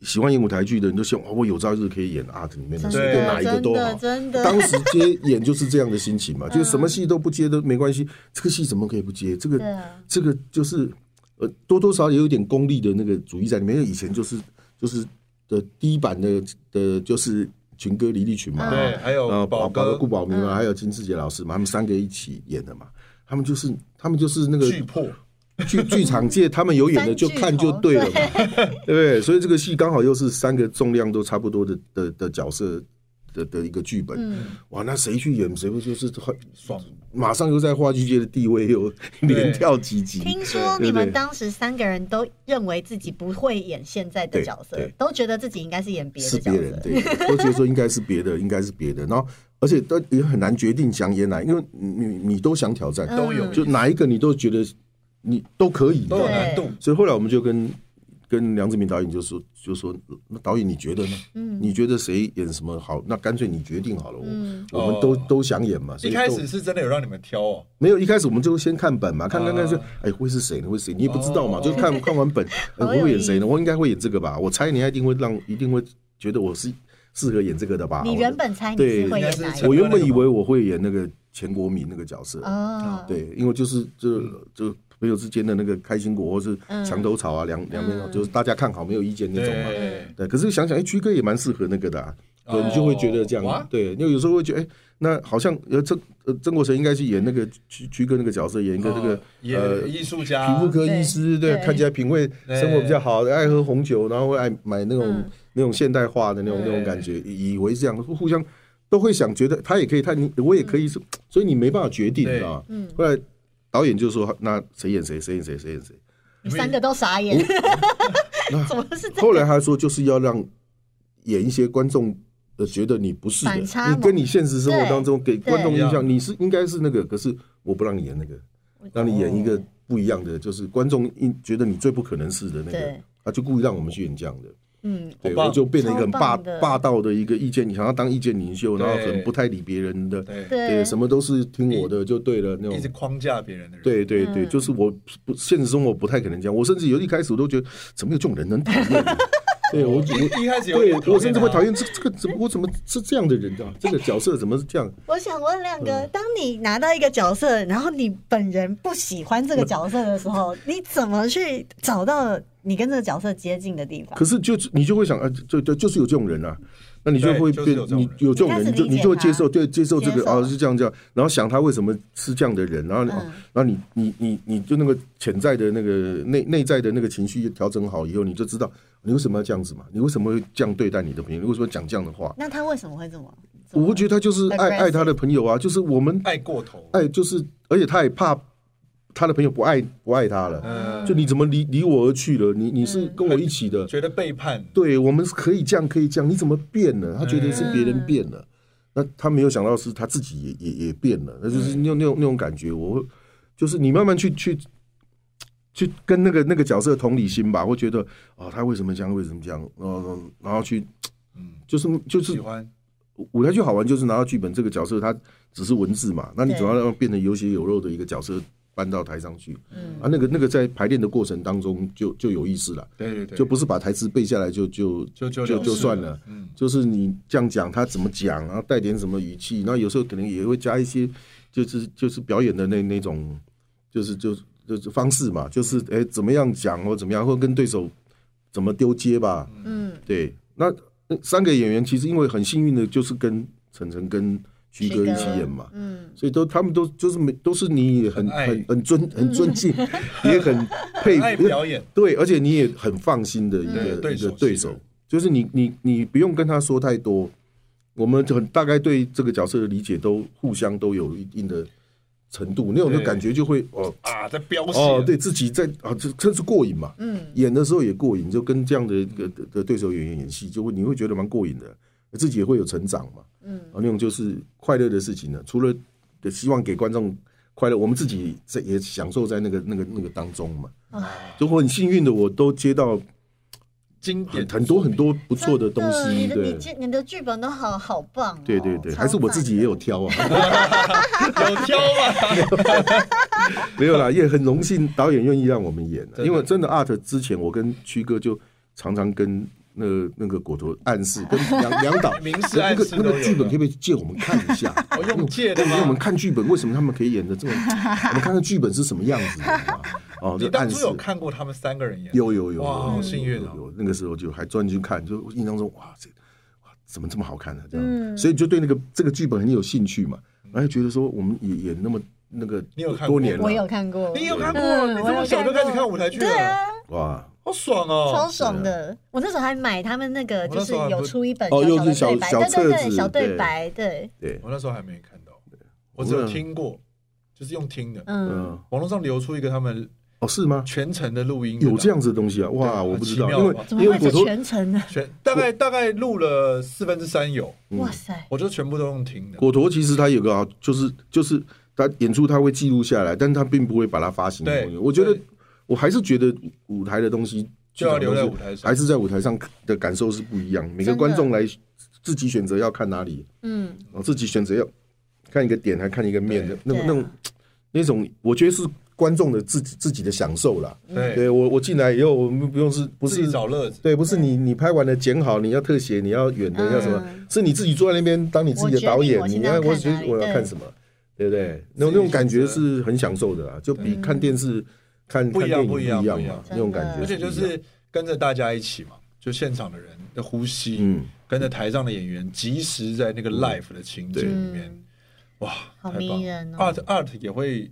[SPEAKER 6] 喜欢演舞台剧的人都希望、哦、我有朝一日可以演阿的里面的，
[SPEAKER 4] 真
[SPEAKER 6] 随便哪
[SPEAKER 4] 的
[SPEAKER 6] 一个
[SPEAKER 4] 真
[SPEAKER 6] 都
[SPEAKER 4] 的
[SPEAKER 6] 好。
[SPEAKER 4] 真的
[SPEAKER 6] 当时接演就是这样的心 情嘛，就是什么戏都不接都没关系，这个戏怎么可以不接？这个
[SPEAKER 4] 嗯对啊
[SPEAKER 6] 这个就是呃多多少少也有一点功利的那个主义在里面，因为以前就是就是的第一版的的就是群歌离离群嘛，
[SPEAKER 4] 嗯
[SPEAKER 3] 对，还有
[SPEAKER 6] 呃
[SPEAKER 3] 宝
[SPEAKER 6] 宝哥
[SPEAKER 3] 哥
[SPEAKER 6] 顾宝明啊，还有金志杰老师嘛，他们三个一起演的嘛，他们就是他们就是那个
[SPEAKER 3] 巨破，
[SPEAKER 6] 剧剧场界他们有演的就看就对了嘛，对不对？所以这个戏刚好又是三个重量都差不多的的的角色的的一个剧本，
[SPEAKER 4] 嗯
[SPEAKER 6] 哇，那谁去演谁不就是很
[SPEAKER 3] 爽，
[SPEAKER 6] 马上又在话剧界的地位又连跳几级？
[SPEAKER 4] 听说你们当时三个人都认为自己不会演现在的角色
[SPEAKER 6] 对对，
[SPEAKER 4] 都觉得自己应该是演别
[SPEAKER 6] 是
[SPEAKER 4] 的角
[SPEAKER 6] 别人
[SPEAKER 4] 色。
[SPEAKER 6] 对，都觉得说应该是别的，应该是别的，然后而且都也很难决定想演哪，因为你你你都想挑战，
[SPEAKER 3] 都有
[SPEAKER 6] 就哪一个你都觉得你都可以，
[SPEAKER 3] 都有
[SPEAKER 4] 嗯对
[SPEAKER 3] 难度，
[SPEAKER 6] 所以后来我们就跟跟梁志明导演就说就说，那导演你觉得呢？
[SPEAKER 4] 嗯
[SPEAKER 6] 你觉得谁演什么好？那干脆你决定好了，我、
[SPEAKER 4] 嗯
[SPEAKER 6] 我们都、
[SPEAKER 3] 哦
[SPEAKER 6] 都想演嘛。所
[SPEAKER 3] 一
[SPEAKER 6] 以
[SPEAKER 3] 开
[SPEAKER 6] 都
[SPEAKER 3] 始是真的有让你们挑哦，
[SPEAKER 6] 没有，一开始我们就先看本嘛，看看看是
[SPEAKER 3] 啊，
[SPEAKER 6] 哎，会是谁呢？会是谁？你也不知道嘛，
[SPEAKER 3] 哦
[SPEAKER 6] 就看看完 本，哎
[SPEAKER 4] 好
[SPEAKER 6] 我
[SPEAKER 4] 有
[SPEAKER 6] 会演谁
[SPEAKER 4] 意
[SPEAKER 6] 呢？我应该会演这个吧？我猜你一定会让，一定会觉得我是适合演这个的吧？
[SPEAKER 4] 你
[SPEAKER 6] 我
[SPEAKER 4] 原本猜你
[SPEAKER 6] 对
[SPEAKER 4] 是会演哪一
[SPEAKER 3] 应该是
[SPEAKER 6] 我
[SPEAKER 4] 个？
[SPEAKER 6] 原本以为我会演那个钱国民那个角色，
[SPEAKER 4] 哦，
[SPEAKER 6] 对，因为就是这
[SPEAKER 3] 嗯
[SPEAKER 6] 这朋友之间的那个开心果或是
[SPEAKER 4] 嗯
[SPEAKER 6] 墙头草啊，两两边啊
[SPEAKER 4] 嗯
[SPEAKER 6] 就是大家看好没有意见那种嘛。
[SPEAKER 3] 对，
[SPEAKER 6] 对，可是想想，哎，曲哥也蛮适合那个的、啊，对，
[SPEAKER 3] 哦
[SPEAKER 6] 你就会觉得这
[SPEAKER 3] 哇
[SPEAKER 6] 样，啊对，因为有时候会觉得，哎，那好像呃，曾呃曾国成应该去演那个曲曲哥那个角色，演一个这个、
[SPEAKER 3] 哦也
[SPEAKER 6] 呃
[SPEAKER 3] 艺术家
[SPEAKER 6] 皮肤科
[SPEAKER 4] 对
[SPEAKER 6] 医师，对，
[SPEAKER 4] 对
[SPEAKER 6] 看起来品味
[SPEAKER 3] 啊对
[SPEAKER 6] 生活比较好，爱喝红酒，然后会爱买那种、
[SPEAKER 4] 嗯
[SPEAKER 6] 那种现代化的那种那
[SPEAKER 3] 对
[SPEAKER 6] 种感觉，以以为这样互相都会想觉得他也可以，他你我也可以，所以你没办法决定
[SPEAKER 3] 对
[SPEAKER 6] 啊。
[SPEAKER 4] 嗯
[SPEAKER 6] 后来导演就说，那谁演谁，谁演谁，谁演谁。
[SPEAKER 4] 你三个都傻
[SPEAKER 6] 哦
[SPEAKER 4] 眼，怎么是这样？
[SPEAKER 6] 后来他说，就是要让演一些观众。呃，觉得你不是的，
[SPEAKER 4] 反差萌
[SPEAKER 6] 你跟你现实生活当中给
[SPEAKER 4] 对
[SPEAKER 6] 观众印
[SPEAKER 3] 对
[SPEAKER 6] 象，你是应该是那个，可是我不让你演那个，让你演一
[SPEAKER 4] 哦
[SPEAKER 6] 个不一样的，就是观众印觉得你最不可能是的那个
[SPEAKER 4] 对，
[SPEAKER 6] 他就故意让我们去演这样的，
[SPEAKER 4] 嗯，
[SPEAKER 6] 对，
[SPEAKER 3] 好棒
[SPEAKER 6] 我就变成一个很霸
[SPEAKER 4] 超棒的
[SPEAKER 6] 霸道的一个意见，你想要当意见领袖，
[SPEAKER 3] 对
[SPEAKER 6] 然后很不太理别人的，
[SPEAKER 3] 对，
[SPEAKER 4] 对
[SPEAKER 6] 对，，什么都是听我的就对了那
[SPEAKER 3] 一直
[SPEAKER 6] 种。
[SPEAKER 3] 框架别人的人，
[SPEAKER 6] 对对对，
[SPEAKER 4] 嗯
[SPEAKER 6] 就是我不现实生活不太可能这样，我甚至有一开始我都觉得怎么有这种人能讨 厌啊？对 我我
[SPEAKER 3] 一开始有
[SPEAKER 6] 对
[SPEAKER 3] 点
[SPEAKER 6] 我甚至会
[SPEAKER 3] 他
[SPEAKER 6] 讨厌这这个怎么我怎么是这样的人啊？这个角色怎么是这样？
[SPEAKER 4] 我想问亮
[SPEAKER 6] 嗯
[SPEAKER 4] 哥，当你拿到一个角色，然后你本人不喜欢这个角色的时
[SPEAKER 6] 嗯
[SPEAKER 4] 候，你怎么去找到你跟这个角色接近的地方
[SPEAKER 6] 可？是就是你就会想啊，对对，就是有这种人啊，那你就
[SPEAKER 3] 对
[SPEAKER 6] 会
[SPEAKER 3] 就是
[SPEAKER 6] 变
[SPEAKER 3] 有这，种
[SPEAKER 6] 你
[SPEAKER 3] 人
[SPEAKER 6] 有这种
[SPEAKER 4] 你开始
[SPEAKER 6] 人，你就
[SPEAKER 4] 理解
[SPEAKER 6] 你就会
[SPEAKER 4] 他
[SPEAKER 6] 接受，对，接受这
[SPEAKER 4] 接
[SPEAKER 6] 个
[SPEAKER 4] 受
[SPEAKER 6] 啊是这样这样，然后想他为什么是这样的人，然后你哦
[SPEAKER 4] 嗯
[SPEAKER 6] 然后你你你你就那个潜在的那个内内在的那个情绪调整好以后，你就知道你为什么要这样子嘛，你为什么会这样对待你的朋友，你为什么讲这样的话？
[SPEAKER 4] 那他为什么会这么？
[SPEAKER 6] 我会觉得他就是爱
[SPEAKER 4] 嗯 Aggressive
[SPEAKER 6] 爱他的朋友啊，就是我们
[SPEAKER 3] 爱过头，
[SPEAKER 6] 爱就是，而且他也怕他的朋友不爱不爱他了，
[SPEAKER 3] 嗯，
[SPEAKER 6] 就你怎么离离我而去了？你你是
[SPEAKER 4] 嗯
[SPEAKER 6] 跟我一起的，
[SPEAKER 3] 觉得背叛，
[SPEAKER 6] 对我们是可以这样，可以这样，你怎么变了？他觉得是别人变了，那他没有想到是他自己也也也变了，那就是那种那种那种感觉。我会就是你慢慢去去去跟那个那个角色同理心吧，会觉得啊、他为什么这样，为什么这样，然后然后去
[SPEAKER 3] 嗯，
[SPEAKER 6] 就是就是
[SPEAKER 3] 喜欢，
[SPEAKER 6] 舞台剧好玩，就是拿到剧本这个角色，他只是文字嘛，那你
[SPEAKER 4] 对
[SPEAKER 6] 总要让变成有血有肉的一个角色搬到台上去
[SPEAKER 4] 嗯
[SPEAKER 6] 啊。那个那个在排练的过程当中就就有意思了。
[SPEAKER 3] 对对对，
[SPEAKER 6] 就不是把台词背下来就就
[SPEAKER 3] 就就
[SPEAKER 6] 就
[SPEAKER 3] 了
[SPEAKER 6] 就
[SPEAKER 3] 事
[SPEAKER 6] 算了，
[SPEAKER 3] 嗯，
[SPEAKER 6] 就是你这样讲，他怎么讲，然后带点什么语气，然后有时候可能也会加一些，就是就是表演的那那种，就是就就是方式嘛，就是哎、怎么样讲或怎么样，或跟对手怎么丢接吧，
[SPEAKER 4] 嗯，
[SPEAKER 6] 对。那那三个演员其实因为很幸运的，就是跟晨晨跟曲哥一起演嘛，
[SPEAKER 4] 嗯，
[SPEAKER 6] 所以都他们都就是没都是你很
[SPEAKER 3] 很爱
[SPEAKER 6] 很很尊很尊 敬，也很佩
[SPEAKER 3] 爱
[SPEAKER 6] 服，
[SPEAKER 3] 表演，
[SPEAKER 6] 对，而且你也很放心的一个、
[SPEAKER 3] 嗯对
[SPEAKER 6] 一个
[SPEAKER 3] 对
[SPEAKER 6] 对
[SPEAKER 3] 手
[SPEAKER 6] 手，就是你你你不用跟他说太多，我们很大概对这个角色的理解都互相都有一定的程度，那种的
[SPEAKER 3] 对
[SPEAKER 6] 感觉就会哦
[SPEAKER 3] 啊，在飙戏
[SPEAKER 6] 哦
[SPEAKER 3] 了，
[SPEAKER 6] 对自己在啊这真是过瘾嘛，
[SPEAKER 4] 嗯，
[SPEAKER 6] 演的时候也过瘾，就跟这样的一个的的对手演员演戏，就会你会觉得蛮过瘾的，自己也会有成长嘛，
[SPEAKER 4] 嗯
[SPEAKER 6] 啊，那种就是快乐的事情呢，除了希望给观众快乐，我们自己在也享受在那个那个那个当中嘛。
[SPEAKER 4] 啊
[SPEAKER 6] 就我很幸运的，我都接到
[SPEAKER 3] 经典
[SPEAKER 6] 很很多很多不错的东
[SPEAKER 4] 真
[SPEAKER 6] 西，
[SPEAKER 4] 你的你
[SPEAKER 6] 对
[SPEAKER 4] 剧你的剧本都好好棒、哦，
[SPEAKER 6] 对对对，
[SPEAKER 4] 超
[SPEAKER 6] 还是我自己也有
[SPEAKER 4] 赞的。
[SPEAKER 6] 挑啊，
[SPEAKER 3] 有挑啊嘛，
[SPEAKER 6] 没有啦，也很荣幸导演愿意让我们演啊，
[SPEAKER 3] 真的
[SPEAKER 6] 因为真的 art 之前我跟曲哥就常常跟那个那个果陀暗示，跟梁梁导
[SPEAKER 3] 明示
[SPEAKER 6] 那
[SPEAKER 3] 暗
[SPEAKER 6] 个
[SPEAKER 3] 示
[SPEAKER 6] 那
[SPEAKER 3] 都
[SPEAKER 6] 个
[SPEAKER 3] 有
[SPEAKER 6] 剧本可不可以借我们看一下？
[SPEAKER 3] 我用借的
[SPEAKER 6] 因为我们
[SPEAKER 3] 吗？
[SPEAKER 6] 看剧本，为什么他们可以演的这么？我们看看剧本是什么样子的嘛哦，
[SPEAKER 3] 你
[SPEAKER 6] 就
[SPEAKER 3] 当
[SPEAKER 6] 暗
[SPEAKER 3] 初
[SPEAKER 6] 示。
[SPEAKER 3] 有看过他们三个人演？
[SPEAKER 6] 有有有，
[SPEAKER 3] 哇
[SPEAKER 6] 有
[SPEAKER 3] 好
[SPEAKER 6] 有
[SPEAKER 3] 幸运哦
[SPEAKER 6] 有有那个时候就还专门去看，就印象中哇，这哇怎么这么好看呢、这样，所以就对那个这个剧本很有兴趣嘛，然后觉得说我们也演那么那个
[SPEAKER 3] 你有看过
[SPEAKER 6] 多年
[SPEAKER 3] 吗
[SPEAKER 4] 我
[SPEAKER 6] 了，
[SPEAKER 4] 有看过，
[SPEAKER 3] 你有看过？
[SPEAKER 4] 嗯
[SPEAKER 3] 你这
[SPEAKER 4] 我
[SPEAKER 3] 么
[SPEAKER 4] 有
[SPEAKER 3] 小就
[SPEAKER 4] 看
[SPEAKER 3] 开始
[SPEAKER 4] 过
[SPEAKER 3] 看舞台剧
[SPEAKER 4] 对
[SPEAKER 3] 了
[SPEAKER 4] 啊，
[SPEAKER 6] 哇，
[SPEAKER 3] 好爽哦！
[SPEAKER 4] 超爽的。我那时候还买他们那个，
[SPEAKER 3] 我
[SPEAKER 4] 就
[SPEAKER 3] 那时
[SPEAKER 4] 是
[SPEAKER 3] 候还不
[SPEAKER 4] 有出一本
[SPEAKER 6] 啊哦
[SPEAKER 4] 小
[SPEAKER 6] 就是
[SPEAKER 4] 小的对白，
[SPEAKER 6] 小小
[SPEAKER 4] 对对
[SPEAKER 6] 册
[SPEAKER 4] 对，
[SPEAKER 6] 子
[SPEAKER 4] 小对
[SPEAKER 6] 对
[SPEAKER 4] 白，对，
[SPEAKER 6] 对，
[SPEAKER 3] 我那时候还没看到，我只有听过，就是用听的。
[SPEAKER 4] 嗯，
[SPEAKER 6] 嗯，
[SPEAKER 3] 网络上流出一个他们
[SPEAKER 6] 哦是吗？
[SPEAKER 3] 全程的录音，
[SPEAKER 6] 有这样子的东西啊，
[SPEAKER 3] 对
[SPEAKER 6] 哇，
[SPEAKER 3] 很
[SPEAKER 6] 我不知
[SPEAKER 3] 奇
[SPEAKER 6] 道，
[SPEAKER 3] 妙
[SPEAKER 6] 因为
[SPEAKER 3] 吧
[SPEAKER 4] 怎么
[SPEAKER 6] 因为
[SPEAKER 4] 会
[SPEAKER 6] 果
[SPEAKER 4] 是
[SPEAKER 6] 陀
[SPEAKER 4] 全程呢？
[SPEAKER 3] 全大概大概录了四分之三有，
[SPEAKER 6] 嗯
[SPEAKER 4] 哇塞，
[SPEAKER 3] 我就全部都用听的。
[SPEAKER 6] 果陀其实他有个好，就是就是他演出他会记录下来，但是他并不会把它发行。
[SPEAKER 3] 对
[SPEAKER 6] 我觉得
[SPEAKER 3] 对
[SPEAKER 6] 我还是觉得舞台的东西
[SPEAKER 3] 就要留在舞台上
[SPEAKER 6] 还是在舞台上的感受是不一样。每个
[SPEAKER 4] 真的
[SPEAKER 6] 观众来自己选择要看哪里，
[SPEAKER 4] 嗯，
[SPEAKER 6] 哦自己选择要看一个点还看一个面的
[SPEAKER 3] 对，
[SPEAKER 6] 那种
[SPEAKER 4] 对啊
[SPEAKER 6] 那种那种，我觉得是观众的自己自己的享受啦。
[SPEAKER 3] 对，
[SPEAKER 6] 对我我进来以后，我们不用是不
[SPEAKER 3] 自己
[SPEAKER 6] 是
[SPEAKER 3] 找乐子，
[SPEAKER 6] 对，不是你你拍完了剪好，你要特写，你要远的，
[SPEAKER 4] 嗯
[SPEAKER 6] 要什么？是你自己坐在那边当你自己的导演
[SPEAKER 4] 我，决
[SPEAKER 6] 你
[SPEAKER 4] 定
[SPEAKER 6] 要
[SPEAKER 4] 我
[SPEAKER 6] 我
[SPEAKER 4] 现在要看哪里
[SPEAKER 6] 我要看
[SPEAKER 4] 对
[SPEAKER 6] 什么，对不对？那种
[SPEAKER 3] 自
[SPEAKER 6] 那种
[SPEAKER 3] 己
[SPEAKER 6] 感觉
[SPEAKER 3] 选择
[SPEAKER 6] 是很享受的啦，啊就比
[SPEAKER 4] 嗯
[SPEAKER 6] 看电视、看
[SPEAKER 3] 不
[SPEAKER 6] 看
[SPEAKER 3] 一样
[SPEAKER 6] 电影不
[SPEAKER 3] 不一样不一
[SPEAKER 6] 嘛
[SPEAKER 3] 样，
[SPEAKER 6] 那种
[SPEAKER 4] 真的
[SPEAKER 6] 感觉不一样，
[SPEAKER 3] 而且就是跟着大家一起嘛，就现场的人的呼吸，
[SPEAKER 6] 嗯，
[SPEAKER 3] 跟着台上的演员，及时在那个 live 的情节里面
[SPEAKER 4] 嗯，
[SPEAKER 3] 哇，
[SPEAKER 4] 好
[SPEAKER 3] 太棒
[SPEAKER 4] 迷人哦
[SPEAKER 3] art art 也会，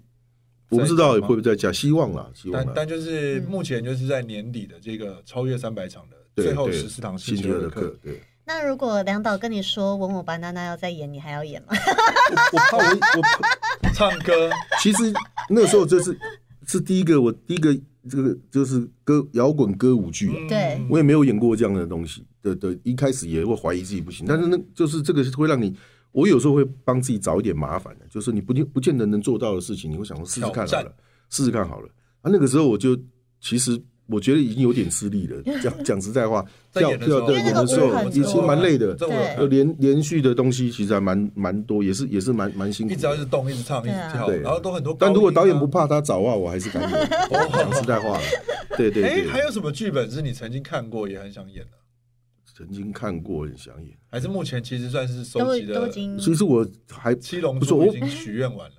[SPEAKER 6] 我不知道
[SPEAKER 3] 在
[SPEAKER 6] 会
[SPEAKER 3] 讲吗
[SPEAKER 6] 不会再加，希望啦，希望
[SPEAKER 3] 但
[SPEAKER 6] 啦。
[SPEAKER 3] 但就是
[SPEAKER 4] 嗯
[SPEAKER 3] 目前就是在年底的这个超越三百场的
[SPEAKER 6] 对
[SPEAKER 3] 最后
[SPEAKER 6] 对
[SPEAKER 3] 十四堂
[SPEAKER 6] 星期
[SPEAKER 3] 星期
[SPEAKER 6] 二
[SPEAKER 3] 二
[SPEAKER 6] 的
[SPEAKER 3] 的
[SPEAKER 6] 课
[SPEAKER 3] 课，，
[SPEAKER 6] 对，
[SPEAKER 4] 那如果梁导跟你说《吻我吧，娜娜》要再演，你还要演吗？
[SPEAKER 6] 我怕我我
[SPEAKER 3] 唱 歌，
[SPEAKER 6] 其实那时候就是是第一个我第一个这个就是歌摇滚歌舞剧啊，
[SPEAKER 3] 嗯
[SPEAKER 4] 对
[SPEAKER 6] 我也没有演过这样的东西的的，一开始也会怀疑自己不行，但是那就是这个是会让你，我有时候会帮自己找一点麻烦的，就是你不见不见得能做到的事情，你会想说试试看好
[SPEAKER 3] 挑
[SPEAKER 6] 了
[SPEAKER 3] 战，
[SPEAKER 6] 试试看好了。啊，那个时候我就其实我觉得已经有点吃力了，讲讲实在话，
[SPEAKER 3] 在
[SPEAKER 6] 跳
[SPEAKER 3] 演的时
[SPEAKER 6] 跳
[SPEAKER 3] 候
[SPEAKER 6] 对
[SPEAKER 4] 因为
[SPEAKER 6] 演
[SPEAKER 4] 那
[SPEAKER 6] 的
[SPEAKER 4] 个
[SPEAKER 6] 时
[SPEAKER 4] 舞
[SPEAKER 6] 候
[SPEAKER 4] 很
[SPEAKER 6] 也其实
[SPEAKER 4] 多
[SPEAKER 6] 蛮累的，
[SPEAKER 3] 这我
[SPEAKER 4] 对
[SPEAKER 6] 呃
[SPEAKER 3] 有看
[SPEAKER 6] 连连续的东西其实还蛮蛮多，也是也是蛮蛮辛苦
[SPEAKER 3] 一
[SPEAKER 6] 的。
[SPEAKER 3] 直要一直动，一直唱，一
[SPEAKER 4] 对啊
[SPEAKER 3] 直跳，
[SPEAKER 6] 对
[SPEAKER 3] 然后都很多高音啊。
[SPEAKER 6] 但如果导演不怕他找话，啊我还是 敢演。讲实在话了，对对
[SPEAKER 3] 哎，
[SPEAKER 6] 对，
[SPEAKER 3] 还有什么剧本是你曾经看过也很想演的？
[SPEAKER 6] 曾经看过，很想演。
[SPEAKER 3] 还是目前其实算是收
[SPEAKER 4] 都
[SPEAKER 3] 集
[SPEAKER 4] 都
[SPEAKER 3] 的
[SPEAKER 4] 已经
[SPEAKER 6] 其实我 还
[SPEAKER 3] 七龙
[SPEAKER 6] 不是
[SPEAKER 3] 珠
[SPEAKER 6] 我
[SPEAKER 3] 已经许愿完了，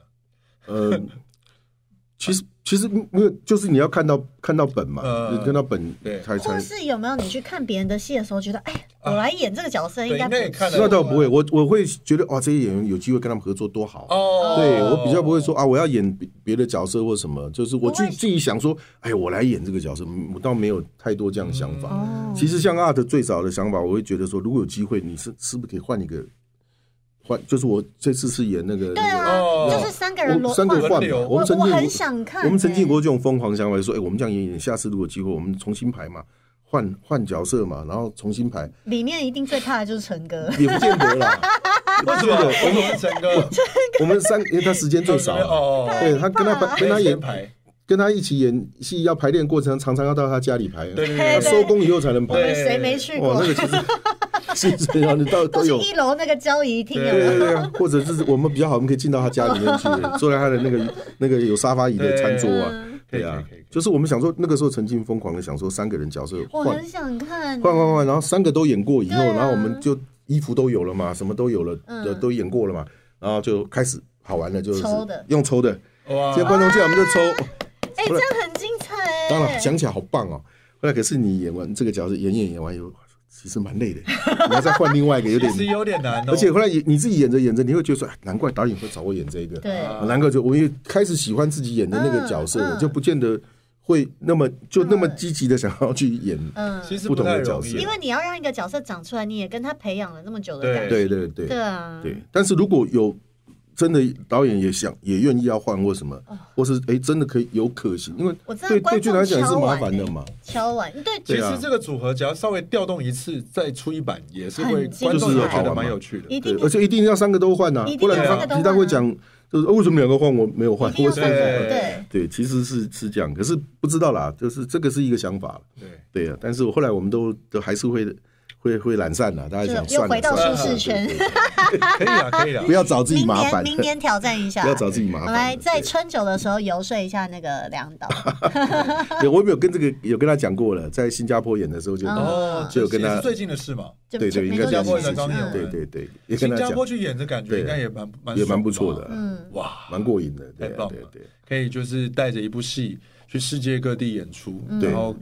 [SPEAKER 6] 呃，其实其实没有，就是你要看到看到本嘛，
[SPEAKER 3] 呃
[SPEAKER 6] 你看到本
[SPEAKER 3] 对
[SPEAKER 6] 才才
[SPEAKER 4] 或。是有没有你去看别人的戏的时候，觉得哎，我来演这个角色
[SPEAKER 3] 啊对
[SPEAKER 4] 应该
[SPEAKER 3] 应该也看了
[SPEAKER 6] 那倒不会，
[SPEAKER 4] 我
[SPEAKER 6] 我我会觉得哇，这些演员有机会跟他们合作多好。
[SPEAKER 3] 哦
[SPEAKER 6] 对我比较不会说啊，我要演别别的角色或什么，就是我
[SPEAKER 4] 不
[SPEAKER 6] 去
[SPEAKER 4] 会
[SPEAKER 6] 自己想说，哎，我来演这个角色，嗯我倒没有太多这样的想法。
[SPEAKER 4] 哦
[SPEAKER 6] 其实像 Art 最早的想法，我会觉得说，如果有机会，你是是不是可以换一个换？就是我这次是演那个，
[SPEAKER 4] 对啊，
[SPEAKER 3] 哦
[SPEAKER 4] 就是三个人
[SPEAKER 6] 我
[SPEAKER 4] 轮
[SPEAKER 6] 三个人
[SPEAKER 3] 轮
[SPEAKER 6] 换嘛
[SPEAKER 3] 流，
[SPEAKER 6] 我
[SPEAKER 4] 我
[SPEAKER 6] 们曾
[SPEAKER 4] 我
[SPEAKER 6] 经
[SPEAKER 4] 很想看，
[SPEAKER 6] 我们曾经有
[SPEAKER 4] 哎
[SPEAKER 6] 过这种疯狂想法，说，哎、我们这样演演，下次如果有机会，我们重新排嘛，换换角色嘛，然后重新排，
[SPEAKER 4] 里面一定最怕的就是陈哥，
[SPEAKER 6] 也不见得啦。
[SPEAKER 3] 为什么？哦我们整个
[SPEAKER 6] 我们三，因为他时间最少、啊，
[SPEAKER 3] 哦，
[SPEAKER 6] 对他跟他排跟他
[SPEAKER 3] 编
[SPEAKER 6] 演
[SPEAKER 3] 排，
[SPEAKER 6] 跟他一起演戏，要排练过程常常要到他家里排，
[SPEAKER 3] 对对
[SPEAKER 4] 对
[SPEAKER 6] 他
[SPEAKER 3] 对
[SPEAKER 6] 收工以后才能排。
[SPEAKER 3] 对
[SPEAKER 4] 谁没去
[SPEAKER 6] 哇，
[SPEAKER 4] 过
[SPEAKER 6] 那？个其实是这样，你到
[SPEAKER 4] 都
[SPEAKER 6] 都
[SPEAKER 4] 是
[SPEAKER 6] 有。
[SPEAKER 4] 一楼那个交易厅
[SPEAKER 6] 对对
[SPEAKER 4] 啊，
[SPEAKER 6] 对啊，或者是我们比较好，我们可以进到他家里面去，坐在他的那个那个有沙发椅的餐桌啊，
[SPEAKER 3] 对
[SPEAKER 6] 对啊
[SPEAKER 3] 可以可以可以可以，
[SPEAKER 6] 就是我们想说那个时候曾经疯狂的想说三个人角色
[SPEAKER 4] 我
[SPEAKER 6] 换
[SPEAKER 4] 很想看，
[SPEAKER 6] 换换换，然后三个都演过以后，
[SPEAKER 4] 对啊
[SPEAKER 6] 然后我们就衣服都有了嘛，什么都有了，
[SPEAKER 4] 嗯
[SPEAKER 6] 都都演过了嘛，然后就开始好玩了，就是
[SPEAKER 4] 抽的
[SPEAKER 6] 用抽的，
[SPEAKER 3] 对哇
[SPEAKER 6] 今天观众进来我们就抽，哦
[SPEAKER 4] 哎，这样很精彩，
[SPEAKER 6] 当然想起来好棒哦。后来可是你演完这个角色，演演演完以后，其实蛮 累的，你要再换另外一个，有点
[SPEAKER 3] 其实有点难哦，
[SPEAKER 6] 而且后来演你自己演着演着，你会觉得说，哎难怪导演会找我演这个，
[SPEAKER 4] 对
[SPEAKER 6] 啊难怪就我也开始喜欢自己演的那个角色
[SPEAKER 4] 嗯
[SPEAKER 6] 了，就不见得会那么就那么积极的想要去演。
[SPEAKER 4] 嗯，
[SPEAKER 3] 其实
[SPEAKER 6] 不
[SPEAKER 3] 不
[SPEAKER 6] 同
[SPEAKER 3] 太
[SPEAKER 6] 的角
[SPEAKER 3] 容
[SPEAKER 6] 色
[SPEAKER 3] 易，
[SPEAKER 4] 因为你要让一个角色长出来，你也跟他培养了那么久的
[SPEAKER 3] 对
[SPEAKER 4] 感情，
[SPEAKER 6] 对对对
[SPEAKER 4] 对啊，
[SPEAKER 6] 对，但是如果有真的导演也想也愿意要换或什么，或是哎真的可以有可行，因为
[SPEAKER 4] 哦我知道
[SPEAKER 6] 对对
[SPEAKER 4] 观
[SPEAKER 6] 剧
[SPEAKER 4] 众
[SPEAKER 6] 来讲是
[SPEAKER 4] 敲
[SPEAKER 6] 麻
[SPEAKER 4] 碗
[SPEAKER 6] 烦的嘛，
[SPEAKER 4] 敲完对，
[SPEAKER 3] 其
[SPEAKER 6] 对啊
[SPEAKER 3] 实这个组合只要稍微调动一次，再出一版也是会
[SPEAKER 4] 很精彩
[SPEAKER 3] 观众也
[SPEAKER 6] 就是好
[SPEAKER 3] 觉
[SPEAKER 6] 玩嘛
[SPEAKER 3] 得蛮有趣的。
[SPEAKER 4] 一
[SPEAKER 6] 对
[SPEAKER 4] 定，
[SPEAKER 6] 而且一定要三个都换呐
[SPEAKER 4] 一，定
[SPEAKER 6] 不然
[SPEAKER 4] 要
[SPEAKER 3] 三
[SPEAKER 6] 他
[SPEAKER 3] 个
[SPEAKER 4] 都
[SPEAKER 6] 他他
[SPEAKER 4] 换啊
[SPEAKER 6] 会讲就是哦为什么两个换我没有换，
[SPEAKER 4] 一定要
[SPEAKER 6] 为什
[SPEAKER 4] 三
[SPEAKER 6] 么
[SPEAKER 4] 个
[SPEAKER 6] 两个换
[SPEAKER 3] 对
[SPEAKER 4] 对，
[SPEAKER 6] 对，其实是是这样，可是不知道啦，就是这个是一个想法，
[SPEAKER 3] 对，
[SPEAKER 6] 对啊。但是我后来我们都都还是会会会懒散啦，大家想
[SPEAKER 4] 就又
[SPEAKER 6] 算了
[SPEAKER 4] 回到
[SPEAKER 6] 算了
[SPEAKER 3] 舒适
[SPEAKER 4] 圈
[SPEAKER 6] 对对对
[SPEAKER 3] 可以啊，可以啊
[SPEAKER 6] 不。要找自己
[SPEAKER 4] 明
[SPEAKER 6] 麻
[SPEAKER 4] 年
[SPEAKER 6] 烦，
[SPEAKER 4] 明年挑战一下
[SPEAKER 6] 不，要找自己麻
[SPEAKER 4] 我
[SPEAKER 6] 烦。
[SPEAKER 4] 来在
[SPEAKER 6] 对
[SPEAKER 4] 春酒的时候游说一下那个梁导，
[SPEAKER 6] 对我有没有跟这个有跟他讲过了，在新加坡演的时候就跟他
[SPEAKER 3] 哦，
[SPEAKER 6] 就跟他
[SPEAKER 3] 也是最近的事嘛。
[SPEAKER 4] 就
[SPEAKER 6] 对对，应
[SPEAKER 4] 没
[SPEAKER 6] 该
[SPEAKER 4] 多
[SPEAKER 6] 这样
[SPEAKER 4] 久
[SPEAKER 6] 子
[SPEAKER 3] 新加坡
[SPEAKER 4] 之
[SPEAKER 3] 才刚
[SPEAKER 4] 前
[SPEAKER 3] 演
[SPEAKER 6] 对
[SPEAKER 3] 完
[SPEAKER 6] 对对，也跟
[SPEAKER 3] 新
[SPEAKER 6] 他
[SPEAKER 3] 加
[SPEAKER 6] 讲
[SPEAKER 3] 坡去演的感觉
[SPEAKER 6] 对
[SPEAKER 3] 应该也蛮蛮
[SPEAKER 6] 也蛮不错的
[SPEAKER 3] 爽
[SPEAKER 6] 啊，
[SPEAKER 4] 嗯，
[SPEAKER 3] 吧。哇，
[SPEAKER 6] 蛮过瘾的，对
[SPEAKER 3] 太
[SPEAKER 6] 啊
[SPEAKER 3] 棒
[SPEAKER 6] 对
[SPEAKER 3] 了
[SPEAKER 6] 对。
[SPEAKER 3] 可以就是带着一部戏去世界各地演出，
[SPEAKER 6] 嗯对
[SPEAKER 3] 然后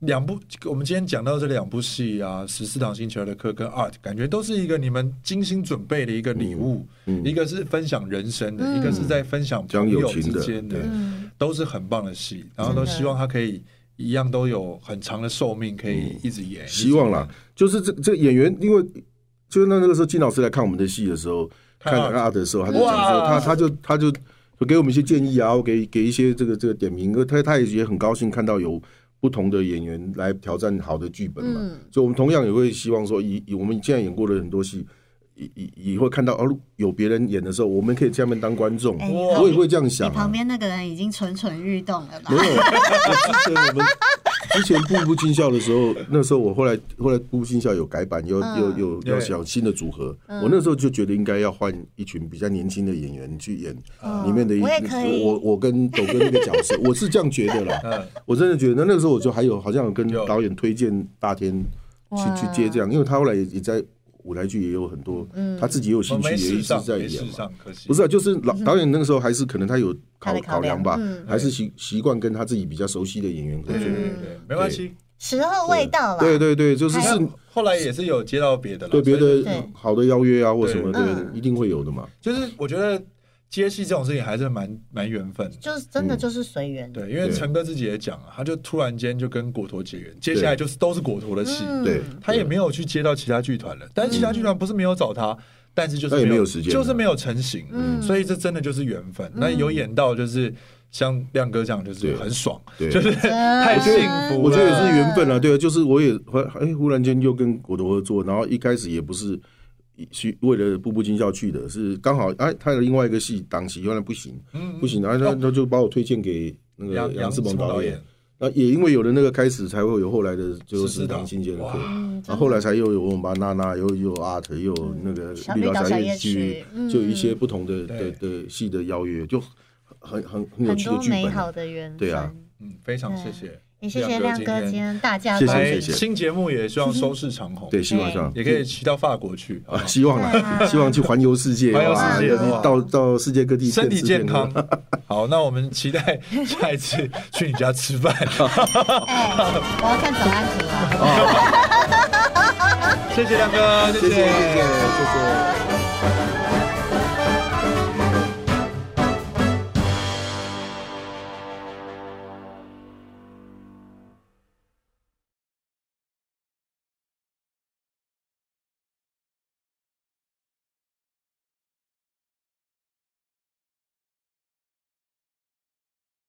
[SPEAKER 3] 两部我们今天讲到这两部戏啊，《十四堂星期二的课》跟《Art》，感觉都是一个你们精心准备的一个礼物，
[SPEAKER 6] 嗯
[SPEAKER 3] 一个是分享人生的，一个是在分享
[SPEAKER 6] 讲
[SPEAKER 3] 朋
[SPEAKER 6] 嗯友
[SPEAKER 3] 友
[SPEAKER 6] 情
[SPEAKER 3] 之
[SPEAKER 6] 的
[SPEAKER 3] 间的
[SPEAKER 6] 对，
[SPEAKER 4] 嗯
[SPEAKER 3] 都是很棒的戏，然后都希望它可以一样都有很长的寿命，可以一直演，
[SPEAKER 6] 嗯希望啦，就是这这演员，因为就是那那个时候金老师来看我们的戏的时候，
[SPEAKER 3] 看
[SPEAKER 6] 看
[SPEAKER 3] art
[SPEAKER 6] R 的时候，他就讲说
[SPEAKER 3] 哇
[SPEAKER 6] 他他就他就就给我们一些建议啊，给给一些这个这个点评，因为他他也也很高兴看到有。不同的演员来挑战好的剧本嘛，
[SPEAKER 4] 嗯
[SPEAKER 6] 所以我们同样也会希望说以，以我们现在演过的很多戏，以以以后看到哦有别人演的时候，我们可以下面当观众，
[SPEAKER 4] 哎
[SPEAKER 6] 我也会这样想、
[SPEAKER 4] 你
[SPEAKER 6] 啊。
[SPEAKER 4] 旁边那个人已经蠢蠢欲动了吧
[SPEAKER 6] 没？有，我之前我们之前步步进校的时候，那时候我后来后来步步进校有改版，有
[SPEAKER 4] 嗯
[SPEAKER 6] 有有
[SPEAKER 3] 对
[SPEAKER 6] 要想新的组合，我那时候就觉得应该要换一群比较年轻的演员去演里面的一
[SPEAKER 4] 嗯我也可以
[SPEAKER 6] 我我跟斗哥那个角 色，我是这样觉得啦
[SPEAKER 3] 嗯，
[SPEAKER 6] 我真的觉得那那个时候我就还有好像有跟
[SPEAKER 3] 有
[SPEAKER 6] 导演推荐大天去
[SPEAKER 4] 哇
[SPEAKER 6] 去接这样，因为他后来也也在舞台剧也有很多，
[SPEAKER 4] 嗯
[SPEAKER 6] 他自己也有
[SPEAKER 3] 我
[SPEAKER 6] 兴趣，
[SPEAKER 3] 没
[SPEAKER 6] 也一
[SPEAKER 3] 试
[SPEAKER 6] 直
[SPEAKER 3] 上，
[SPEAKER 6] 在
[SPEAKER 3] 没
[SPEAKER 6] 演
[SPEAKER 3] 试
[SPEAKER 6] 嘛。
[SPEAKER 3] 上，可惜
[SPEAKER 6] 不是、啊，就是老导演那个时候还是可能他有
[SPEAKER 4] 嗯他
[SPEAKER 6] 考
[SPEAKER 4] 的考
[SPEAKER 6] 考
[SPEAKER 4] 量
[SPEAKER 6] 量吧，
[SPEAKER 4] 嗯
[SPEAKER 6] 还是习习惯跟他自己比较熟悉的演员合
[SPEAKER 3] 对对
[SPEAKER 6] 作。
[SPEAKER 3] 对对，没关系。
[SPEAKER 4] 时候未到了，
[SPEAKER 6] 对对对，就是
[SPEAKER 4] 还
[SPEAKER 6] 是
[SPEAKER 3] 后来也是有接到别的啦，
[SPEAKER 6] 对别
[SPEAKER 3] 所以
[SPEAKER 6] 的
[SPEAKER 4] 对
[SPEAKER 6] 好的邀约啊或什么
[SPEAKER 4] 对
[SPEAKER 6] 的，一定会有的嘛。
[SPEAKER 3] 就是我觉得接戏这种事情还是蛮蛮缘分的。
[SPEAKER 4] 就是真的就是随缘。
[SPEAKER 3] 对，因为
[SPEAKER 6] 嗯对
[SPEAKER 3] 陈哥自己也讲啊，他就突然间就跟果陀结缘，接下来就是都是果陀的戏，
[SPEAKER 4] 嗯
[SPEAKER 6] 对，
[SPEAKER 3] 他也没有去接到其他剧团了。但是其他剧团不是没有找他，但是就
[SPEAKER 6] 嗯
[SPEAKER 3] 是
[SPEAKER 6] 但也
[SPEAKER 3] 没
[SPEAKER 6] 没
[SPEAKER 3] 有
[SPEAKER 6] 有时间
[SPEAKER 3] 就
[SPEAKER 6] 了
[SPEAKER 3] 是没有成型。
[SPEAKER 4] 嗯
[SPEAKER 3] 所以这真的就是缘分。那有演到就是像亮哥这样，就是
[SPEAKER 6] 对
[SPEAKER 3] 很爽，
[SPEAKER 6] 对
[SPEAKER 3] 就是太幸福了。
[SPEAKER 6] 我觉得也是缘分啊，对啊，就是我也忽哎忽然间又跟果陀合作，然后一开始也不是去为了步步惊校去的，是刚好哎他的另外一个戏档期原来不行，不行，然后他他就把我推荐给那个
[SPEAKER 3] 杨
[SPEAKER 6] 杨志鹏
[SPEAKER 3] 志鹏导
[SPEAKER 6] 导
[SPEAKER 3] 演
[SPEAKER 6] 演。那也因为有了那个开始，才会有后来的，就
[SPEAKER 3] 十四
[SPEAKER 6] 是
[SPEAKER 3] 堂
[SPEAKER 6] 堂新街的课
[SPEAKER 3] 哇，
[SPEAKER 4] 嗯
[SPEAKER 6] 然后啊后来才又有我们班娜娜，又又有 art，又有那个
[SPEAKER 4] 小
[SPEAKER 6] 绿
[SPEAKER 4] 绿岛
[SPEAKER 6] 岛
[SPEAKER 4] 小
[SPEAKER 6] 小
[SPEAKER 4] 夜
[SPEAKER 6] 夜
[SPEAKER 4] 曲
[SPEAKER 6] 曲
[SPEAKER 4] 嗯，
[SPEAKER 6] 就有一些不同的的
[SPEAKER 3] 对
[SPEAKER 6] 的戏的邀约，就很很很有
[SPEAKER 4] 很
[SPEAKER 6] 趣的
[SPEAKER 4] 多
[SPEAKER 6] 剧
[SPEAKER 4] 美
[SPEAKER 6] 本
[SPEAKER 4] 好
[SPEAKER 6] 啊。
[SPEAKER 4] 的缘分。
[SPEAKER 6] 对啊
[SPEAKER 3] 嗯，非常谢谢，
[SPEAKER 4] 哎也谢谢亮哥今天大驾
[SPEAKER 6] 谢
[SPEAKER 4] 光
[SPEAKER 6] 谢
[SPEAKER 3] 哎
[SPEAKER 6] 谢
[SPEAKER 4] 临。
[SPEAKER 6] 谢
[SPEAKER 3] 新节目也希望收视长虹，
[SPEAKER 6] 对，希望这样
[SPEAKER 3] 也可以骑到法 国去，
[SPEAKER 6] 啊，希望
[SPEAKER 4] 对啊
[SPEAKER 6] 啦， 希望去环游世界，
[SPEAKER 3] 环游世界
[SPEAKER 6] 哇
[SPEAKER 3] 哇
[SPEAKER 6] 到到世界各地
[SPEAKER 3] 身体
[SPEAKER 6] 见识见
[SPEAKER 3] 健康
[SPEAKER 6] 闻。。
[SPEAKER 3] 好，那我们期待下一次去你家吃 饭。
[SPEAKER 4] 哎，我要看早安图了。
[SPEAKER 3] 谢谢亮哥，谢谢，谢谢。